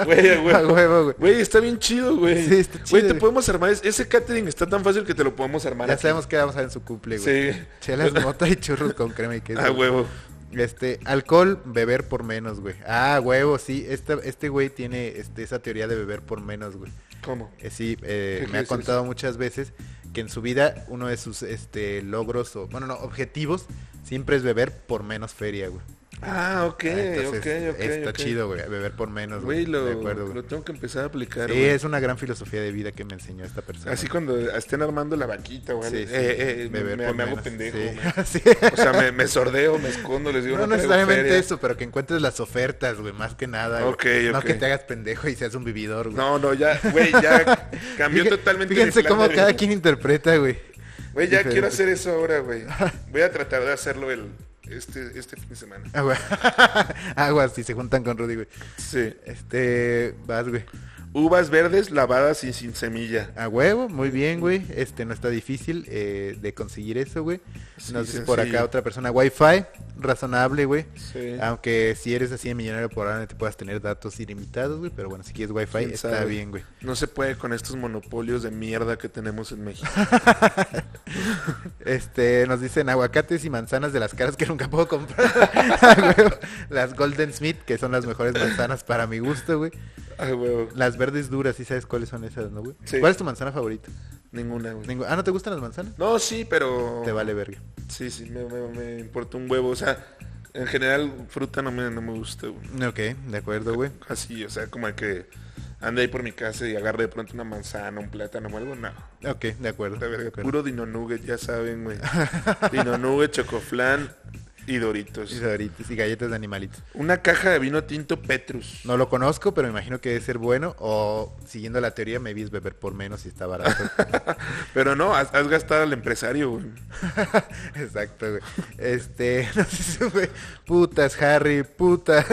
[SPEAKER 2] Güey, güey.
[SPEAKER 1] A huevo, güey.
[SPEAKER 2] Güey, está bien chido, güey.
[SPEAKER 1] Sí, está
[SPEAKER 2] Güey,
[SPEAKER 1] chido,
[SPEAKER 2] te
[SPEAKER 1] güey.
[SPEAKER 2] podemos armar. es- Ese catering está tan fácil que te lo podemos armar.
[SPEAKER 1] Ya
[SPEAKER 2] aquí.
[SPEAKER 1] sabemos que vamos a ver en su cumple, güey.
[SPEAKER 2] Sí.
[SPEAKER 1] Chelas, mota y churros con crema y queso.
[SPEAKER 2] Ah, huevo.
[SPEAKER 1] Este, alcohol, beber por menos, güey. Ah, huevo, sí. Este, este güey tiene este, esa teoría de beber por menos, güey.
[SPEAKER 2] ¿Cómo?
[SPEAKER 1] Eh, Sí, eh,
[SPEAKER 2] ¿Qué
[SPEAKER 1] me ha
[SPEAKER 2] crees
[SPEAKER 1] contado muchas veces que en su vida uno de sus este, logros o, bueno, no, objetivos siempre es beber por menos feria, güey.
[SPEAKER 2] Ah, ok,
[SPEAKER 1] Ah, entonces,
[SPEAKER 2] ok, ok.
[SPEAKER 1] está
[SPEAKER 2] ok.
[SPEAKER 1] chido, güey, beber por menos,
[SPEAKER 2] Güey,
[SPEAKER 1] güey.
[SPEAKER 2] lo,
[SPEAKER 1] de acuerdo, güey.
[SPEAKER 2] lo tengo que empezar a aplicar.
[SPEAKER 1] Sí,
[SPEAKER 2] güey.
[SPEAKER 1] es una gran filosofía de vida que me enseñó esta persona.
[SPEAKER 2] Así cuando estén armando la vaquita, güey.
[SPEAKER 1] Sí,
[SPEAKER 2] eh,
[SPEAKER 1] sí,
[SPEAKER 2] eh, me,
[SPEAKER 1] beber
[SPEAKER 2] me
[SPEAKER 1] por
[SPEAKER 2] hago
[SPEAKER 1] menos,
[SPEAKER 2] pendejo.
[SPEAKER 1] sí.
[SPEAKER 2] güey.
[SPEAKER 1] Sí.
[SPEAKER 2] O sea, me, me sordeo, me escondo, les digo.
[SPEAKER 1] No,
[SPEAKER 2] traigo
[SPEAKER 1] necesariamente
[SPEAKER 2] feria".
[SPEAKER 1] eso, pero que encuentres las ofertas, güey, más que nada. güey.
[SPEAKER 2] Ok,
[SPEAKER 1] No
[SPEAKER 2] ok.
[SPEAKER 1] que te hagas pendejo y seas un vividor, güey.
[SPEAKER 2] No, no, ya, güey, ya cambió
[SPEAKER 1] Fíjense-
[SPEAKER 2] totalmente. mi
[SPEAKER 1] Fíjense
[SPEAKER 2] plan
[SPEAKER 1] cómo
[SPEAKER 2] de-
[SPEAKER 1] cada quien interpreta, güey.
[SPEAKER 2] Güey, ya
[SPEAKER 1] diferente.
[SPEAKER 2] quiero hacer eso ahora, güey. Voy a tratar de hacerlo el, este, este fin de semana.
[SPEAKER 1] Agua. Aguas, si se juntan con Rudy, güey.
[SPEAKER 2] Sí.
[SPEAKER 1] Este, vas, güey.
[SPEAKER 2] Uvas verdes lavadas y sin semilla.
[SPEAKER 1] A huevo, muy bien, güey. Este, no está difícil eh, de conseguir eso, güey.
[SPEAKER 2] Sí,
[SPEAKER 1] Nos dice por
[SPEAKER 2] sencillo.
[SPEAKER 1] acá otra Ah, persona. Wi-Fi, razonable, güey.
[SPEAKER 2] Sí.
[SPEAKER 1] Aunque si eres así de millonario, probablemente puedas tener datos ilimitados, güey. Pero bueno, si quieres Wi-Fi,
[SPEAKER 2] ¿Quién
[SPEAKER 1] está
[SPEAKER 2] sabe?
[SPEAKER 1] bien, güey.
[SPEAKER 2] No se puede con estos monopolios de mierda que tenemos en México.
[SPEAKER 1] Este, nos dicen aguacates y manzanas de las caras que nunca puedo comprar. A huevo. las Golden Smith, que son las mejores manzanas para mi gusto, güey.
[SPEAKER 2] Ay, Ah, huevo.
[SPEAKER 1] Las verdes duras, sí sabes cuáles son esas, ¿no, güey?
[SPEAKER 2] Sí.
[SPEAKER 1] ¿Cuál es tu manzana favorita?
[SPEAKER 2] Ninguna, güey.
[SPEAKER 1] Ningú- Ah, ¿no te gustan las manzanas?
[SPEAKER 2] No, sí, pero...
[SPEAKER 1] Te vale verga.
[SPEAKER 2] Sí, sí, me, me, me importa un huevo. O sea, en general, fruta no me, no me gusta, güey.
[SPEAKER 1] Ok, de acuerdo, güey.
[SPEAKER 2] Así, o sea, como el que ande ahí por mi casa y agarre de pronto una manzana, un plátano o algo, no.
[SPEAKER 1] Ok, de acuerdo.
[SPEAKER 2] La verga,
[SPEAKER 1] de acuerdo.
[SPEAKER 2] puro Dino Nugget, ya saben, güey. Dino Nugget, Chocoflan y Doritos.
[SPEAKER 1] Y sabritas y galletas de animalitos.
[SPEAKER 2] Una caja de vino tinto Petrus.
[SPEAKER 1] No lo conozco, pero me imagino que debe ser bueno. O siguiendo la teoría, me es beber por menos y está barato.
[SPEAKER 2] Pero no, has, has gastado al empresario, güey.
[SPEAKER 1] Exacto, güey. Este, no sé si fue. Putas, Harry, puta.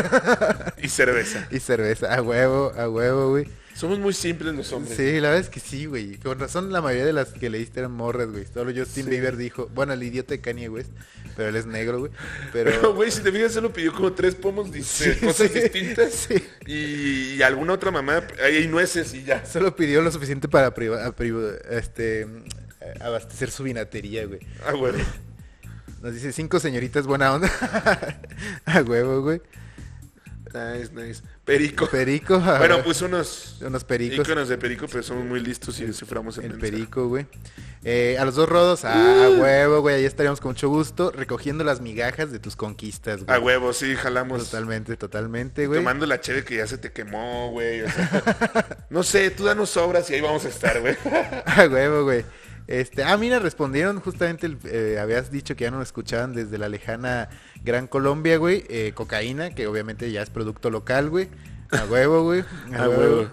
[SPEAKER 2] Y cerveza.
[SPEAKER 1] y cerveza, a huevo, a huevo, güey.
[SPEAKER 2] Somos muy simples los hombres.
[SPEAKER 1] Sí, la verdad es que sí, güey. Con razón, la mayoría de las que leíste eran morras, güey. Solo Justin
[SPEAKER 2] Sí.
[SPEAKER 1] Bieber dijo, bueno, el idiota de Kanye West, pero él es negro, güey.
[SPEAKER 2] Pero,
[SPEAKER 1] Pero,
[SPEAKER 2] güey, si te fijas, solo pidió como tres pomos de
[SPEAKER 1] Sí,
[SPEAKER 2] cosas
[SPEAKER 1] sí,
[SPEAKER 2] distintas.
[SPEAKER 1] sí.
[SPEAKER 2] Y, y alguna otra mamá. Ahí hay nueces y ya.
[SPEAKER 1] solo pidió lo suficiente para priva- a priva- este, mm, a- abastecer su vinatería, güey.
[SPEAKER 2] Ah, bueno.
[SPEAKER 1] Nos dice cinco señoritas buena onda. a huevo, güey.
[SPEAKER 2] Nice, nice. Perico.
[SPEAKER 1] Perico. a
[SPEAKER 2] Bueno,
[SPEAKER 1] huevo.
[SPEAKER 2] pues unos
[SPEAKER 1] Unos pericos.
[SPEAKER 2] íconos de perico, pero somos muy listos y desciframos el,
[SPEAKER 1] El
[SPEAKER 2] mensaje.
[SPEAKER 1] perico, güey. Eh, a los dos rodos, a, a
[SPEAKER 2] Mm.
[SPEAKER 1] huevo, güey. Ahí estaríamos con mucho gusto recogiendo las migajas de tus conquistas, güey.
[SPEAKER 2] A huevo, sí, jalamos.
[SPEAKER 1] Totalmente, totalmente, güey.
[SPEAKER 2] Tomando la cheve que ya se te quemó, güey. o sea, no sé, tú danos sobras y ahí vamos a estar, güey.
[SPEAKER 1] A huevo, güey. Este, ah, mira, respondieron justamente, el- eh, habías dicho que ya no escuchaban desde la lejana Gran Colombia, güey. Eh, cocaína, que obviamente ya es producto local, güey. A huevo, güey.
[SPEAKER 2] A huevo.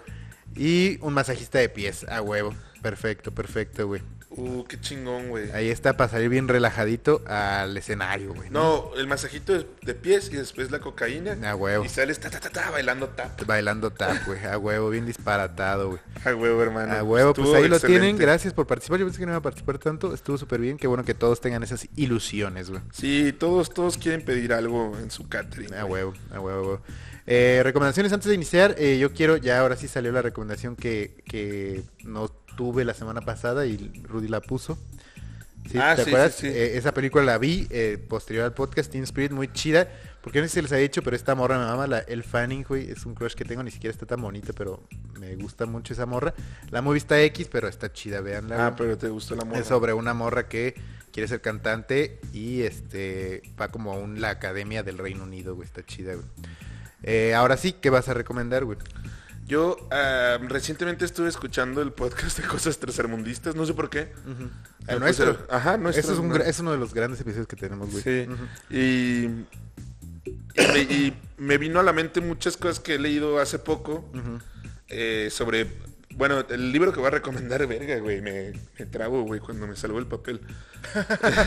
[SPEAKER 1] Y un masajista de pies, a huevo. Perfecto, perfecto, güey.
[SPEAKER 2] Uh, qué chingón, güey.
[SPEAKER 1] Ahí está para salir bien relajadito al escenario, güey.
[SPEAKER 2] No, el masajito de, de pies y después la cocaína.
[SPEAKER 1] A huevo.
[SPEAKER 2] Y sales ta, ta, ta, ta, bailando tap.
[SPEAKER 1] Bailando tap, güey. A huevo, bien disparatado, güey.
[SPEAKER 2] A huevo, hermano.
[SPEAKER 1] A huevo, pues
[SPEAKER 2] Ah, Estuvo
[SPEAKER 1] ahí lo
[SPEAKER 2] excelente.
[SPEAKER 1] tienen. Gracias por participar. Yo pensé que no iba a participar tanto. Estuvo súper bien. Qué bueno que todos tengan esas ilusiones, güey.
[SPEAKER 2] Sí, todos, todos quieren pedir algo en su catering.
[SPEAKER 1] A
[SPEAKER 2] güey.
[SPEAKER 1] huevo, a huevo, a huevo. Eh, recomendaciones antes de iniciar. eh, yo quiero, ya ahora sí salió la recomendación que, que no tuve la semana pasada y Rudy la puso. ¿Sí?
[SPEAKER 2] Ah,
[SPEAKER 1] ¿Te
[SPEAKER 2] sí,
[SPEAKER 1] acuerdas?
[SPEAKER 2] sí, sí.
[SPEAKER 1] Eh, esa película la vi eh, posterior al podcast Teen Spirit, muy chida. Porque no sé si se les ha dicho, pero esta morra me mama, la El Fanning, güey. Es un crush que tengo, ni siquiera está tan bonita, pero me gusta mucho esa morra. La movie está X, pero está chida, veanla.
[SPEAKER 2] Ah, pero te gustó la morra.
[SPEAKER 1] Es sobre una morra que quiere ser cantante y este va como a un- la academia del Reino Unido, güey. Está chida, güey. Eh, ahora sí, ¿qué vas a recomendar, güey?
[SPEAKER 2] Yo ah, recientemente estuve escuchando el podcast de cosas tercermundistas, no sé por qué.
[SPEAKER 1] El
[SPEAKER 2] Me
[SPEAKER 1] nuestro.
[SPEAKER 2] puse- ajá, nuestro.
[SPEAKER 1] Eso es, un
[SPEAKER 2] ¿no?
[SPEAKER 1] gra- es uno de los grandes episodios que tenemos, güey.
[SPEAKER 2] Sí.
[SPEAKER 1] Ujú.
[SPEAKER 2] Y, y me, y me vino a la mente muchas cosas que he leído hace poco eh, sobre... Bueno, el libro que voy a recomendar, verga, güey, me, me trabo, güey, cuando me salgo el papel.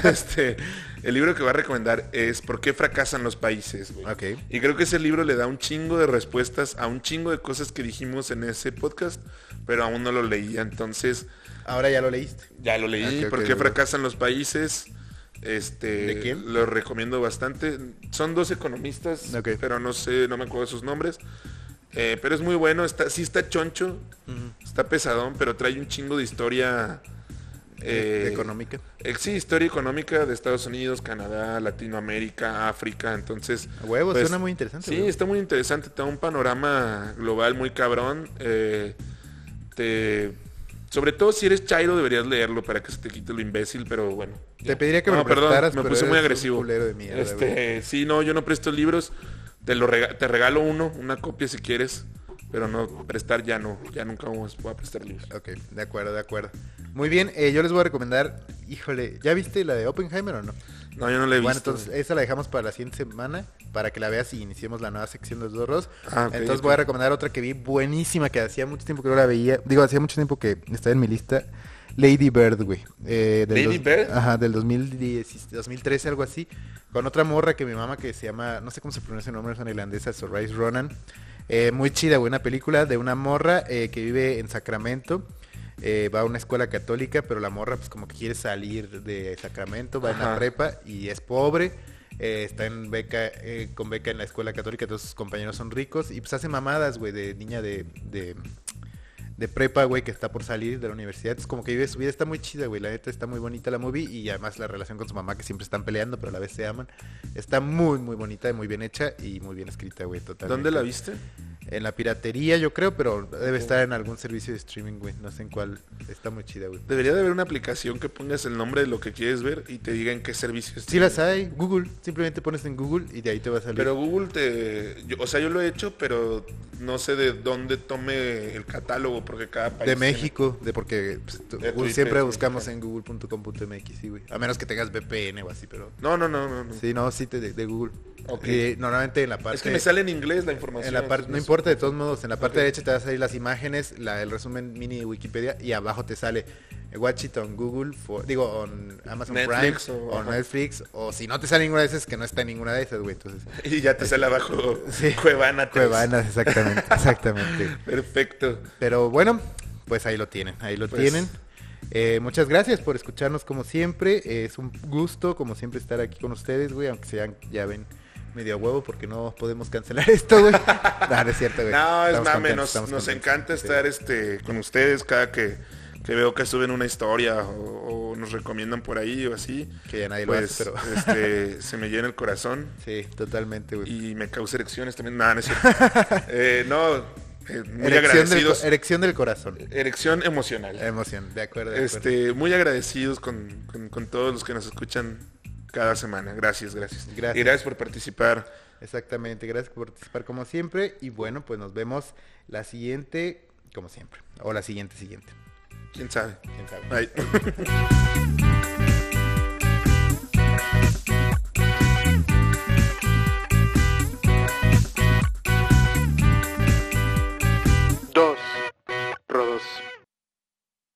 [SPEAKER 2] este, el libro que voy a recomendar es ¿Por qué fracasan los países, güey?
[SPEAKER 1] Ok.
[SPEAKER 2] Y creo que ese libro le da un chingo de respuestas a un chingo de cosas que dijimos en ese podcast, pero aún no lo leía. Entonces,
[SPEAKER 1] Ahora ya lo leíste.
[SPEAKER 2] ya lo leí,
[SPEAKER 1] Ah, Ok, ok,
[SPEAKER 2] ¿Por qué
[SPEAKER 1] ok.
[SPEAKER 2] fracasan los países? Este,
[SPEAKER 1] ¿De quién?
[SPEAKER 2] Los recomiendo bastante. Son dos economistas,
[SPEAKER 1] Ok.
[SPEAKER 2] pero no sé, no me acuerdo sus nombres. Eh, pero es muy bueno, está, sí está choncho, está pesadón, pero trae un chingo de historia. eh,
[SPEAKER 1] económica.
[SPEAKER 2] eh, Sí, historia económica de Estados Unidos, Canadá, Latinoamérica, África, entonces...
[SPEAKER 1] A huevo, suena muy interesante,
[SPEAKER 2] Pues, Sí,
[SPEAKER 1] güey.
[SPEAKER 2] está muy interesante, está un panorama global muy cabrón. eh, te- Sobre todo si eres Chairo deberías leerlo para que se te quite lo imbécil, pero bueno.
[SPEAKER 1] Te pediría que me
[SPEAKER 2] No,
[SPEAKER 1] lo prestaras,
[SPEAKER 2] Ah, me
[SPEAKER 1] pero
[SPEAKER 2] puse muy
[SPEAKER 1] eres un
[SPEAKER 2] agresivo.
[SPEAKER 1] culero de mierda,
[SPEAKER 2] Este,
[SPEAKER 1] güey.
[SPEAKER 2] sí, no, yo no presto libros. Te, lo rega- te regalo uno, una copia si quieres, pero no prestar ya no, ya nunca vamos- voy a prestar libros.
[SPEAKER 1] Ok, de acuerdo, de acuerdo. Muy bien, eh, yo les voy a recomendar, híjole, ¿ya viste la de Oppenheimer o no?
[SPEAKER 2] No, yo no le he visto.
[SPEAKER 1] Bueno, entonces esa la dejamos para la siguiente semana, para que la veas y iniciemos la nueva sección de los Doros.
[SPEAKER 2] Ah, ok,
[SPEAKER 1] entonces
[SPEAKER 2] ok.
[SPEAKER 1] voy a recomendar otra que vi buenísima, que hacía mucho tiempo que no la veía. Digo, hacía mucho tiempo que estaba en mi lista. Lady Bird, güey. Eh, del
[SPEAKER 2] ¿Lady
[SPEAKER 1] dos-
[SPEAKER 2] Bird?
[SPEAKER 1] Ajá, del 2010, 2013, algo así. Con otra morra que mi mamá que se llama, no sé cómo se pronuncia el nombre, es una irlandesa, Sorrise Ronan. Eh, muy chida, güey, una película de una morra eh, que vive en Sacramento. Eh, va a una escuela católica, pero la morra pues como que quiere salir de Sacramento, va en la
[SPEAKER 2] Ajá.
[SPEAKER 1] prepa y es pobre. eh, está en beca, eh, con beca en la escuela católica, todos sus compañeros son ricos y pues hace mamadas, güey, de niña de, de, de prepa, güey, que está por salir de la universidad. Es como que vive su vida, está muy chida, güey. La neta está muy bonita la movie y además la relación con su mamá, que siempre están peleando, pero a la vez se aman. Está muy, muy bonita y muy bien hecha y muy bien escrita, güey, totalmente.
[SPEAKER 2] ¿Dónde la viste?
[SPEAKER 1] En la piratería, yo creo, pero debe estar en algún servicio de streaming, güey. No sé en cuál. Está muy chida, güey.
[SPEAKER 2] Debería de haber una aplicación que pongas el nombre de lo que quieres ver y te diga en qué servicio está.
[SPEAKER 1] Sí las hay, Google. Simplemente pones en Google y de ahí te va a salir.
[SPEAKER 2] Pero Google te... yo- o sea, yo lo he hecho, pero no sé de dónde tome el catálogo, porque cada país...
[SPEAKER 1] de
[SPEAKER 2] tiene-
[SPEAKER 1] México, de porque pues, tú-
[SPEAKER 2] De tu
[SPEAKER 1] Google
[SPEAKER 2] IP,
[SPEAKER 1] siempre
[SPEAKER 2] sí,
[SPEAKER 1] buscamos
[SPEAKER 2] claro.
[SPEAKER 1] en google.com.mx, sí, güey. A menos que tengas VPN o así, pero...
[SPEAKER 2] No, no, no, no. no.
[SPEAKER 1] Sí, no, sí, te- de, de Google.
[SPEAKER 2] Ok.
[SPEAKER 1] Y normalmente en la parte...
[SPEAKER 2] es que me sale en inglés la información.
[SPEAKER 1] En la parte, no
[SPEAKER 2] entonces
[SPEAKER 1] importa, de todos modos, en la parte
[SPEAKER 2] Ok.
[SPEAKER 1] derecha te va a salir las imágenes, la, el resumen mini de Wikipedia y abajo te sale eh, Watch it on Google, for- digo, on Amazon
[SPEAKER 2] Netflix
[SPEAKER 1] Prime,
[SPEAKER 2] o-
[SPEAKER 1] o
[SPEAKER 2] ajá.
[SPEAKER 1] Netflix, o si no te sale ninguna de esas, que no está en ninguna de esas, güey, entonces.
[SPEAKER 2] Y ya te sale abajo
[SPEAKER 1] Sí.
[SPEAKER 2] Cuevana. tres.
[SPEAKER 1] Cuevanas, exactamente, exactamente.
[SPEAKER 2] Perfecto.
[SPEAKER 1] Pero bueno, pues ahí lo tienen, ahí lo
[SPEAKER 2] Pues-
[SPEAKER 1] tienen. Eh, muchas gracias por escucharnos como siempre. eh, es un gusto, como siempre, estar aquí con ustedes, güey, aunque sean, ya ven, medio a huevo porque no podemos cancelar esto, güey. no, no es cierto, güey.
[SPEAKER 2] No,
[SPEAKER 1] Estamos
[SPEAKER 2] es mame,
[SPEAKER 1] contentos,
[SPEAKER 2] nos,
[SPEAKER 1] estamos
[SPEAKER 2] nos
[SPEAKER 1] contentos.
[SPEAKER 2] encanta
[SPEAKER 1] Sí.
[SPEAKER 2] estar este, con ustedes cada que, que veo que suben una historia o, o nos recomiendan por ahí o así.
[SPEAKER 1] Que ya nadie
[SPEAKER 2] Pues
[SPEAKER 1] lo hace, pero...
[SPEAKER 2] este, se me llena el corazón.
[SPEAKER 1] sí, totalmente, güey.
[SPEAKER 2] y me causa erecciones también. Nada, no es cierto. Eh, no, eh, muy
[SPEAKER 1] Erección del,
[SPEAKER 2] agradecidos.
[SPEAKER 1] co- erección del corazón.
[SPEAKER 2] Erección emocional.
[SPEAKER 1] Emoción, de acuerdo, de acuerdo.
[SPEAKER 2] este, muy agradecidos con, con- con todos los que nos escuchan cada semana. Gracias, gracias.
[SPEAKER 1] Gracias.
[SPEAKER 2] Y gracias por participar.
[SPEAKER 1] Exactamente, gracias por participar como siempre. Y bueno, pues nos vemos la siguiente, como siempre. O la siguiente, siguiente.
[SPEAKER 2] ¿Quién sabe?
[SPEAKER 1] Quién sabe.
[SPEAKER 2] Bye.